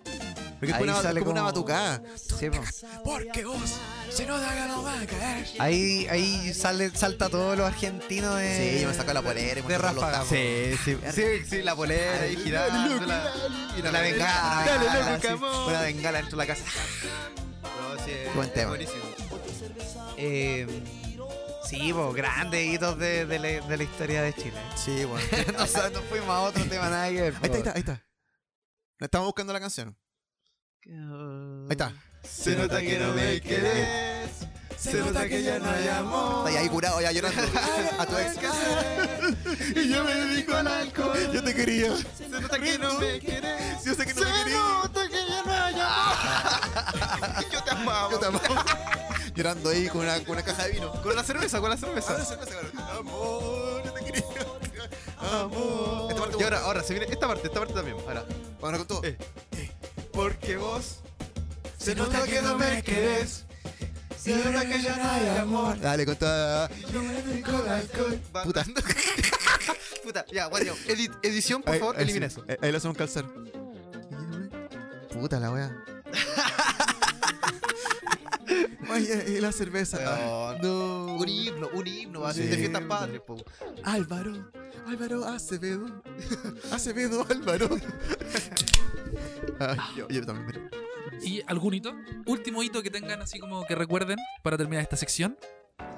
Speaker 3: Porque es
Speaker 4: Ahí
Speaker 3: como una,
Speaker 4: sale
Speaker 3: como una
Speaker 4: como-
Speaker 3: batucada.
Speaker 4: Sí, po.
Speaker 3: Porque vos se nota que no me querés.
Speaker 4: ahí ahí sale, salta todo lo argentino de.
Speaker 3: Sí, yo me saco la polera y me
Speaker 4: de
Speaker 3: saco los
Speaker 4: Ráfaga.
Speaker 3: tacos.
Speaker 1: sí, sí, la polera
Speaker 3: ahí girando, la-
Speaker 1: y
Speaker 3: Una bengala.
Speaker 1: Dale,
Speaker 3: una bengala,
Speaker 1: loco,
Speaker 3: sí.
Speaker 1: come on.
Speaker 3: Una bengala dentro de la casa.
Speaker 1: No, sí, es-
Speaker 3: Buen
Speaker 1: es
Speaker 3: tema.
Speaker 1: buenísimo.
Speaker 4: Eh, sí, po, grandes hitos de, de la, de la historia de Chile.
Speaker 3: Sí, bueno.
Speaker 4: no, o sea, no fuimos a otro tema, nada que ver. po.
Speaker 3: Ahí está, ahí está, ahí está. Estamos buscando la canción. Ahí está.
Speaker 1: Se nota que no me querés. Se nota que ya no hay amor.
Speaker 3: Está ahí, ahí curado, ya llorando. A tu ex.
Speaker 1: Y yo me dedico al alcohol.
Speaker 3: Yo te quería.
Speaker 1: Se nota que no me querés.
Speaker 3: Yo sé que no me quería.
Speaker 1: nota que ya no hay amor. Yo te amaba.
Speaker 3: Yo te amaba. Llorando ahí con una, con una caja de vino.
Speaker 1: Con la cerveza, con la cerveza.
Speaker 3: Amor, yo te quería. Amor. Esta parte
Speaker 1: Y ahora, ahora, se viene esta parte, esta parte también. Ahora.
Speaker 3: Ahora con todo.
Speaker 1: Eh. Porque vos
Speaker 3: Se nota que no me querés.
Speaker 1: Se nota que ya no hay amor.
Speaker 3: Dale, con toda.
Speaker 1: Puta. Puta, ya, guardia. Edit, edición, por
Speaker 3: Ahí-
Speaker 1: favor,
Speaker 3: ahí
Speaker 1: elimina
Speaker 3: sí. Eh,
Speaker 1: eso.
Speaker 3: Ahí- Ahí lo hacemos calzar. Puta la wea. Oye, y eh, la cerveza.
Speaker 1: Weón.
Speaker 3: No.
Speaker 1: Un himno, un himno, va a
Speaker 3: Sí.
Speaker 1: ser de fiestas padres, po.
Speaker 3: Álvaro, Álvaro Acevedo. Acevedo, Álvaro. Ay, yo, yo también, mira.
Speaker 2: ¿Y algún hito? Último hito que tengan así como que recuerden para terminar esta sección.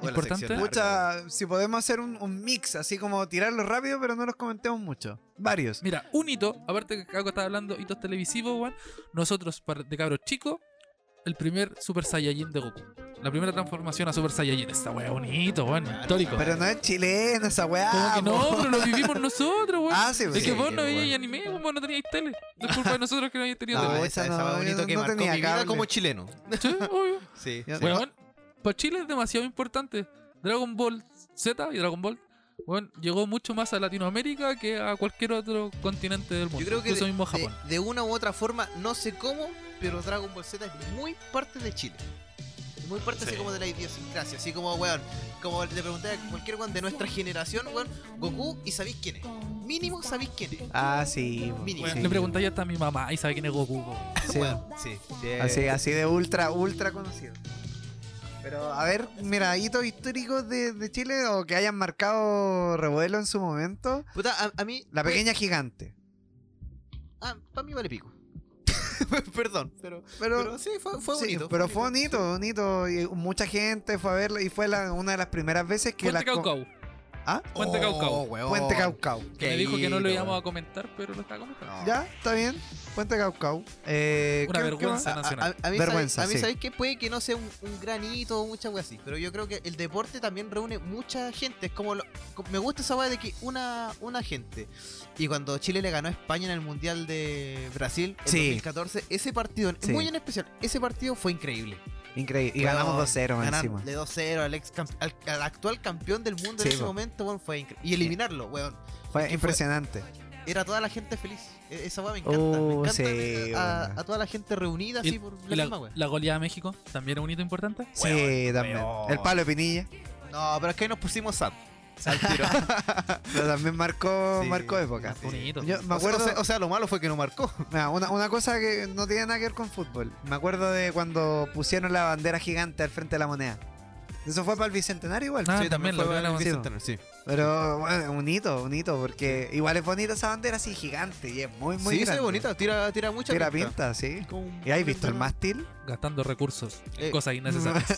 Speaker 2: Importante.
Speaker 4: Pucha, si podemos hacer un, un mix, así como tirarlos rápido, pero no los comentemos mucho. Varios.
Speaker 2: Mira, un hito, aparte que Caco estaba hablando, hitos televisivos, weón. Nosotros, par- de cabros chicos, el primer Super Saiyajin de Goku. La primera transformación a Super Saiyajin. Esta weá, bonito, weón, histórico.
Speaker 4: Pero no es chileno esa weá.
Speaker 2: Como
Speaker 1: Ah,
Speaker 2: que no,
Speaker 4: po.
Speaker 2: pero lo vivimos nosotros, weón.
Speaker 4: Ah, sí,
Speaker 2: es que
Speaker 4: sí.
Speaker 2: vos no
Speaker 1: weón.
Speaker 2: veíais anime, vos no teníais tele. Es culpa de nosotros que no habíais tenido
Speaker 4: No,
Speaker 1: Ah,
Speaker 2: tele.
Speaker 1: esa,
Speaker 4: esa no,
Speaker 1: esa va bonito
Speaker 4: yo
Speaker 1: que
Speaker 4: no
Speaker 1: marcó mi
Speaker 4: tenía
Speaker 1: vida
Speaker 4: cable.
Speaker 1: como chileno.
Speaker 2: Sí, obvio.
Speaker 1: Sí.
Speaker 4: Yo-
Speaker 2: Weón, para Chile es demasiado importante. Dragon Ball Z y Dragon Ball weón, llegó mucho más a Latinoamérica que a cualquier otro continente del mundo.
Speaker 1: Yo creo que
Speaker 2: Incluso
Speaker 1: de,
Speaker 2: mismo a
Speaker 1: de-
Speaker 2: Japón.
Speaker 1: de una u otra forma, no sé cómo, pero Dragon Ball Z es muy parte de Chile. Es Muy parte así como de la idiosincrasia, así como, weón, como le pregunté a cualquier weón de nuestra generación, weón, Goku y sabéis quién es. Mínimo sabéis quién es.
Speaker 4: Ah, sí. po.
Speaker 1: Mini.
Speaker 4: Sí.
Speaker 2: Le pregunté hasta a mi mamá y sabe quién es Goku. po.
Speaker 4: Sí.
Speaker 1: Sí.
Speaker 4: Así, así de ultra, ultra conocido. Pero a ver, mira, hitos históricos de, de Chile o que hayan marcado revuelo en su momento.
Speaker 1: Puta, a, a mí.
Speaker 4: La pequeña gigante.
Speaker 1: Ah, para mí vale pico. Perdón, pero,
Speaker 4: Pero,
Speaker 1: pero, sí, fue, fue
Speaker 4: sí,
Speaker 1: bonito.
Speaker 4: pero fue bonito, bonito. Y mucha gente fue a verlo y fue la- una de las primeras veces que
Speaker 2: Puente
Speaker 4: la. co-
Speaker 2: Caucau.
Speaker 4: ¿Ah?
Speaker 2: Puente Caucau.
Speaker 1: Oh,
Speaker 3: weón.
Speaker 4: Puente Caucau.
Speaker 2: Que me dijo que no lo íbamos a comentar, pero lo está comentando.
Speaker 4: ¿Ya? ¿Está bien? Puente Caucau. Eh,
Speaker 2: Una
Speaker 4: ¿qué- qué
Speaker 2: vergüenza
Speaker 4: más?
Speaker 1: A,
Speaker 2: nacional.
Speaker 1: a- a mí,
Speaker 4: Vergüenza,
Speaker 1: sabéis- a mí
Speaker 4: sí.
Speaker 1: sabéis que puede que no sea un, un granito o mucha wea así, pero yo creo que el deporte también reúne mucha gente. Es como lo- co- me gusta esa wea de que una, una gente. Y cuando Chile le ganó a España en el Mundial de Brasil en
Speaker 4: Sí.
Speaker 1: 2014, ese partido,
Speaker 4: Sí.
Speaker 1: muy en especial, ese partido fue increíble.
Speaker 4: Increíble. Y
Speaker 1: Bueno,
Speaker 4: ganamos 2-0 más
Speaker 1: ganar
Speaker 4: encima.
Speaker 1: De 2-0 al, ex camp- al- al actual campeón del mundo
Speaker 4: Sí,
Speaker 1: en ese
Speaker 4: po.
Speaker 1: momento, weón, fue increíble. Y eliminarlo, weón.
Speaker 4: Fue
Speaker 1: fue-
Speaker 4: impresionante.
Speaker 1: Era toda la gente feliz. E- Esa weá me encanta. me
Speaker 4: Oh,
Speaker 1: encanta
Speaker 4: sí,
Speaker 1: ver a,
Speaker 4: weón.
Speaker 1: a toda la gente reunida
Speaker 2: Y-
Speaker 1: así por
Speaker 2: y
Speaker 1: la,
Speaker 2: la,
Speaker 1: misma weá.
Speaker 2: la goleada de México también era un hito importante.
Speaker 4: Sí, también.
Speaker 1: weón.
Speaker 4: El palo de Pinilla.
Speaker 1: No, pero es que ahí nos pusimos sad. Al tiro.
Speaker 4: Pero también marcó,
Speaker 1: Sí,
Speaker 4: marcó época.
Speaker 1: sí.
Speaker 2: Un hito.
Speaker 4: Yo me
Speaker 1: O sea,
Speaker 4: acuerdo.
Speaker 1: o sea- o sea, lo malo fue que no marcó.
Speaker 4: Mira, una, una cosa que no tiene nada que ver con fútbol. Me acuerdo de cuando pusieron la bandera gigante al frente de la moneda. Eso fue para el bicentenario igual.
Speaker 2: Ah, también la
Speaker 1: fue
Speaker 2: ganamos.
Speaker 1: el Bicentenario, sí.
Speaker 4: Pero bueno, un hito, un hito, porque igual es bonita esa bandera así gigante y es muy, muy
Speaker 1: sí,
Speaker 4: grande.
Speaker 1: se ve bonita, tira, tira mucha
Speaker 4: Tira pinta, sí. ¿Y has visto el mástil?
Speaker 2: Gastando recursos en
Speaker 1: Eh.
Speaker 2: cosas innecesarias.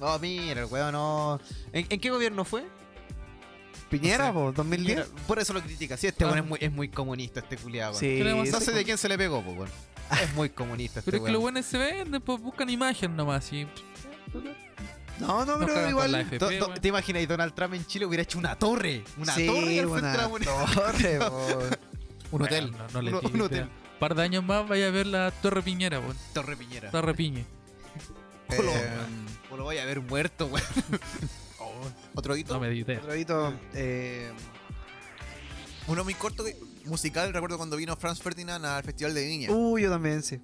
Speaker 1: No, mira, el weón no. ¿En, en qué gobierno fue?
Speaker 4: Piñera,
Speaker 1: No sé.
Speaker 4: po, 2010.
Speaker 1: Mira, por eso lo critica. Sí, este
Speaker 2: Ah.
Speaker 1: weón es muy, es muy comunista, este culiado.
Speaker 4: Sí,
Speaker 2: ¿Qué le vamos a
Speaker 1: No
Speaker 2: hacer?
Speaker 1: sé de quién se le pegó, po, weón. Es muy comunista este
Speaker 2: Pero es que
Speaker 1: weón.
Speaker 2: los buenos se venden, pues buscan imagen nomás. Y...
Speaker 4: No, no,
Speaker 2: Nos cagan
Speaker 4: pero
Speaker 2: con la
Speaker 4: igual.
Speaker 2: FP,
Speaker 1: Do- do-
Speaker 2: weón.
Speaker 1: ¿Te imaginas? Donald Trump en Chile hubiera hecho una torre. Una
Speaker 4: sí,
Speaker 1: torre al frente de la
Speaker 4: una
Speaker 1: moneda.
Speaker 4: torre, po.
Speaker 2: Un
Speaker 1: hotel.
Speaker 2: No, no le
Speaker 1: Un-
Speaker 2: tires,
Speaker 1: un
Speaker 2: ya.
Speaker 1: hotel.
Speaker 2: par de años más vaya a ver la Torre Piñera, weón.
Speaker 1: Torre Piñera.
Speaker 2: Torre Piñe.
Speaker 3: Eh,
Speaker 1: O lo voy a ver muerto, weón.
Speaker 3: Otro hito.
Speaker 2: No me di idea.
Speaker 4: Otro hito, eh,
Speaker 3: Uno muy corto, que- musical. Recuerdo cuando vino Franz Ferdinand al Festival de Viña.
Speaker 4: Uh, yo también, sí.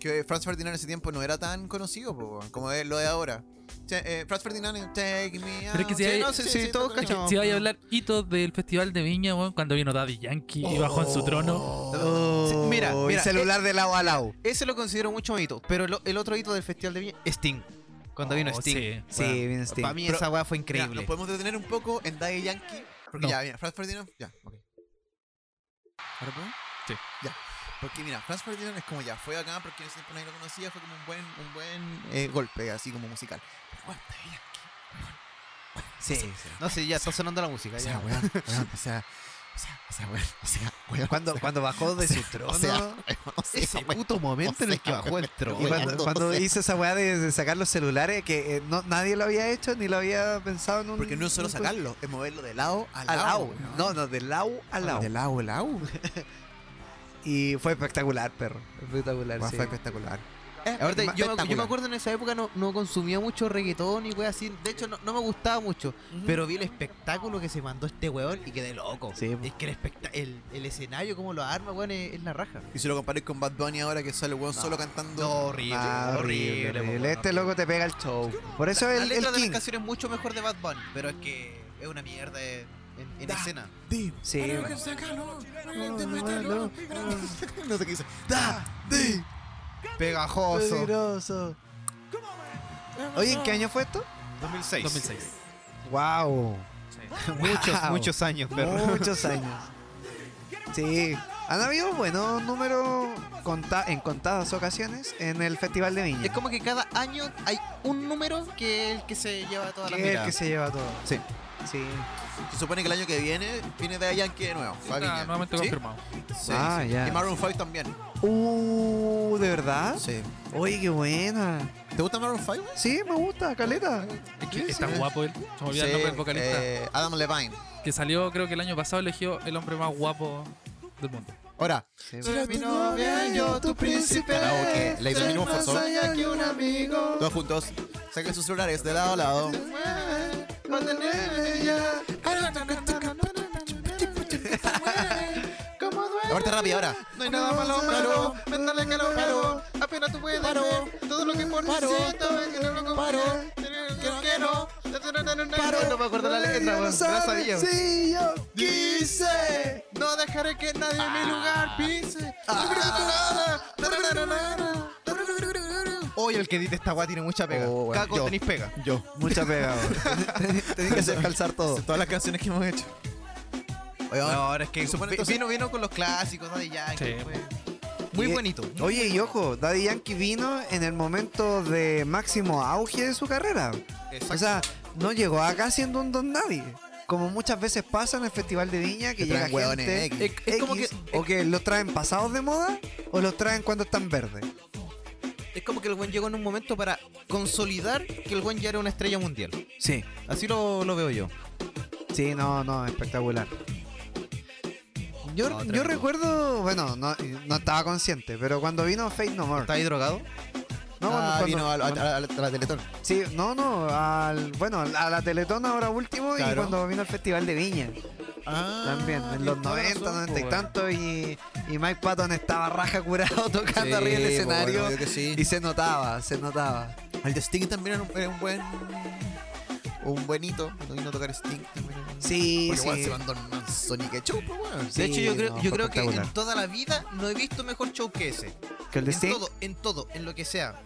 Speaker 3: Que Franz Ferdinand en ese tiempo no era tan conocido po, weón, como es lo de ahora. Che, eh, Franz Ferdinand, en Take Me Out.
Speaker 2: Pero es que si hay-
Speaker 3: no,
Speaker 1: sí, todos
Speaker 3: está
Speaker 1: cachamos.
Speaker 3: conocido.
Speaker 2: Si vaya a hablar hitos del Festival de Viña, weón, cuando vino Daddy Yankee y bajó en su
Speaker 1: Oh,
Speaker 2: trono.
Speaker 1: Sí, mira,
Speaker 4: Oh, el
Speaker 1: mira,
Speaker 4: celular
Speaker 3: eh,
Speaker 4: de lado a lado.
Speaker 1: Ese lo considero mucho un hito. Pero el, el otro hito del Festival de Viña, eh, Sting. Cuando vino
Speaker 2: Oh,
Speaker 1: Sting.
Speaker 2: sí.
Speaker 4: Sí,
Speaker 1: Bueno,
Speaker 4: bien Sting.
Speaker 1: Para mí
Speaker 3: Pero-
Speaker 1: esa weá fue
Speaker 3: Mira,
Speaker 1: increíble.
Speaker 3: Nos podemos detener un poco en Daddy Yankee. Porque
Speaker 2: No.
Speaker 3: ya, mira, Franz Ferdinand. Ya, ok. ¿Ahora puedo?
Speaker 2: Sí.
Speaker 3: Ya. Porque mira, Franz Ferdinand es como ya, fue acá porque en ese tiempo nadie lo conocía, fue como un buen, un buen eh, golpe, así como musical. Pero bueno, Daddy Yankee.
Speaker 4: Sí, sí.
Speaker 1: No sé, ya está sonando la música.
Speaker 3: O
Speaker 1: ya.
Speaker 3: sea, weón, weón, o sea, o sea, o sea, weón, o sea, weón.
Speaker 4: Cuando, cuando bajó de su trono.
Speaker 3: O sea, weón, o sea,
Speaker 1: Ese
Speaker 3: weón.
Speaker 1: puto momento en el que
Speaker 3: sea,
Speaker 1: bajó el trono.
Speaker 4: y cuando,
Speaker 3: weón,
Speaker 4: cuando
Speaker 3: o sea.
Speaker 4: hizo esa weá de, de sacar los celulares, que eh, no, nadie lo había hecho ni lo había pensado en un.
Speaker 3: Porque no es solo
Speaker 4: un-
Speaker 3: sacarlo, es moverlo de lado a
Speaker 4: Al lado.
Speaker 3: lado.
Speaker 4: No, no, de lado a lado.
Speaker 3: De lado a lado.
Speaker 4: Y fue espectacular, perro. Espectacular,
Speaker 3: Weón,
Speaker 4: sí.
Speaker 3: Fue espectacular.
Speaker 1: Ahorita, yo, me- yo me
Speaker 3: Espectacular.
Speaker 1: acuerdo en esa época no, no consumía mucho reggaetón y weá así. De hecho, no, no me gustaba mucho. Pero vi el espectáculo que se mandó este weón y quedé loco.
Speaker 4: Sí, po.
Speaker 1: es que el, especta- el, el escenario, como lo arma, weón, es, es la raja.
Speaker 3: Y si lo comparé con Bad Bunny ahora que sale weón solo cantando.
Speaker 1: horrible,
Speaker 4: Ah, horrible, horrible. Este loco te pega el show. Por eso
Speaker 1: La,
Speaker 4: el,
Speaker 1: la
Speaker 4: el
Speaker 1: letra de
Speaker 4: King.
Speaker 1: la canción es mucho mejor de Bad Bunny, pero es que es una mierda en, en
Speaker 3: Da.
Speaker 1: escena.
Speaker 3: Dim,
Speaker 4: Sí,
Speaker 3: ahora
Speaker 4: weón.
Speaker 3: que sácalo, ahora
Speaker 4: No,
Speaker 3: te
Speaker 4: no,
Speaker 3: mételo,
Speaker 4: no,
Speaker 3: ahora-
Speaker 4: no.
Speaker 3: No sé qué dice. Da, dim.
Speaker 1: Pegajoso.
Speaker 4: Peligroso. Oye, ¿en qué año fue esto?
Speaker 1: 2006.
Speaker 2: 2006.
Speaker 4: Wow.
Speaker 1: Muchos,
Speaker 4: Wow.
Speaker 1: muchos años, perro.
Speaker 4: Muchos años. Sí. Han habido buenos números conta- en contadas ocasiones en el Festival de Viña.
Speaker 1: Es como que cada año hay un número que es el que se lleva toda la
Speaker 4: que es el
Speaker 1: mirada.
Speaker 4: que se lleva todo.
Speaker 3: Sí.
Speaker 4: Sí.
Speaker 3: Se supone que el año que viene viene de Yankee de nuevo.
Speaker 2: Ah,
Speaker 3: Fabiña.
Speaker 2: nuevamente
Speaker 3: ¿Sí?
Speaker 2: confirmado.
Speaker 3: Sí,
Speaker 4: Ah,
Speaker 3: sí.
Speaker 4: ya.
Speaker 3: Y Maroon 5 también.
Speaker 4: Uh, ¿de verdad?
Speaker 3: Sí.
Speaker 4: Oye, qué buena.
Speaker 3: ¿Te gusta Maroon 5? güey?
Speaker 4: Sí, me gusta, Caleta.
Speaker 2: Es que
Speaker 4: Sí,
Speaker 2: está
Speaker 4: sí.
Speaker 2: guapo él. Se me olvidó el
Speaker 3: Sí,
Speaker 2: nombre del vocalista.
Speaker 3: eh, Adam Levine.
Speaker 2: Que salió, creo que el año pasado, elegido el hombre más guapo del mundo.
Speaker 3: Ahora,
Speaker 1: Soy mi novia, yo tu príncipe.
Speaker 4: Ah,
Speaker 3: Karaoke. La
Speaker 1: Soy
Speaker 3: hidrominó
Speaker 1: más
Speaker 3: forzó.
Speaker 1: allá que un amigo.
Speaker 3: todos juntos, saquen sus celulares de lado a lado. Ahorita rápido, ahora.
Speaker 1: No hay nada malo, paro, méndale calor, paro, apenas tú puedes ver todo lo que por
Speaker 3: paro,
Speaker 1: necesito, es que no lo
Speaker 3: paro,
Speaker 1: quiero, quiero, paro, no me acuerdo la letra, weón,
Speaker 4: Sí,
Speaker 1: gracias a Dios.
Speaker 4: Sí, yo quise.
Speaker 1: No dejaré que nadie en mi lugar pise. Oye, el que edita esta guá tiene mucha pega.
Speaker 4: Oh, weón.
Speaker 1: Caco,
Speaker 3: Yo.
Speaker 1: tenéis pega.
Speaker 3: Yo.
Speaker 4: Mucha pega. Tenés que hacer calzar todo.
Speaker 3: Todas las canciones que hemos hecho. Oye,
Speaker 1: No,
Speaker 3: ahora,
Speaker 1: ahora es que
Speaker 3: Se supone
Speaker 1: vi-
Speaker 3: entonces-
Speaker 1: vino, vino con los clásicos, Daddy Yankee.
Speaker 2: Sí.
Speaker 1: fue Muy
Speaker 4: Y-
Speaker 1: bonito.
Speaker 4: Oye, y ojo, Daddy Yankee vino en el momento de máximo auge de su carrera.
Speaker 1: Exacto.
Speaker 4: O sea, no llegó acá siendo un don nadie. Como muchas veces pasa en el Festival de Viña, que
Speaker 3: Que
Speaker 4: llega
Speaker 3: traen hueones
Speaker 4: gente
Speaker 3: X.
Speaker 1: Es- es como
Speaker 4: X,
Speaker 1: que-
Speaker 4: o que los traen pasados de moda o los traen cuando están verdes.
Speaker 1: es como que el buen llegó en un momento para consolidar que el buen ya era una estrella mundial.
Speaker 4: Sí.
Speaker 1: Así lo, lo veo yo.
Speaker 4: Sí, no, no, espectacular. Yo,
Speaker 1: No,
Speaker 4: yo
Speaker 1: tremendo.
Speaker 4: recuerdo, bueno, no, no estaba consciente, pero cuando vino Fate No More,
Speaker 1: ¿Está ahí drogado?
Speaker 4: No, cuando-
Speaker 3: Ah,
Speaker 4: cuando-
Speaker 3: vino al- a,
Speaker 4: cuando-
Speaker 3: a- a la- a la Teletón.
Speaker 4: Sí, no, no, al, bueno, a la Teletón ahora último y
Speaker 3: Claro.
Speaker 4: cuando vino al Festival de Viña
Speaker 3: Ah,
Speaker 4: también, en los 90, 90 y
Speaker 3: pues,
Speaker 2: po,
Speaker 4: tanto y, y Mike Patton estaba raja curado tocando
Speaker 3: pues,
Speaker 4: arriba del escenario y se notaba, se notaba.
Speaker 3: El de Sting también era un, era un buen. Un buenito. Cuando vino a tocar Sting también. era- Porque
Speaker 4: Sí,
Speaker 3: pues, igual
Speaker 4: sí.
Speaker 3: se mandó un Manson y que chupo, pues, weón.
Speaker 1: De hecho, yo
Speaker 4: Sí,
Speaker 1: creo,
Speaker 4: no,
Speaker 1: yo creo que
Speaker 4: espectacular.
Speaker 1: en toda la vida no he visto mejor show que ese.
Speaker 4: Que el de este?
Speaker 1: En
Speaker 4: Sting,
Speaker 1: todo, en todo, en lo que sea.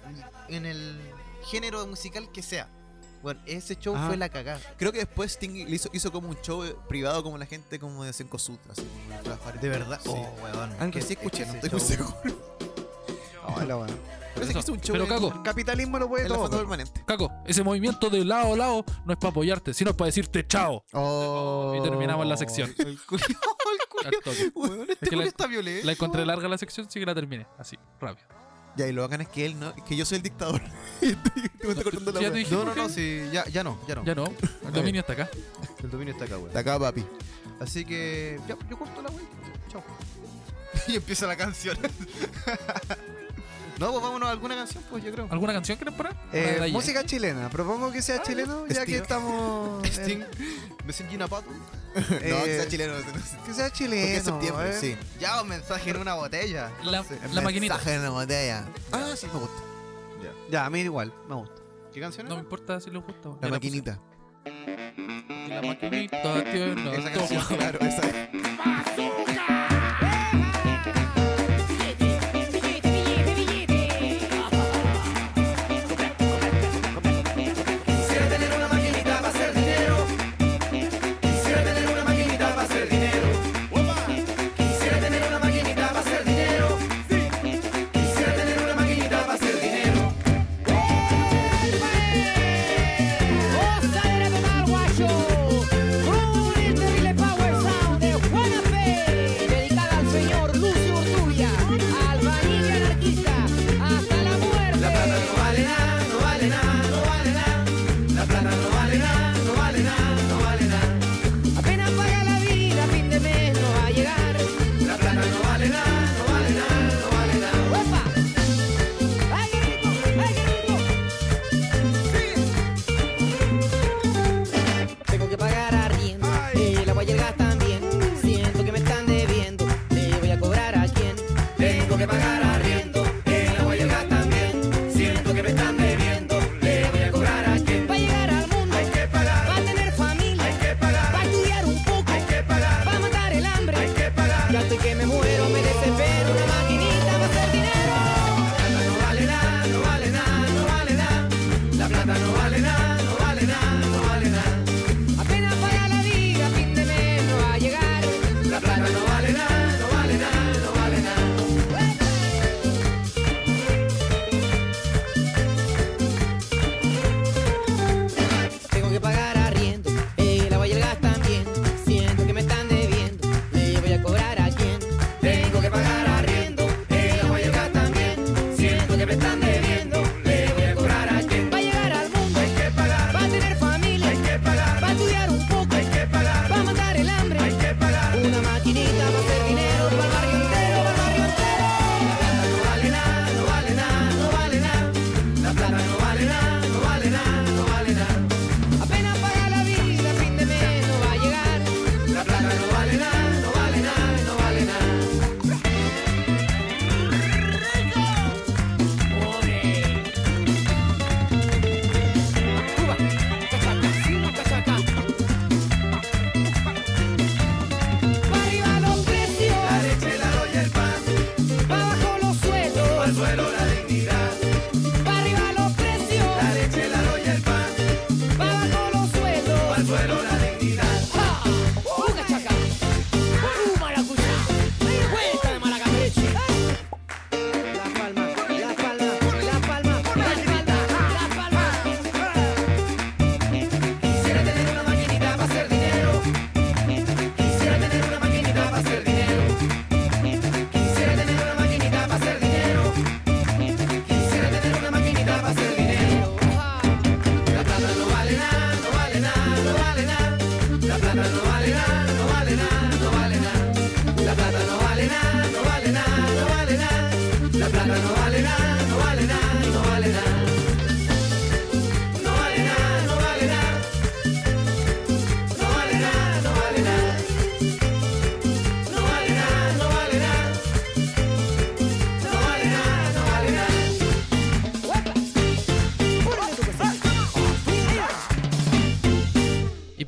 Speaker 1: En el género musical que sea. Bueno, ese show
Speaker 4: Ah.
Speaker 1: fue la cagada.
Speaker 3: Creo que después Sting le hizo, hizo como un show eh, privado como la gente como de Senko Sutra. Así, como de las paredes.
Speaker 1: De verdad.
Speaker 3: Sí.
Speaker 1: Oh, weón.
Speaker 3: Algo
Speaker 1: que-
Speaker 3: así escuché,
Speaker 1: ese
Speaker 3: no estoy muy
Speaker 1: show-
Speaker 3: seguro. Ah,
Speaker 4: no, la weá.
Speaker 3: Parece que hizo un show
Speaker 2: Pero
Speaker 3: en-
Speaker 2: Caco,
Speaker 4: Capitalismo lo puede
Speaker 3: En la foto
Speaker 4: todo.
Speaker 3: permanente.
Speaker 2: Caco, ese movimiento de lado a lado no es para apoyarte, sino para decirte chao. Y terminamos la sección.
Speaker 1: El culo, el culo.
Speaker 2: Al toque.
Speaker 1: Weón, este
Speaker 2: que la-
Speaker 1: culo está violento.
Speaker 2: La encontré larga la sección, sí que la terminé. Así, rápido.
Speaker 3: Ya, y lo bacán es que él no, es que yo soy el dictador. Y te- te me está cortando la
Speaker 2: Ya
Speaker 3: wea.
Speaker 2: te dije.
Speaker 1: No, no, no, sí, ya, ya no, ya no.
Speaker 2: Ya no. El dominio está acá.
Speaker 1: El dominio está acá, weón.
Speaker 3: Está acá, papi.
Speaker 1: Así que ya, yo corto la vuelta. Chao. y empieza la canción. no, pues vámonos a alguna canción, pues yo creo.
Speaker 2: ¿Alguna canción quieren poner? Una de
Speaker 4: Eh,
Speaker 2: la
Speaker 4: música chilena, propongo que sea chileno ya que
Speaker 3: Sting.
Speaker 4: estamos... en-
Speaker 1: Sting, Messenger in a Bottle.
Speaker 3: No, que
Speaker 4: eh,
Speaker 3: sea chileno. No,
Speaker 4: Que sea
Speaker 3: porque es
Speaker 4: chileno.
Speaker 3: septiembre,
Speaker 4: eh.
Speaker 3: sí.
Speaker 1: Ya, un mensaje en una botella.
Speaker 2: Yaya. La,
Speaker 1: Entonces,
Speaker 2: la maquinita.
Speaker 3: Mensaje en la botella. Ah, sí, me gusta.
Speaker 4: Ya, a mí igual, me gusta.
Speaker 1: ¿Qué canción
Speaker 2: No me
Speaker 1: era?
Speaker 2: importa si les gusta. o no.
Speaker 3: La
Speaker 2: Ya la puse.
Speaker 3: maquinita.
Speaker 2: La maquinita tiene
Speaker 1: Esa
Speaker 2: todo.
Speaker 1: canción,
Speaker 3: Ah, Claro, esa es.
Speaker 6: Quisiera tener una maquinita para hacer dinero. Quisiera tener una maquinita para hacer dinero. Quisiera tener una maquinita para hacer dinero. Quisiera tener una maquinita para hacer dinero.
Speaker 7: Con un terrible power sound de buena fe,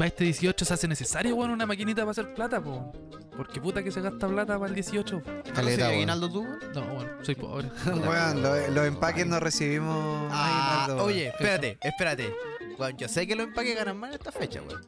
Speaker 2: este 18 se hace necesario, weón, una maquinita para hacer plata, po. Porque puta que se gasta plata para el 18.
Speaker 3: Caleta,
Speaker 1: ¿Recibí
Speaker 3: weón.
Speaker 1: aguinaldo tú? weón?
Speaker 2: No, bueno, soy pobre.
Speaker 4: Weón, lo- los empaques no recibimos.
Speaker 1: Ah,
Speaker 4: aguinaldo.
Speaker 1: oye, espérate, espérate. Weón, yo sé que los empaques ganan mal en esta fecha, weón.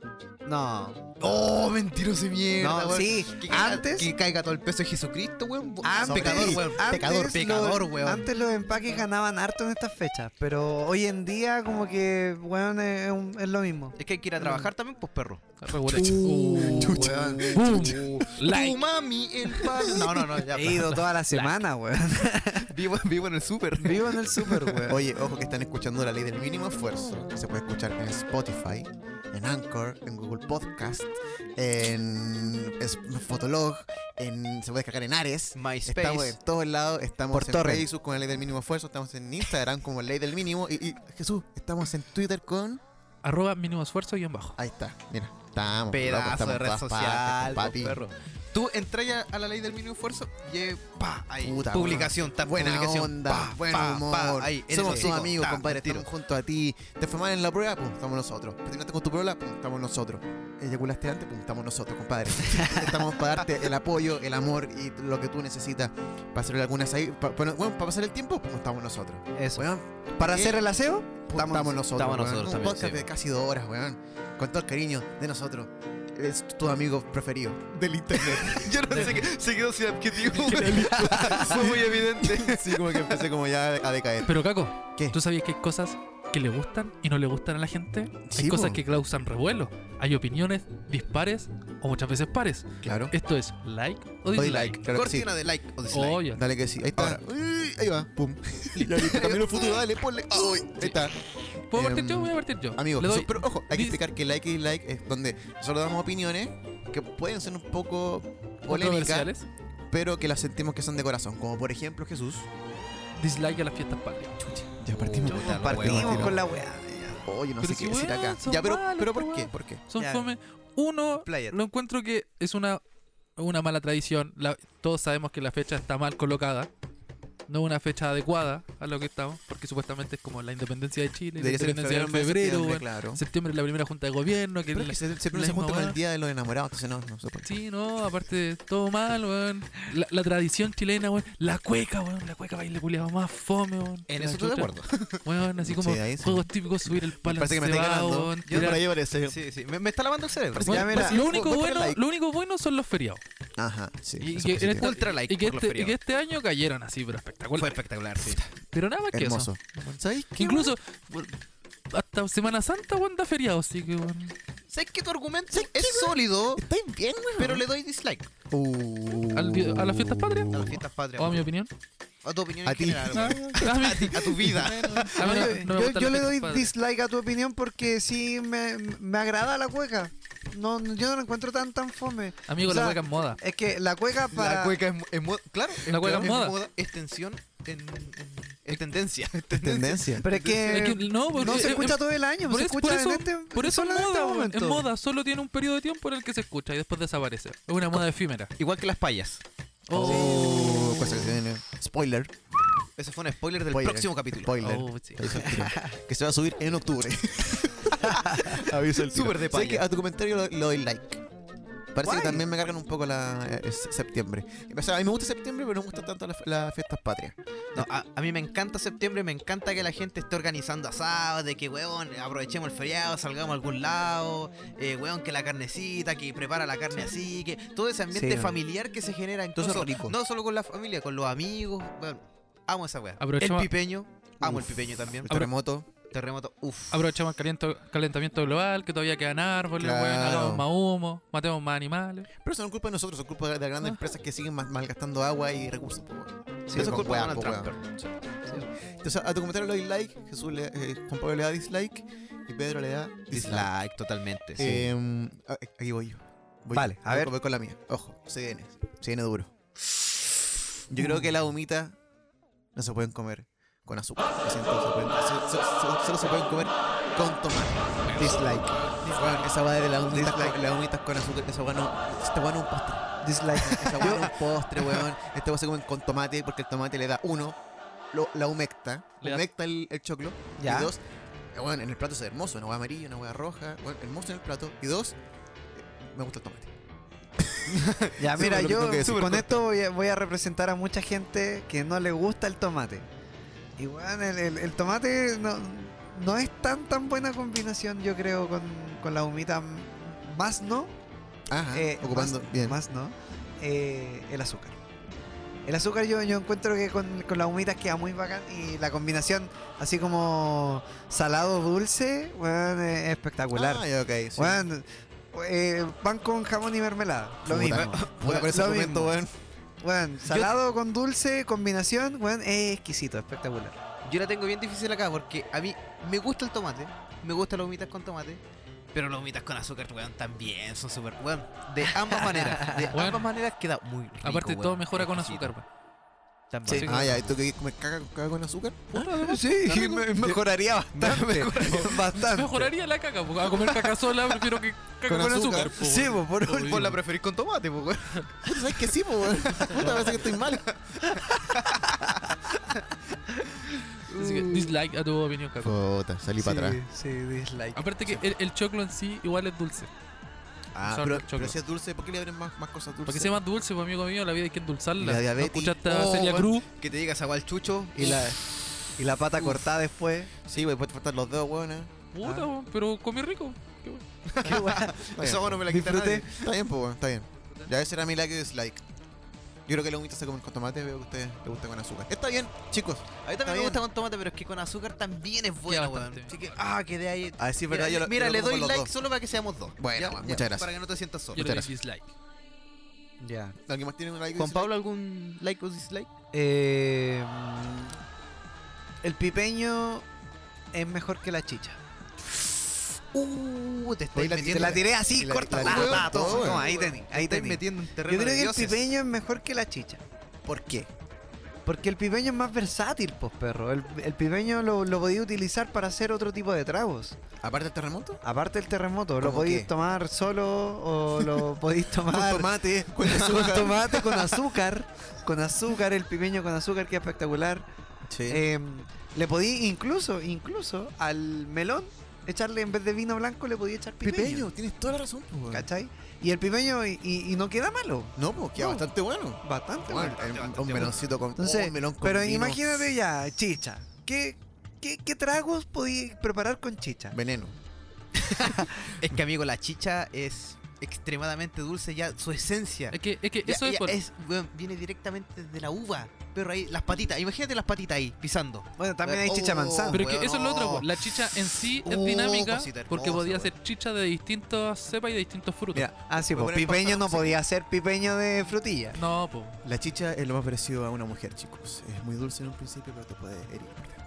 Speaker 4: No.
Speaker 1: Oh, mentiroso de mierda,
Speaker 4: No,
Speaker 1: weón.
Speaker 4: sí,
Speaker 1: Que caiga-
Speaker 4: antes.
Speaker 1: Que caiga todo el peso de Jesucristo, weón.
Speaker 3: Ah,
Speaker 4: Antes,
Speaker 1: Son pecador, weón.
Speaker 4: antes
Speaker 1: Pecador,
Speaker 4: los-
Speaker 1: pecador, weón.
Speaker 4: Antes los empaques ganaban harto en estas fechas, pero hoy en día como que, weón, es, un- es lo mismo.
Speaker 1: Es que hay que ir a trabajar también, pues perro.
Speaker 2: Uh,
Speaker 1: weón.
Speaker 2: Boom.
Speaker 1: Tu
Speaker 2: Like.
Speaker 1: mami, el pan. No, no, no, ya.
Speaker 4: He ido toda la semana, weón.
Speaker 1: Vivo, vivo en el súper.
Speaker 4: Vivo en el super, weón.
Speaker 3: Oye, ojo que están escuchando la ley del mínimo esfuerzo, que se puede escuchar en Spotify, en Anchor, en Google Podcast, en es- Fotolog, en, se puede descargar en Ares.
Speaker 1: MySpace.
Speaker 3: Estamos en todos lados, estamos
Speaker 4: Por
Speaker 3: en
Speaker 4: torre.
Speaker 3: Facebook con la ley del mínimo esfuerzo, estamos en Instagram como ley del mínimo y, y, Jesús, estamos en Twitter con...
Speaker 2: Arroba mínimo esfuerzo guión bajo.
Speaker 3: Ahí está, mira, estamos. loco,
Speaker 1: Pedazo
Speaker 3: estamos
Speaker 1: de
Speaker 3: en
Speaker 1: red
Speaker 3: todas
Speaker 1: social,
Speaker 3: partes,
Speaker 1: pues, perro. Tú entras ya a la ley del mínimo esfuerzo y eh, pa, ahí.
Speaker 3: Puta,
Speaker 1: publicación, tan
Speaker 3: Buena
Speaker 1: publicación.
Speaker 3: onda,
Speaker 1: pa,
Speaker 3: buen
Speaker 1: pa,
Speaker 3: humor.
Speaker 1: pa, ahí, eres
Speaker 3: Somos tus
Speaker 1: chico,
Speaker 3: amigos,
Speaker 1: ta,
Speaker 3: compadre.
Speaker 1: tiro.
Speaker 3: Estamos junto a ti. Te fue mal en la prueba, pum, estamos nosotros. Terminaste con tu prueba, pum, estamos nosotros. Eyaculaste antes, pum, estamos nosotros, compadre. estamos para darte el apoyo, el amor y lo que tú necesitas para hacer algunas ahí. pa- bueno, bueno, para pasar el tiempo, pum, estamos nosotros.
Speaker 4: Eso.
Speaker 3: Weón,
Speaker 4: Para
Speaker 3: ¿qué?
Speaker 4: hacer el aseo,
Speaker 3: pum,
Speaker 4: Estamos-
Speaker 3: estamos, nosotros.
Speaker 1: estamos
Speaker 3: weón.
Speaker 1: nosotros
Speaker 3: Un
Speaker 1: también,
Speaker 3: podcast
Speaker 1: sí.
Speaker 3: de casi dos horas, weón. Con todo el cariño de nosotros. Es tu amigo preferido del internet.
Speaker 1: Yo no sé, qué- se quedó sin adjetivo. weón. Fue muy evidente.
Speaker 3: sí, como que empecé como ya a decaer.
Speaker 2: Pero Caco,
Speaker 3: ¿Qué?
Speaker 2: ¿tú sabías que hay cosas que le gustan y no le gustan a la gente?
Speaker 3: Sí,
Speaker 2: hay cosas
Speaker 3: po.
Speaker 2: que causan revuelo. Hay opiniones dispares o muchas veces pares.
Speaker 3: Claro.
Speaker 2: Esto es like o
Speaker 3: Doy
Speaker 2: dislike.
Speaker 3: like, claro que sí.
Speaker 1: Cortina de like o dislike.
Speaker 2: Obvio.
Speaker 3: Dale que sí. Ahí está.
Speaker 1: Ahora.
Speaker 3: Uy, ahí va. Pum. Ya listo. Camino al futuro, dale, ponle. Uy, ahí está.
Speaker 2: ¿Puedo partir
Speaker 3: Em,
Speaker 2: yo? Voy a partir yo.
Speaker 3: Amigo,
Speaker 2: Le
Speaker 3: Jesús,
Speaker 2: doy-
Speaker 3: pero ojo, hay que
Speaker 2: dis-
Speaker 3: explicar que like y dislike es donde solo damos opiniones que pueden ser un poco polémicas,
Speaker 2: controversiales.
Speaker 3: pero que las sentimos que son de corazón. Como por ejemplo Jesús.
Speaker 2: Dislike a las fiestas patrias.
Speaker 3: Ya partimos.
Speaker 1: Chuta, la
Speaker 4: partimos
Speaker 1: weá.
Speaker 4: con la weá.
Speaker 3: Oye, no
Speaker 2: Pero
Speaker 3: sé
Speaker 2: si
Speaker 3: qué decir
Speaker 2: weón,
Speaker 3: acá.
Speaker 2: son
Speaker 3: Ya, pero,
Speaker 2: malos,
Speaker 3: pero
Speaker 2: pues,
Speaker 3: ¿por qué?
Speaker 2: weón.
Speaker 3: ¿Por qué?
Speaker 2: Son
Speaker 4: Ya.
Speaker 2: fome. Uno,
Speaker 1: Playet.
Speaker 2: lo encuentro que es una, una mala tradición. La- todos sabemos que la fecha está mal colocada. No es una fecha adecuada a lo que estamos, porque supuestamente es como la independencia de Chile, la
Speaker 3: Debería ser en febrero,
Speaker 2: independencia de
Speaker 3: mes,
Speaker 2: febrero,
Speaker 3: septiembre,
Speaker 2: weón.
Speaker 3: claro.
Speaker 2: septiembre es la primera junta de gobierno, que
Speaker 3: Pero es
Speaker 2: la-
Speaker 3: que se, se,
Speaker 2: la
Speaker 3: se
Speaker 2: misma
Speaker 3: junta con
Speaker 2: weá.
Speaker 3: el día de los enamorados, entonces no, no sé por qué.
Speaker 2: Sí, no, aparte, todo mal, weón. La, la tradición chilena, weón. La cueca, weón. La cueca baile culiado más fome, weón. que
Speaker 1: En
Speaker 2: la
Speaker 1: eso estoy de
Speaker 2: chucha.
Speaker 1: acuerdo.
Speaker 2: Weón, así como
Speaker 3: Sí, ahí sí.
Speaker 2: juegos típicos, subir el palo
Speaker 3: Parece que me estoy
Speaker 2: encebado,
Speaker 3: ganando.
Speaker 2: weón,
Speaker 3: Yo
Speaker 2: tirar-
Speaker 3: por ahí parece.
Speaker 1: Sí, sí. Me, me está lavando el cerebro.
Speaker 3: Parece que-
Speaker 4: Ya,
Speaker 3: voy
Speaker 4: mira,
Speaker 3: por el-
Speaker 2: lo único
Speaker 3: voy por el
Speaker 2: bueno,
Speaker 3: like.
Speaker 2: lo único bueno son los feriados.
Speaker 3: Ajá, sí.
Speaker 2: Y
Speaker 3: eso parece
Speaker 2: que en
Speaker 3: que-
Speaker 2: esta-
Speaker 1: Ultra like
Speaker 2: y, que
Speaker 1: por los
Speaker 2: este, y este
Speaker 1: feriados.
Speaker 2: que este año cayeron así, pero
Speaker 1: Fue
Speaker 2: espectacular.
Speaker 1: espectacular, sí.
Speaker 2: Pero nada más que
Speaker 3: Hermoso.
Speaker 2: eso.
Speaker 3: ¿Sabes qué?
Speaker 2: Incluso hasta Semana Santa, weón, da feriado, así que, weón.
Speaker 1: ¿Sabes que tu argumento es sólido,
Speaker 3: ¿Estáis bien, weón?
Speaker 1: pero le doy dislike
Speaker 3: Uh.
Speaker 2: Al di- a las fiestas patrias.
Speaker 1: a las fiestas patrias?
Speaker 2: O a mi opinión.
Speaker 1: A tu opinión
Speaker 3: A
Speaker 1: en
Speaker 3: ti.
Speaker 1: general, weón.
Speaker 2: Ah, mi-
Speaker 1: A ti, a tu vida.
Speaker 2: a mí no- no me
Speaker 4: Yo- yo
Speaker 2: gustan las
Speaker 4: le doy
Speaker 2: fiestas patrias.
Speaker 4: dislike a tu opinión porque sí me, me agrada la cueca. No, no- yo no la encuentro tan tan fome.
Speaker 2: Amigo,
Speaker 4: O sea,
Speaker 2: la cueca es moda.
Speaker 4: Es que la cueca para...
Speaker 1: La cueca es, mo- es moda. Claro,
Speaker 2: La cueca es moda.
Speaker 1: Es tensión en, en- en tendencia.
Speaker 3: Tendencia.
Speaker 4: Pero es que,
Speaker 2: Es que no, porque-
Speaker 4: se
Speaker 2: eh,
Speaker 4: escucha
Speaker 2: eh,
Speaker 4: todo el año,
Speaker 2: Por
Speaker 4: se
Speaker 2: eso,
Speaker 4: escucha
Speaker 2: por eso,
Speaker 4: en este
Speaker 2: por eso es
Speaker 4: solo en
Speaker 2: moda,
Speaker 4: este
Speaker 2: weón.
Speaker 4: momento.
Speaker 2: es moda, solo tiene un periodo de tiempo en el que se escucha y después desaparece. Es una moda efímera.
Speaker 1: Igual que las payas.
Speaker 3: Oh, cosa que se viene. Spoiler.
Speaker 1: Ese fue un spoiler del
Speaker 3: Spoiler.
Speaker 1: próximo capítulo.
Speaker 3: Spoiler.
Speaker 2: Oh, sí.
Speaker 3: Te aviso el tiro. que se va a subir en octubre. Aviso el tiro.
Speaker 1: Súper de
Speaker 3: Sé que
Speaker 1: palla.
Speaker 3: a tu comentario lo, lo doy like. Parece
Speaker 4: Guay.
Speaker 3: que también me cargan un poco la eh, es- septiembre. O sea, a mí me gusta septiembre, pero no me gusta tanto las las fiestas patrias.
Speaker 1: No, a, a mí me encanta septiembre, me encanta que la gente esté organizando asados, de que, weón, aprovechemos el feriado, salgamos a algún lado, eh, weón, que la carnecita, que prepara la carne así, que todo ese ambiente
Speaker 4: Sí, weón.
Speaker 1: familiar que se genera
Speaker 3: Todo eso
Speaker 1: incluso,
Speaker 3: rico.
Speaker 1: no solo con la familia, con los amigos, weón, amo esa weá. El
Speaker 2: Aprovechemos-
Speaker 1: pipeño, amo
Speaker 3: Uf.
Speaker 1: el pipeño también.
Speaker 3: El terremoto.
Speaker 1: Terremoto, uff.
Speaker 2: Aprovechamos el caliento- calentamiento global, que todavía quedan árboles,
Speaker 3: Claro.
Speaker 2: weón, hagamos más humo, matemos más animales.
Speaker 3: Pero eso no es culpa de nosotros, es culpa de las
Speaker 2: Ah.
Speaker 3: grandes empresas que siguen mal- malgastando agua y recursos. po, weón.
Speaker 1: Sí, eso es
Speaker 3: con
Speaker 1: culpa de
Speaker 3: weá,
Speaker 1: Donald
Speaker 3: po,
Speaker 1: Trump.
Speaker 3: weón.
Speaker 1: pero-
Speaker 3: Entonces, a tu comentario le doy like, Jesús le, eh, Juan Pablo le da dislike y Pedro le da dislike.
Speaker 1: Dislike, totalmente. sí.
Speaker 3: Em, a- aquí voy yo. Voy
Speaker 4: Vale,
Speaker 3: yo.
Speaker 4: a
Speaker 3: Voy-
Speaker 4: ver.
Speaker 3: Voy con la mía. Ojo, se viene. Se viene duro. Yo creo que las humitas no se pueden comer con azúcar. Lo siento, se pueden- se- se- se- solo se pueden comer con tomate. Dislike. Weón, esa va de las humitas con, las humitas con azúcar. Esa va no. Esta va no es un postre.
Speaker 4: Dislike.
Speaker 3: Esa weá es un postre, weón. Este weón se comen con tomate porque el tomate le da uno, lo- la humecta,
Speaker 2: Le da-
Speaker 3: humecta el, el choclo.
Speaker 4: Ya.
Speaker 3: Y dos, eh, weón, en el plato es hermoso, una hueá amarilla, una hueá roja, weón, hermoso en el plato. Y dos, eh, me gusta el tomate.
Speaker 4: Ya,
Speaker 3: Súper
Speaker 4: mira,
Speaker 3: lo que
Speaker 4: yo
Speaker 3: tengo que decir.
Speaker 4: con
Speaker 3: Súper
Speaker 4: esto voy a, voy a representar a mucha gente que no le gusta el tomate. Y weón, el, el- el tomate no, no es tan tan buena combinación, yo creo, con, con la humita. m- Más no.
Speaker 3: Ajá,
Speaker 4: eh,
Speaker 3: Ah, ocupando
Speaker 4: más,
Speaker 3: bien.
Speaker 4: más no. eh, el azúcar. El azúcar yo, yo encuentro que con, con las humitas queda muy bacán y la combinación así como salado-dulce, weón, es espectacular.
Speaker 3: Ah, ya, ok. sí.
Speaker 4: Weón, eh, pan con jamón y mermelada, lo
Speaker 3: Puta,
Speaker 4: mismo.
Speaker 3: Puta, con ese
Speaker 4: Lo
Speaker 3: argumento,
Speaker 4: mismo.
Speaker 3: weón.
Speaker 4: Weón, salado con dulce, combinación, weón, es exquisito, espectacular.
Speaker 1: Yo la tengo bien difícil acá porque a mí me gusta el tomate, me gustan las humitas con tomate, pero las humitas con azúcar, weón, también son súper, weón, de ambas maneras, de
Speaker 2: Weón.
Speaker 1: ambas maneras queda muy rico,
Speaker 2: Aparte,
Speaker 1: weón,
Speaker 2: todo mejora con
Speaker 1: exquisito.
Speaker 2: azúcar. weón.
Speaker 1: También.
Speaker 2: Sí.
Speaker 3: Ah, ya, ¿y ¿tú que comer caca, caca con azúcar?
Speaker 4: Ah, Sí, me- mejoraría bastante. bastante.
Speaker 2: Mejoraría la caca, porque a comer caca sola prefiero que caca con,
Speaker 3: Con
Speaker 2: azúcar.
Speaker 3: azúcar.
Speaker 2: po,
Speaker 4: Sí,
Speaker 2: weón.
Speaker 4: po, por
Speaker 2: Obvio.
Speaker 1: Vos la preferís con tomate, pues, weón.
Speaker 3: Puta, ¿sabes que sí, po, weón? Puta, parece que estoy mal.
Speaker 2: Así que, dislike a tu opinión, caca.
Speaker 3: Puta, salí para atrás.
Speaker 4: Sí, dislike.
Speaker 2: Aparte que el, el choclo en sí igual es dulce.
Speaker 3: Ah,
Speaker 2: Son
Speaker 3: pero,
Speaker 2: los choclos.
Speaker 3: pero si es dulce, ¿por qué le abren más, más cosas dulces?
Speaker 2: Para que sea más dulce, pues, amigo mío, la vida hay que endulzarla.
Speaker 3: Y la
Speaker 2: ¿No
Speaker 3: diabetes.
Speaker 2: escuchaste a
Speaker 1: Oh,
Speaker 2: Celia
Speaker 1: bueno.
Speaker 2: Cruz?
Speaker 1: Que te digas agua al chucho
Speaker 4: Y la, y la pata cortada después.
Speaker 3: Sí, weón, puede faltar los dedos, weón. eh.
Speaker 2: Puta, weón, pero comí rico.
Speaker 4: Qué weón.
Speaker 3: Está bien,
Speaker 1: Eso no me la quita
Speaker 4: Disfrute.
Speaker 1: nadie.
Speaker 3: Está bien, po, weón, está bien. Ya ese era mi like y dislike. Yo creo que la humita se comen con tomate, veo que a ustedes les gusta con azúcar. Está bien, chicos.
Speaker 1: A mí
Speaker 3: Está
Speaker 1: también me
Speaker 3: bien.
Speaker 1: gusta con tomate, pero es que con azúcar también es bueno, weón.
Speaker 2: bastante.
Speaker 1: Así que, ah, quedé ahí.
Speaker 3: A decir
Speaker 1: Mira,
Speaker 3: verdad, yo lo-
Speaker 1: mira,
Speaker 3: yo lo
Speaker 1: le
Speaker 3: como
Speaker 1: doy
Speaker 3: con los
Speaker 1: like
Speaker 3: dos.
Speaker 1: solo para que seamos dos.
Speaker 3: Bueno, weón, muchas gracias.
Speaker 1: Para que no te sientas solo.
Speaker 2: Yo le di
Speaker 3: gracias.
Speaker 2: dislike.
Speaker 4: Ya.
Speaker 3: ¿Alguien más tiene un like? y
Speaker 1: Juan
Speaker 3: dislike?
Speaker 1: Pablo, ¿algún like o dislike?
Speaker 4: Eh, mm, el pipeño es mejor que la chicha.
Speaker 1: Uh, te estoy
Speaker 3: la-
Speaker 1: metiendo.
Speaker 4: Te la tiré así,
Speaker 3: Y la- la-
Speaker 4: corta.
Speaker 3: la-
Speaker 4: pa, pa,
Speaker 3: la-
Speaker 4: todo.
Speaker 3: todo,
Speaker 4: No,
Speaker 3: weón.
Speaker 4: ahí tení, ahí
Speaker 1: Te
Speaker 4: tení.
Speaker 1: metiendo en terreno
Speaker 4: Yo creo
Speaker 1: de
Speaker 4: que el
Speaker 1: dioses.
Speaker 4: pipeño es mejor que la chicha.
Speaker 3: ¿Por qué?
Speaker 4: Porque el pipeño es más versátil, pues perro. El, el pipeño lo, lo podéis utilizar para hacer otro tipo de tragos.
Speaker 3: ¿Aparte del terremoto?
Speaker 4: Aparte del terremoto, lo
Speaker 3: ¿Cómo
Speaker 4: podéis
Speaker 3: qué?
Speaker 4: tomar solo o lo podéis tomar
Speaker 3: Con tomate, con
Speaker 4: con
Speaker 3: azúcar.
Speaker 4: tomate, con azúcar. Con azúcar, el pipeño con azúcar, que es espectacular.
Speaker 3: Sí.
Speaker 4: Em, le podí incluso, incluso al melón, echarle en vez de vino blanco, le podía echar pipeño.
Speaker 3: Pipeño, tienes toda la razón, po, weón.
Speaker 4: ¿Cachai? Y el pipeño, y, y- y no queda malo.
Speaker 3: No, pues queda
Speaker 4: No.
Speaker 3: bastante bueno.
Speaker 4: Bastante
Speaker 3: Weón,
Speaker 4: bueno.
Speaker 3: un- un meloncito con,
Speaker 4: Entonces,
Speaker 3: oh, un melón con
Speaker 4: pero
Speaker 3: vino.
Speaker 4: imagínate ya, chicha. ¿Qué, qué, qué tragos podí preparar con chicha?
Speaker 3: Veneno.
Speaker 1: Es que, amigo, la chicha es extremadamente dulce ya, su esencia.
Speaker 2: Es que, es que
Speaker 1: Ya-
Speaker 2: eso es
Speaker 1: ya
Speaker 2: por...
Speaker 1: weón, viene directamente de la uva. Pero ahí, las patitas, imagínate las patitas ahí, pisando.
Speaker 4: Bueno, también hay chicha
Speaker 1: Oh,
Speaker 4: manzana.
Speaker 2: Pero es
Speaker 1: weón,
Speaker 2: que eso es lo otro,
Speaker 1: no.
Speaker 2: po. la chicha en sí es
Speaker 1: Oh,
Speaker 2: dinámica
Speaker 1: cosita
Speaker 2: porque
Speaker 1: hermosa,
Speaker 2: podía
Speaker 1: weón.
Speaker 2: ser chicha de distintas cepas y de distintos frutos.
Speaker 3: Mira,
Speaker 4: Ah, sí,
Speaker 3: Voy a
Speaker 4: pues
Speaker 3: poner pausa,
Speaker 4: pipeño no
Speaker 3: pausa.
Speaker 4: podía ser pipeño de frutilla.
Speaker 2: No, po.
Speaker 3: La chicha es lo más parecido a una mujer, chicos. Es muy dulce en un principio, pero te puede herir por dentro.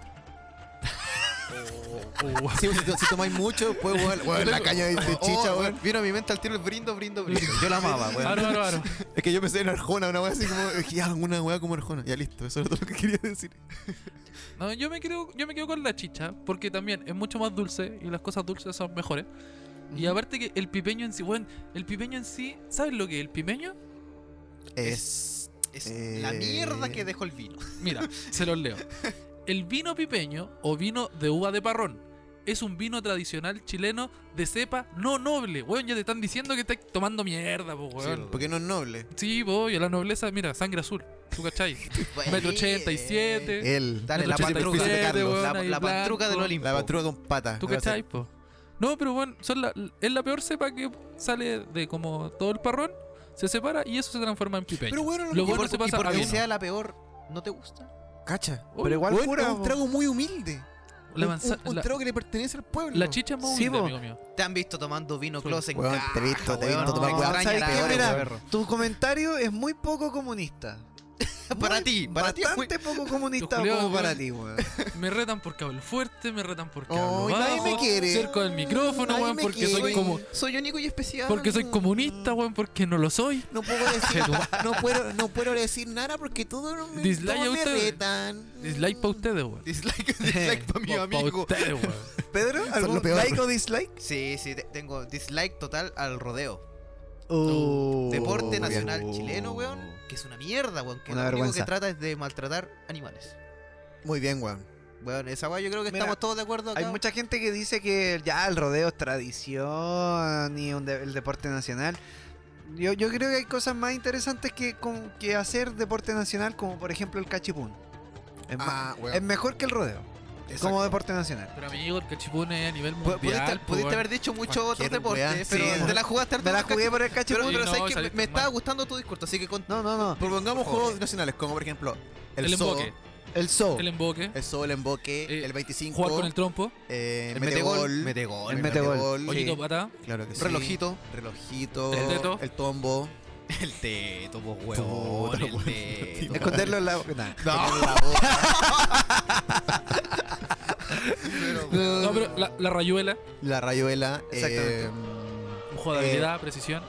Speaker 2: Oh,
Speaker 3: Sí, si, to- si tomáis mucho, después, weón, weón, la caña de, de chicha,
Speaker 1: Oh,
Speaker 3: weón.
Speaker 1: Vino a mi mente al tiro el brindo, brindo, brindo. Yo la amaba, weón.
Speaker 2: Aro, aro, aro.
Speaker 3: Es que yo pensé en Arjona, una weá así como. es que Ya, una weá como Arjona. Ya listo, eso era todo lo que quería decir.
Speaker 2: No, yo me quedo, yo me quedo con la chicha, porque también es mucho más dulce y las cosas dulces son mejores. Y aparte que el pipeño en sí, bueno, el pipeño en sí, ¿sabes lo que es el pipeño?
Speaker 3: Es.
Speaker 1: Es la
Speaker 3: Eh.
Speaker 1: mierda que dejó el vino.
Speaker 2: Mira, se los leo. El vino pipeño o vino de uva de parrón es un vino tradicional chileno de cepa no noble. Weón, ya te están diciendo que estás tomando mierda, po, weón.
Speaker 3: Porque no es noble.
Speaker 2: Sí, voy, a la nobleza, mira, sangre azul. ¿Tú cachai? Metro ochenta y siete.
Speaker 3: Él.
Speaker 1: Dale, la
Speaker 2: Metro ochenta y
Speaker 1: patruca.
Speaker 2: siete, weón,
Speaker 1: La,
Speaker 2: ahí
Speaker 1: la patruca
Speaker 2: blanco.
Speaker 1: del Olimpo.
Speaker 3: La patruga con pata.
Speaker 2: ¿Tú
Speaker 3: Debe
Speaker 2: cachai,
Speaker 3: ser.
Speaker 2: po? No, pero bueno, son la- es la peor cepa que sale de como todo el parrón, se separa y eso se transforma en pipeño.
Speaker 3: Pero bueno,
Speaker 2: Lo
Speaker 1: Y
Speaker 2: bueno
Speaker 1: por-
Speaker 2: se pasa
Speaker 1: y
Speaker 2: a
Speaker 1: porque
Speaker 2: vino.
Speaker 1: sea la peor, ¿no te gusta?
Speaker 3: Cacha.
Speaker 2: Uy,
Speaker 4: Pero igual
Speaker 3: Weón,
Speaker 4: cura,
Speaker 3: es un
Speaker 4: po.
Speaker 3: trago muy humilde.
Speaker 2: la,
Speaker 3: Un-
Speaker 2: manza-
Speaker 3: un, un
Speaker 2: la-
Speaker 3: trago que le pertenece al pueblo.
Speaker 2: la chicha es más
Speaker 4: Sí,
Speaker 2: humilde,
Speaker 4: po.
Speaker 2: amigo mío.
Speaker 1: Te han visto tomando vino
Speaker 2: Sí.
Speaker 1: close en
Speaker 3: Weón,
Speaker 1: caja,
Speaker 3: te he visto, te he
Speaker 1: weón,
Speaker 3: visto tomar
Speaker 1: te
Speaker 4: weón,
Speaker 1: extraña
Speaker 4: ¿sabes
Speaker 1: la
Speaker 4: qué?
Speaker 1: hora,
Speaker 4: Mira,
Speaker 1: perro.
Speaker 4: Tu comentario es muy poco comunista.
Speaker 1: Para
Speaker 4: Muy-
Speaker 1: ti, para ti es muy-
Speaker 4: Bastante poco comunista
Speaker 2: Julio,
Speaker 4: como para
Speaker 2: weón.
Speaker 4: ti, weón.
Speaker 2: Me retan porque hablo fuerte, me retan porque
Speaker 3: Oh,
Speaker 2: hablo
Speaker 3: nadie
Speaker 2: bajo,
Speaker 3: me quiere.
Speaker 2: cerca del micrófono,
Speaker 3: Nadie
Speaker 2: weón,
Speaker 3: me
Speaker 2: porque soy
Speaker 3: quiere.
Speaker 2: como
Speaker 1: Soy único y especial.
Speaker 2: porque soy comunista, weón, porque no lo soy.
Speaker 3: No puedo decir, no puedo, no puedo decir nada porque todos me,
Speaker 2: Dislike
Speaker 3: todos
Speaker 2: a
Speaker 3: me
Speaker 2: ustedes.
Speaker 3: retan.
Speaker 2: Dislike para ustedes, weón.
Speaker 1: Dislike, dislike para mi
Speaker 2: Pa- pa'
Speaker 1: amigo.
Speaker 2: ustedes, weón.
Speaker 4: Pedro,
Speaker 3: lo
Speaker 4: ¿algún
Speaker 3: peor.
Speaker 4: like o dislike?
Speaker 1: Sí, sí, te- tengo dislike total al rodeo.
Speaker 4: Uh,
Speaker 1: Deporte
Speaker 3: Oh,
Speaker 1: nacional
Speaker 3: bien.
Speaker 1: chileno, weón. Que es una mierda, weón. Que
Speaker 4: Una
Speaker 1: lo único que
Speaker 4: vergüenza.
Speaker 3: Ah,
Speaker 1: trata es de maltratar animales.
Speaker 3: Muy bien, weón.
Speaker 8: Bueno, esa weá yo creo que
Speaker 4: Mira,
Speaker 8: estamos todos de acuerdo acá.
Speaker 4: Hay mucha gente que dice que ya el rodeo es tradición y un de- el deporte nacional. Yo, yo creo que hay cosas más interesantes que, con- que hacer deporte nacional, como por ejemplo el cachipún. Es, ma-
Speaker 3: Ah, weón.
Speaker 4: es mejor que el rodeo,
Speaker 3: Exacto.
Speaker 4: como deporte nacional.
Speaker 2: Pero amigo, el cachipún es a nivel
Speaker 8: Pu-
Speaker 2: mundial.
Speaker 8: Pudiste,
Speaker 2: po,
Speaker 8: pudiste
Speaker 2: weón.
Speaker 8: haber dicho mucho otro
Speaker 3: Cualquier
Speaker 8: deporte,
Speaker 3: weá.
Speaker 8: pero
Speaker 4: Sí,
Speaker 8: te
Speaker 4: no.
Speaker 8: la jugaste harto
Speaker 4: Me la
Speaker 8: con el
Speaker 4: jugué
Speaker 8: cachipún.
Speaker 4: por el
Speaker 8: Pero,
Speaker 4: cachipún.
Speaker 2: Sí,
Speaker 8: pero
Speaker 2: no,
Speaker 8: sabes que me,
Speaker 2: saliste
Speaker 8: me
Speaker 2: mal.
Speaker 8: estaba gustando tu discurso, así que con-
Speaker 4: No, no, no.
Speaker 3: Propongamos
Speaker 8: Por favor.
Speaker 3: juegos nacionales, como por ejemplo el,
Speaker 2: El
Speaker 3: zoo,
Speaker 2: emboque.
Speaker 4: El zoo.
Speaker 2: El emboque.
Speaker 3: el zoo, el emboque,
Speaker 2: Eh,
Speaker 3: el 25,
Speaker 2: Jugar con el trompo.
Speaker 3: eh,
Speaker 8: el
Speaker 3: metegol,
Speaker 8: metegol.
Speaker 4: el
Speaker 8: Metegol.
Speaker 4: metegol.
Speaker 3: metegol,
Speaker 2: Ollito
Speaker 3: sí,
Speaker 2: patada.
Speaker 3: claro que sí,
Speaker 8: Relojito.
Speaker 3: relojito,
Speaker 2: El teto.
Speaker 3: el tombo,
Speaker 8: El teto, pues
Speaker 3: Puta,
Speaker 8: huevón. El
Speaker 3: weón.
Speaker 8: teto.
Speaker 4: Esconderlo en la nah.
Speaker 8: No,
Speaker 3: la boca,
Speaker 2: No, pero la, la rayuela.
Speaker 3: la rayuela,
Speaker 4: Exactamente.
Speaker 3: eh,
Speaker 2: Un juego de
Speaker 3: Eh.
Speaker 2: habilidad, precisión,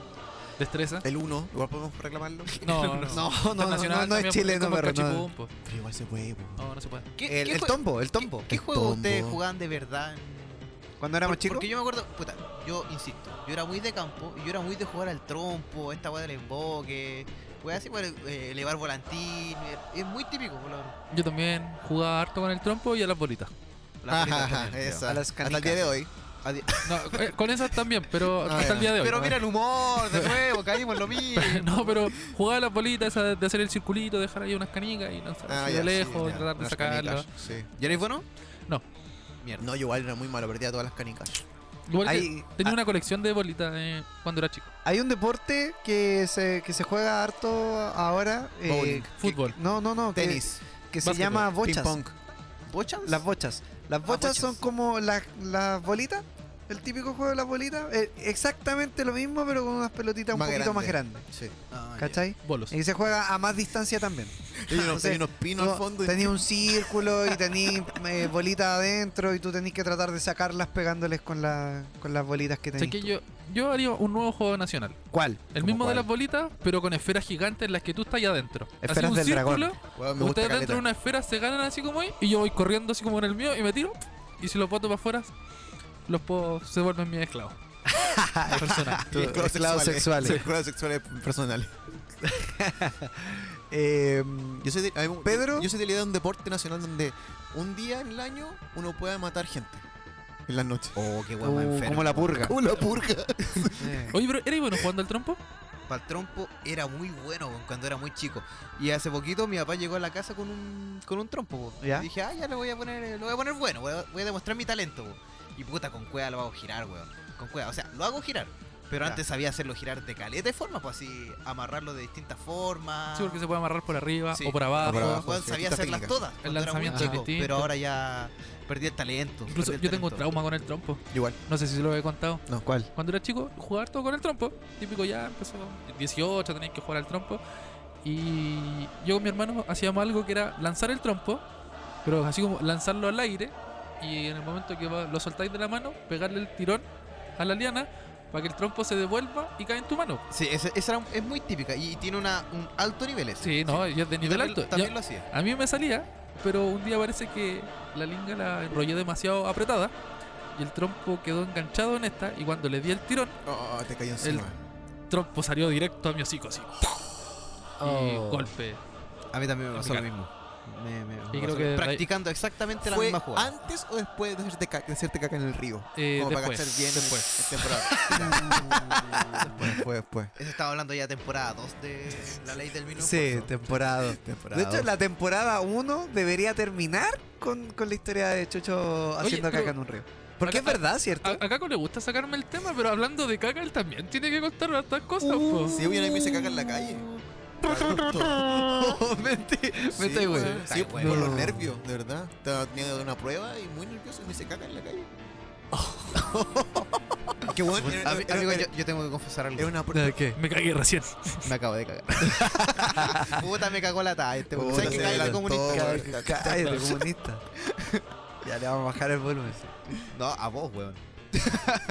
Speaker 2: destreza.
Speaker 3: el 1, igual podemos reclamarlo,
Speaker 2: No, no,
Speaker 4: No, no, no, no,
Speaker 2: Internacional
Speaker 4: no es
Speaker 2: también,
Speaker 4: chileno,
Speaker 2: como el
Speaker 4: perro. No.
Speaker 2: cachipún, po.
Speaker 3: pero igual se puede. po.
Speaker 2: No, no se puede.
Speaker 8: ¿Qué,
Speaker 4: El,
Speaker 8: qué
Speaker 4: el
Speaker 8: jue-
Speaker 4: tombo, el tombo.
Speaker 8: ¿Qué
Speaker 3: El
Speaker 8: juego
Speaker 3: tombo.
Speaker 8: ustedes jugaban de verdad?
Speaker 4: Cuando éramos
Speaker 8: Por-
Speaker 4: chicos.
Speaker 8: Porque yo me acuerdo, puta, yo insisto, yo era muy de campo y yo era muy de jugar al trompo, esta weá del emboque, weá así, bueno, eh, elevar volantín, eh, es muy típico, por lo menos.
Speaker 2: Yo también jugaba harto con el trompo y a las bolitas.
Speaker 8: La
Speaker 3: Ajá,
Speaker 8: pelota
Speaker 3: ajá,
Speaker 8: también,
Speaker 3: esa.
Speaker 4: A las
Speaker 3: Hasta el día de
Speaker 4: canicas.
Speaker 3: hoy.
Speaker 2: No, eh, con esas también, pero
Speaker 3: Ah,
Speaker 2: hasta
Speaker 3: ya.
Speaker 2: el día de
Speaker 8: ya.
Speaker 2: hoy.
Speaker 8: Pero mira el humor, de nuevo, caímos en lo mismo.
Speaker 2: No, pero jugaba a las bolitas esa de- de hacer el circulito, dejar ahí unas canicas y lanzar
Speaker 3: Ah,
Speaker 2: así
Speaker 3: ya,
Speaker 2: de
Speaker 3: sí,
Speaker 2: lejos,
Speaker 3: ya,
Speaker 2: tratar de
Speaker 3: las
Speaker 2: sacarlo.
Speaker 3: canicas, sí.
Speaker 8: ¿Ya eres bueno?
Speaker 3: No, yo igual era muy malo, perdía todas las canicas.
Speaker 2: Igual que
Speaker 4: Hay-
Speaker 2: tenía una colección de bolitas eh, cuando era chico.
Speaker 4: Hay un deporte que se, que se juega harto ahora. eh,
Speaker 3: Bowling.
Speaker 4: que-
Speaker 2: Fútbol.
Speaker 4: no, no, no. que-
Speaker 3: Tenis,
Speaker 4: Que, se
Speaker 2: Básquetbol.
Speaker 4: llama
Speaker 3: ping
Speaker 4: bochas.
Speaker 3: pong,
Speaker 8: ¿Bochas?
Speaker 4: Las bochas. Las bochas,
Speaker 8: bochas.
Speaker 4: son como las las bolitas. El típico juego de las bolitas. eh, exactamente lo mismo, pero con unas pelotitas un
Speaker 3: Más
Speaker 4: poquito más
Speaker 3: grande.
Speaker 4: grandes.
Speaker 3: sí.
Speaker 8: Ah, ya.
Speaker 4: ¿Cachai?
Speaker 2: Bolos.
Speaker 4: Y se juega a más distancia también.
Speaker 3: Y unos,
Speaker 4: Entonces,
Speaker 3: y unos pinos al fondo. y-
Speaker 4: Tenía un círculo y tenías bolitas adentro y tú tenías que tratar de sacarlas pegándoles con, la, con las bolitas que
Speaker 2: O sea
Speaker 4: tenías.
Speaker 2: que yo, yo haría un nuevo juego nacional.
Speaker 4: ¿Cuál?
Speaker 2: El
Speaker 3: ¿Cómo
Speaker 2: mismo
Speaker 3: cuál?
Speaker 2: de las bolitas, pero con esferas gigantes en las que tú estás ahí adentro.
Speaker 4: Esferas
Speaker 2: así un
Speaker 4: del
Speaker 2: círculo,
Speaker 4: dragón.
Speaker 3: Weón, me gusta
Speaker 2: ustedes
Speaker 3: caleta.
Speaker 2: dentro de una esfera se ganan así como ahí, y yo voy corriendo así como en el mío y me tiro, y si los boto para afuera, los puedo, se vuelven mis esclavos. Personal.
Speaker 3: Tú-
Speaker 4: Esclavos sexuales.
Speaker 3: Sí,
Speaker 8: eh.
Speaker 3: esclavos sexuales personales.
Speaker 4: Eh,
Speaker 8: Em,
Speaker 3: Yo soy de, a mí-
Speaker 4: Pedro.
Speaker 3: Yo soy de la idea de un deporte nacional donde un día en el año uno pueda matar gente. En las noches.
Speaker 8: Oh, qué
Speaker 4: uh,
Speaker 8: guapa enferma.
Speaker 4: como la purga.
Speaker 3: Como la purga.
Speaker 4: Eh.
Speaker 2: Oye, pero ¿eres bueno jugando al trompo?
Speaker 8: Para el trompo era muy bueno weón, cuando era muy chico. Y hace poquito mi papá llegó a la casa con un, con un trompo. weón.
Speaker 4: ¿Ya?
Speaker 8: Y dije, ah, ya lo voy a poner, lo voy a poner bueno, voy a, voy a demostrar mi talento. weón". Y puta, con cueva lo hago girar, weón. Con cueva, o sea, lo hago girar. Pero
Speaker 4: Ya.
Speaker 8: antes sabía hacerlo girar de caleta de forma, pues así, amarrarlo de distintas formas.
Speaker 2: Sí, porque se puede amarrar por arriba
Speaker 8: Sí.
Speaker 2: o por abajo.
Speaker 3: O por abajo.
Speaker 8: Weón,
Speaker 3: sí,
Speaker 8: sabía
Speaker 3: distintas
Speaker 8: hacerlas
Speaker 3: técnicas.
Speaker 8: todas. cuando era muy
Speaker 2: lanzamiento
Speaker 8: chico,
Speaker 2: es distinto.
Speaker 8: Pero ahora ya perdí el talento.
Speaker 2: Incluso
Speaker 8: perdí
Speaker 2: yo
Speaker 8: el
Speaker 2: tengo
Speaker 8: talento.
Speaker 2: trauma con el trompo.
Speaker 3: Igual.
Speaker 2: No sé si se lo he contado.
Speaker 3: No.
Speaker 4: ¿Cuál?
Speaker 2: Cuando era chico, jugaba harto con el trompo. Típico ya, empezó 18, tenéis que jugar al trompo. Y yo con mi hermano hacíamos algo que era lanzar el trompo, pero así como lanzarlo al aire. Y en el momento que va- lo soltáis de la mano, pegarle el tirón a la liana para que el trompo se devuelva y caiga en tu mano.
Speaker 8: Sí, esa, esa era- es muy típica y tiene una, un alto nivel ese.
Speaker 2: Sí, no, yo de
Speaker 8: Yo
Speaker 2: nivel
Speaker 8: también-
Speaker 2: alto.
Speaker 8: También
Speaker 2: Yo-
Speaker 8: lo hacía.
Speaker 2: a mí me salía, pero un día parece que la linga la enrollé demasiado apretada. Y el trompo quedó enganchado en esta. Y cuando le di el tirón,
Speaker 3: Oh, te cayó encima.
Speaker 2: trompo salió directo a mi hocico así.
Speaker 8: Oh.
Speaker 2: Y golpe.
Speaker 8: A mí también me pasó lo
Speaker 2: Complicado.
Speaker 8: mismo. Me- me- me
Speaker 2: creo
Speaker 8: pasó lo-
Speaker 2: que-
Speaker 8: practicando exactamente la
Speaker 3: ¿Fue
Speaker 8: misma jugada.
Speaker 3: antes o después de hacerte, ca- de hacerte caca en el río?
Speaker 2: Eh,
Speaker 3: Como para
Speaker 2: después,
Speaker 3: cachar bien
Speaker 2: después.
Speaker 3: el- el temporada. después, después, después.
Speaker 8: Eso estaba hablando ya temporada 2 de la ley del vino.
Speaker 4: Sí, temporada.
Speaker 3: Temporada
Speaker 4: De hecho,
Speaker 3: dos.
Speaker 4: la temporada 1 debería terminar con, con la historia de Chucho haciendo
Speaker 2: pero-
Speaker 4: caca en un río. Porque
Speaker 2: Acá-
Speaker 4: es verdad, ¿cierto?
Speaker 2: A, a Caco le gusta sacarme el tema, pero hablando de caca, él también tiene que contar hartas cosas. po.
Speaker 8: Uh,
Speaker 3: Sí, hubiera a mí se caca en la calle.
Speaker 4: Mente-
Speaker 3: Sí,
Speaker 4: mente, güey.
Speaker 3: weón. Sí,
Speaker 8: Está
Speaker 3: por
Speaker 8: bueno.
Speaker 3: los nervios, de verdad. Estaba teniendo una prueba y muy nervioso y me hice caca en la calle. Qué bueno. Era,
Speaker 8: Ami-
Speaker 3: era-
Speaker 8: amigo,
Speaker 3: era-
Speaker 8: yo, yo tengo que confesar algo.
Speaker 3: era una prueba.
Speaker 2: pues. Ah, Me cagué recién.
Speaker 8: Me acabo de cagar. Puta, me cagó la talla este weón.
Speaker 3: Puta,
Speaker 8: ¿Sabes
Speaker 3: se
Speaker 8: que cae la
Speaker 3: adelantó.
Speaker 8: comunista?
Speaker 4: Cállate, cállate, comunista. Ya le vamos a bajar el volumen.
Speaker 8: No, a vos, weón.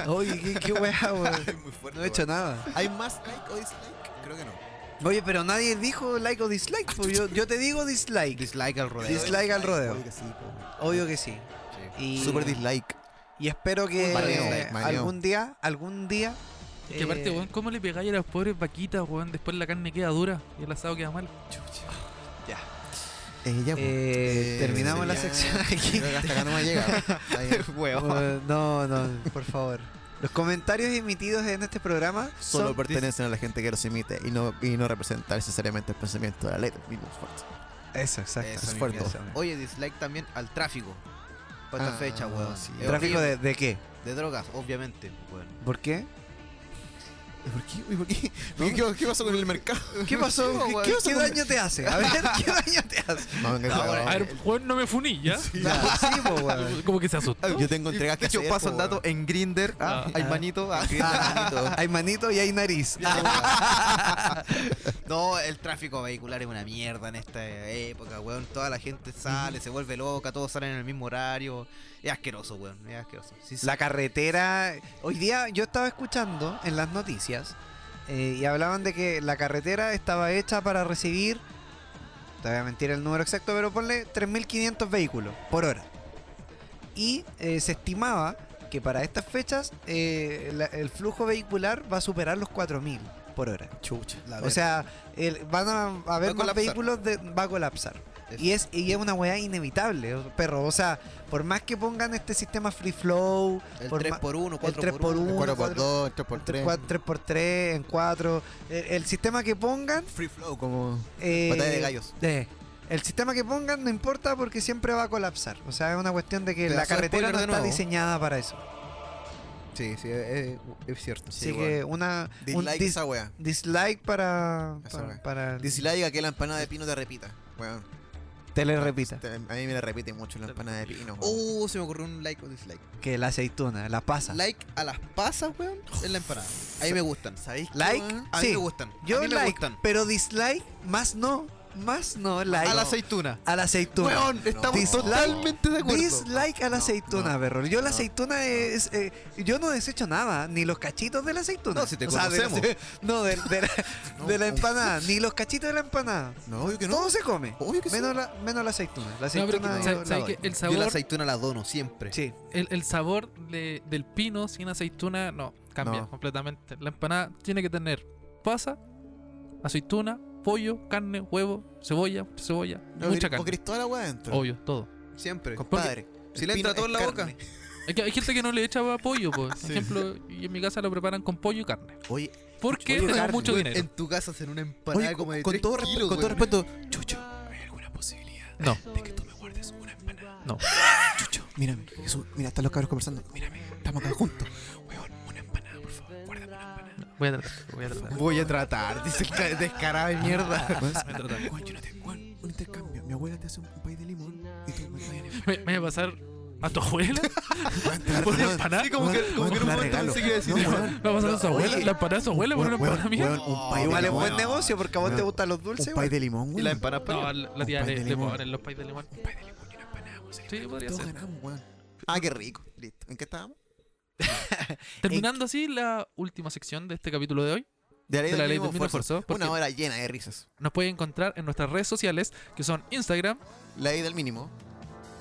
Speaker 4: Oye, qué, qué weá, weey.
Speaker 3: Muy fuerte,
Speaker 4: No he hecho nada.
Speaker 3: ¿Hay más like o dislike? Creo que no.
Speaker 4: Oye, pero nadie dijo like o dislike. po. Yo, yo te digo dislike.
Speaker 8: Dislike al rodeo.
Speaker 4: Dislike. al rodeo.
Speaker 3: Obvio que sí, po.
Speaker 4: Obvio que sí.
Speaker 8: Sí.
Speaker 4: Y,
Speaker 3: Super dislike.
Speaker 4: y espero que
Speaker 3: Mareo,
Speaker 4: eh,
Speaker 3: mareo.
Speaker 4: algún día, algún día.
Speaker 2: Que aparte,
Speaker 4: eh,
Speaker 2: weón, ¿cómo le pegáis a las pobres vaquitas, weón? Después la carne queda dura y el asado queda mal.
Speaker 3: Chucha. Ella, pues,
Speaker 4: Eh, terminamos la
Speaker 3: ya.
Speaker 4: sección aquí.
Speaker 3: Creo que hasta acá no me llega. Está bien.
Speaker 4: Bueno, no, no, por favor. Los comentarios emitidos en este programa
Speaker 3: Solo
Speaker 4: son-
Speaker 3: pertenecen a la gente que los emite y no, y no representar necesariamente el pensamiento de la ley del mismo esfuerzo.
Speaker 4: Eso, exacto.
Speaker 1: Eso
Speaker 3: mismo,
Speaker 4: Esfuerzo.
Speaker 3: eso
Speaker 1: Oye, dislike también al tráfico. Para esta
Speaker 3: Ah,
Speaker 1: fecha, weón.
Speaker 3: sí.
Speaker 1: Es
Speaker 4: ¿Tráfico
Speaker 1: horrible.
Speaker 4: de, de qué?
Speaker 1: de drogas, obviamente, weón.
Speaker 4: ¿Por qué?
Speaker 3: ¿Y por qué? ¿Y por qué? ¿Qué, qué pasó con el mercado?
Speaker 4: ¿Qué pasó? ¿Qué,
Speaker 1: weón?
Speaker 4: qué- qué daño te hace? A ver, ¿qué daño te hace?
Speaker 3: No, venga,
Speaker 1: Ahora,
Speaker 2: A
Speaker 3: claro.
Speaker 2: ver, Juan no me funí, ¿ya?
Speaker 4: No, sí, po, weón.
Speaker 2: Como que se asustó.
Speaker 3: Ah, yo tengo entregas que
Speaker 1: De hecho,
Speaker 3: hacer,
Speaker 1: paso
Speaker 3: po,
Speaker 1: el dato
Speaker 3: weón.
Speaker 1: en Grinder.
Speaker 2: Ah,
Speaker 1: Ah, hay manito. ah.
Speaker 4: Ah, hay manito y hay nariz.
Speaker 1: No, el tráfico vehicular es una mierda en esta época, weón. Toda la gente sale, se vuelve loca, todos salen en el mismo horario. Es asqueroso, weón. Es asqueroso. Sí, sí.
Speaker 4: La carretera. Hoy día yo estaba escuchando en las noticias eh, y hablaban de que la carretera estaba hecha para recibir. Te voy a mentir el número exacto, pero ponle 3.500 vehículos por hora. Y eh, se estimaba que para estas fechas eh, la- el flujo vehicular va a superar los 4.000 por hora.
Speaker 3: Chucha.
Speaker 4: O sea, el- van a
Speaker 1: a
Speaker 4: haber más
Speaker 1: colapsar.
Speaker 4: vehículos, de, va a colapsar. Y es, y es una weá inevitable, perro. O sea, por más que pongan este sistema free flow,
Speaker 3: Ah,
Speaker 1: El
Speaker 4: por ma-
Speaker 1: 3x1,
Speaker 4: el
Speaker 1: 4x1.
Speaker 4: 3x1,
Speaker 3: 4x2, 3x3.
Speaker 4: 3x3, en 4. El, el sistema que pongan.
Speaker 3: Free flow, como
Speaker 4: eh,
Speaker 3: batalla de gallos.
Speaker 4: eh, el sistema que pongan no importa porque siempre va a colapsar. O sea, es una cuestión de que
Speaker 1: Pedazo
Speaker 4: la
Speaker 1: de
Speaker 4: carretera
Speaker 1: spoiler
Speaker 4: no
Speaker 1: de
Speaker 4: está
Speaker 1: nuevo.
Speaker 4: diseñada para eso.
Speaker 1: Sí, sí, es, es cierto.
Speaker 4: Así que una. un
Speaker 3: Dislike
Speaker 4: dis-
Speaker 3: esa wea.
Speaker 4: dislike para.
Speaker 3: Esa
Speaker 4: para,
Speaker 3: wea.
Speaker 4: para-
Speaker 3: Dislike a que la empanada de pino te repita. Weón.
Speaker 4: te le repita.
Speaker 3: Te- A mí me la repite mucho la empanada de pino. weón.
Speaker 1: Uh, se me ocurrió un like o dislike.
Speaker 4: Que la aceituna, la pasa.
Speaker 1: Like a las pasas, weón, en la empanada. A mí me gustan.
Speaker 3: ¿Sabéis qué,
Speaker 4: Like,
Speaker 3: weón?
Speaker 1: A mí
Speaker 4: sí.
Speaker 1: me gustan.
Speaker 4: Yo
Speaker 1: a mí me
Speaker 4: like,
Speaker 1: gustan.
Speaker 4: pero dislike, más no. Más no, like.
Speaker 1: A la aceituna.
Speaker 4: a la aceituna.
Speaker 1: Weón, estamos
Speaker 4: Dislike.
Speaker 1: totalmente de acuerdo.
Speaker 4: Dislike a la
Speaker 3: No,
Speaker 4: aceituna,
Speaker 3: no,
Speaker 4: perro. Yo la
Speaker 3: no.
Speaker 4: aceituna es. eh, yo no desecho nada, ni los cachitos de la aceituna.
Speaker 1: No, si te
Speaker 4: de la-
Speaker 1: conocemos.
Speaker 4: no, de, de la,
Speaker 3: No,
Speaker 4: de la
Speaker 3: un-
Speaker 4: empanada, ni los cachitos de la empanada.
Speaker 3: No, obvio que no.
Speaker 4: Todo se come.
Speaker 3: Obvio que sí.
Speaker 4: Menos la, menos la aceituna. La
Speaker 2: No, pero
Speaker 4: aceituna.
Speaker 2: que-
Speaker 4: yo
Speaker 2: ¿sabes-
Speaker 4: la
Speaker 2: sabes
Speaker 4: doy.
Speaker 2: que el
Speaker 1: Yo la
Speaker 2: sabor,
Speaker 1: aceituna la dono siempre.
Speaker 4: Sí.
Speaker 2: el, el sabor de- del pino sin aceituna no cambia
Speaker 3: No.
Speaker 2: completamente. La empanada tiene que tener pasa, aceituna, pollo, carne, huevo, cebolla, cebolla,
Speaker 3: No,
Speaker 2: mucha
Speaker 3: gri-
Speaker 2: carne.
Speaker 3: O Cristóbal agua
Speaker 4: Oh,
Speaker 3: adentro.
Speaker 2: Obvio, todo.
Speaker 1: Siempre.
Speaker 3: Compadre.
Speaker 1: Si le entra todo en la boca.
Speaker 2: Es que hay gente que no le echa pollo, por ejemplo, y en mi casa lo preparan con pollo y carne.
Speaker 3: Oye,
Speaker 2: Porque
Speaker 3: Pollo y
Speaker 2: tenemos
Speaker 3: carne.
Speaker 2: mucho
Speaker 1: Weón,
Speaker 2: dinero.
Speaker 1: En tu casa hacen una empanada
Speaker 3: oye
Speaker 1: como de
Speaker 3: con, con
Speaker 1: tres
Speaker 3: todo, respeto,
Speaker 1: kilos,
Speaker 3: con todo
Speaker 1: weón.
Speaker 3: respeto, Chucho, ¿hay alguna posibilidad
Speaker 2: No.
Speaker 3: de que tú me guardes una empanada?
Speaker 2: No.
Speaker 3: Chucho, mírame, Jesús, mira, están los cabros conversando. Mírame, estamos acá juntos. Weón, una empanada, por favor, guárdame una empanada.
Speaker 2: Voy a tratar, voy a tratar.
Speaker 1: Voy a tratar, dice el ca- descarado de mierda.
Speaker 3: Weón, yo no te. Weón, un intercambio. Mi abuela te hace un pay de limón y tú me traes en
Speaker 2: ¿Me, me voy a pasar a tu abuela? ¿Por una empanada?
Speaker 1: Sí, como que, como que en un momento pensé que iba a decir,
Speaker 3: No,
Speaker 1: weón,
Speaker 3: weón.
Speaker 2: ¿Me va a pasar a su abuela?
Speaker 3: Oye.
Speaker 2: ¿La empanada de su abuela por una
Speaker 3: Weón,
Speaker 2: empanada mía?
Speaker 3: weón, un pay de
Speaker 4: Igual es
Speaker 3: limón.
Speaker 4: buen negocio porque a vos
Speaker 3: Weón,
Speaker 4: te gustan los dulces.
Speaker 3: Un pay
Speaker 4: weón.
Speaker 3: de limón,
Speaker 1: Y
Speaker 3: weón.
Speaker 1: la empanada
Speaker 2: No, la, la tía
Speaker 3: Un pay
Speaker 2: le,
Speaker 3: de
Speaker 2: le
Speaker 3: limón.
Speaker 2: ponen los pais de limón.
Speaker 3: Un pay de limón y una empanada, weón. sería
Speaker 2: Sí,
Speaker 3: perfecto.
Speaker 2: podría
Speaker 3: Todos
Speaker 2: ser.
Speaker 3: ganamos, weón. Ah, qué rico. Listo. ¿En qué estábamos?
Speaker 2: Terminando así la última sección de este capítulo de hoy,
Speaker 3: De la
Speaker 2: de la ley
Speaker 3: mínimo
Speaker 2: del mínimo
Speaker 3: esfuerzo.
Speaker 2: esfuerzo, porque
Speaker 3: Una hora llena de risas.
Speaker 2: nos pueden encontrar en nuestras redes sociales, que son Instagram,
Speaker 3: La ley del mínimo.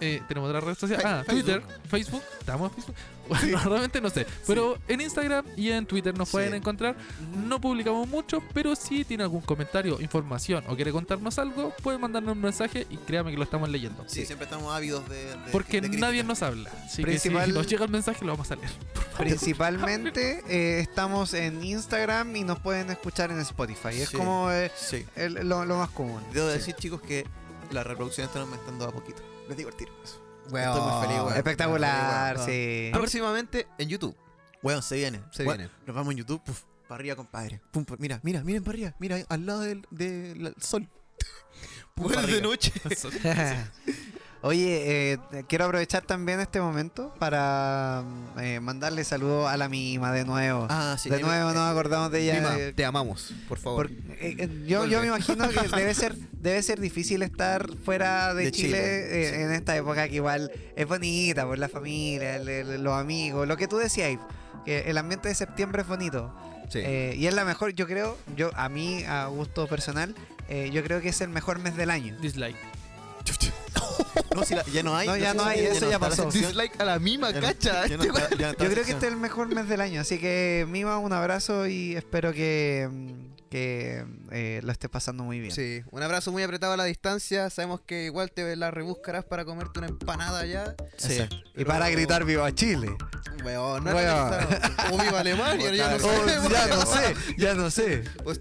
Speaker 2: eh, tenemos otras redes sociales,
Speaker 3: Fe-
Speaker 2: ah,
Speaker 3: Facebook.
Speaker 2: Twitter, Facebook, ¿estamos en Facebook? Bueno, realmente no sé, pero en Instagram y en Twitter nos
Speaker 3: Sí.
Speaker 2: pueden encontrar.
Speaker 3: Mm.
Speaker 2: No publicamos mucho, pero si tiene algún comentario, información o quiere contarnos algo, puede mandarnos un mensaje y créame que lo estamos leyendo.
Speaker 3: Sí, siempre estamos ávidos de. de-
Speaker 2: Porque
Speaker 3: de crítica.
Speaker 2: nadie nos habla. Así que
Speaker 4: Principal-
Speaker 2: si nos llega el mensaje, lo vamos a leer.
Speaker 4: Principalmente eh, estamos en Instagram y nos pueden escuchar en Spotify. Es
Speaker 3: Sí.
Speaker 4: como eh,
Speaker 3: Sí.
Speaker 4: el- lo, lo más común.
Speaker 3: Debo decir, chicos, que las reproducciones están aumentando a poquito. Les digo el tiro. Eso.
Speaker 4: Weón,
Speaker 3: Estoy muy feliz, weón.
Speaker 4: Espectacular,
Speaker 3: Estoy
Speaker 4: sí.
Speaker 1: Próximamente en YouTube.
Speaker 3: Weón, se viene.
Speaker 1: Se
Speaker 3: Weón,
Speaker 1: viene.
Speaker 3: Nos vamos en YouTube. Puf, para arriba, compadre. Pum, pa- mira, mira, miren para arriba. Mira, al lado del, del sol. Pum, pa' arriba.
Speaker 1: noche.
Speaker 4: Oye, eh, quiero aprovechar también este momento para mm, eh, mandarle saludos a la mima de nuevo.
Speaker 3: Ah, sí.
Speaker 4: de
Speaker 3: eh,
Speaker 4: nuevo
Speaker 3: eh,
Speaker 4: nos acordamos de ella.
Speaker 1: Dima,
Speaker 4: eh,
Speaker 1: te amamos, por favor.
Speaker 4: por- eh, eh, yo, yo me imagino que debe ser debe ser difícil estar fuera de,
Speaker 3: De
Speaker 4: Chile,
Speaker 3: Chile,
Speaker 4: eh,
Speaker 3: sí.
Speaker 4: en esta época que igual es bonita por la familia, el- el- los amigos, lo que tú decías, que el ambiente de septiembre es bonito.
Speaker 1: Sí.
Speaker 4: Eh, y es la mejor, yo creo, yo a mí, a gusto personal, eh, yo creo que es el mejor mes del año.
Speaker 2: Dislike.
Speaker 3: chucha. No, si la- ya no hay.
Speaker 4: No, ya
Speaker 3: sé
Speaker 4: no
Speaker 3: si-
Speaker 4: hay, eso ya
Speaker 3: está la
Speaker 4: pasó.
Speaker 3: sección.
Speaker 1: Dislike a la misma
Speaker 3: Ya no
Speaker 1: cacha.
Speaker 3: está- ya no está- ya no está
Speaker 4: Yo
Speaker 3: la
Speaker 4: creo que
Speaker 3: sección.
Speaker 4: este es el mejor mes del año, así que Mima, un abrazo y espero que, mm, que eh, lo estés pasando muy bien.
Speaker 1: Sí, un abrazo muy apretado a la distancia. Sabemos que igual te la rebuscarás para comerte una empanada allá.
Speaker 4: Sí.
Speaker 3: Exacto.
Speaker 4: Y para gritar viva Chile.
Speaker 1: Weón, no
Speaker 4: Weón.
Speaker 1: era necesario. O viva Alemania, ya no sé.
Speaker 4: Oh, ya no
Speaker 1: weón.
Speaker 4: sé, ya no sé.
Speaker 1: Pues-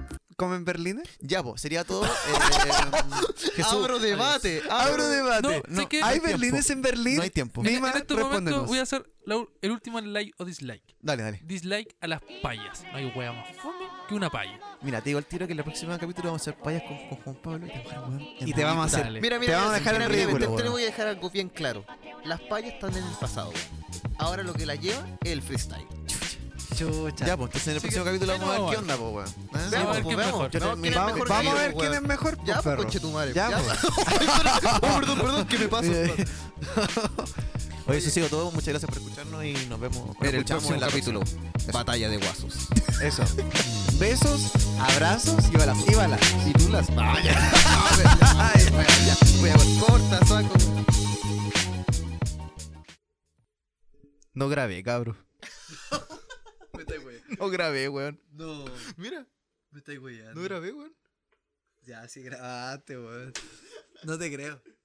Speaker 4: ¿Comen en Berlín?
Speaker 3: Ya, pues, sería todo. eh, Jesús,
Speaker 1: abro debate.
Speaker 4: Abro debate.
Speaker 2: No, sé que-
Speaker 4: ¿Hay
Speaker 3: no hay
Speaker 4: berlines en Berlín?
Speaker 3: No hay tiempo.
Speaker 2: En,
Speaker 4: Mima,
Speaker 2: en este momento
Speaker 4: respóndenos.
Speaker 2: voy a hacer la u- el último like o dislike.
Speaker 3: Dale, dale.
Speaker 2: Dislike a las payas. No hay wea más fome que una paya.
Speaker 3: Mira, te digo el tiro que en el próximo capítulo vamos a hacer payas con, con Juan Pablo y te vamos a dejar, weón, en
Speaker 4: Y te vamos a hacer-
Speaker 2: Dale.
Speaker 1: Mira, mira,
Speaker 4: Te vamos a
Speaker 1: mira,
Speaker 4: dejar en
Speaker 1: mira,
Speaker 4: ridículo,
Speaker 1: te- Te,
Speaker 4: weón.
Speaker 1: voy a dejar algo bien claro. Las payas están en el pasado. Ahora lo que la lleva es el freestyle.
Speaker 4: Chucha.
Speaker 3: Ya, pues, entonces en el
Speaker 2: Sí,
Speaker 3: próximo
Speaker 2: que-
Speaker 3: capítulo
Speaker 2: sí,
Speaker 3: vamos a ver
Speaker 2: no,
Speaker 3: qué onda, pues, weón. ¿Ah?
Speaker 2: Sí,
Speaker 1: Veamos,
Speaker 2: a ver
Speaker 1: pues, veamos.
Speaker 2: quién mejor.
Speaker 1: Veamos quién es
Speaker 4: vamos
Speaker 1: mejor
Speaker 4: vamos
Speaker 1: que
Speaker 4: a ver
Speaker 1: yo,
Speaker 4: quién es
Speaker 1: weón.
Speaker 4: mejor, pues,
Speaker 1: Ya, pues,
Speaker 4: perro.
Speaker 1: conche tu madre.
Speaker 4: Ya,
Speaker 1: Ya,
Speaker 4: pues.
Speaker 1: Oh, perdón, perdón, que me paso.
Speaker 3: Oye, eso ha sido todo. Muchas gracias por escucharnos y nos vemos.
Speaker 1: En el
Speaker 3: escuchamos
Speaker 1: próximo
Speaker 3: en la
Speaker 1: capítulo. Batalla de guasos.
Speaker 4: Eso. Besos, abrazos y balas. Y balas.
Speaker 1: Y tú las payas. Ay, weón, ya. Voy a ver, corta, saco. No grabé, cabro. No grabé, weón.
Speaker 4: No,
Speaker 1: Mira,
Speaker 4: me estoy
Speaker 1: no
Speaker 4: guiando.
Speaker 1: grabé, weón.
Speaker 4: Ya, sí grabaste, weón. No te creo.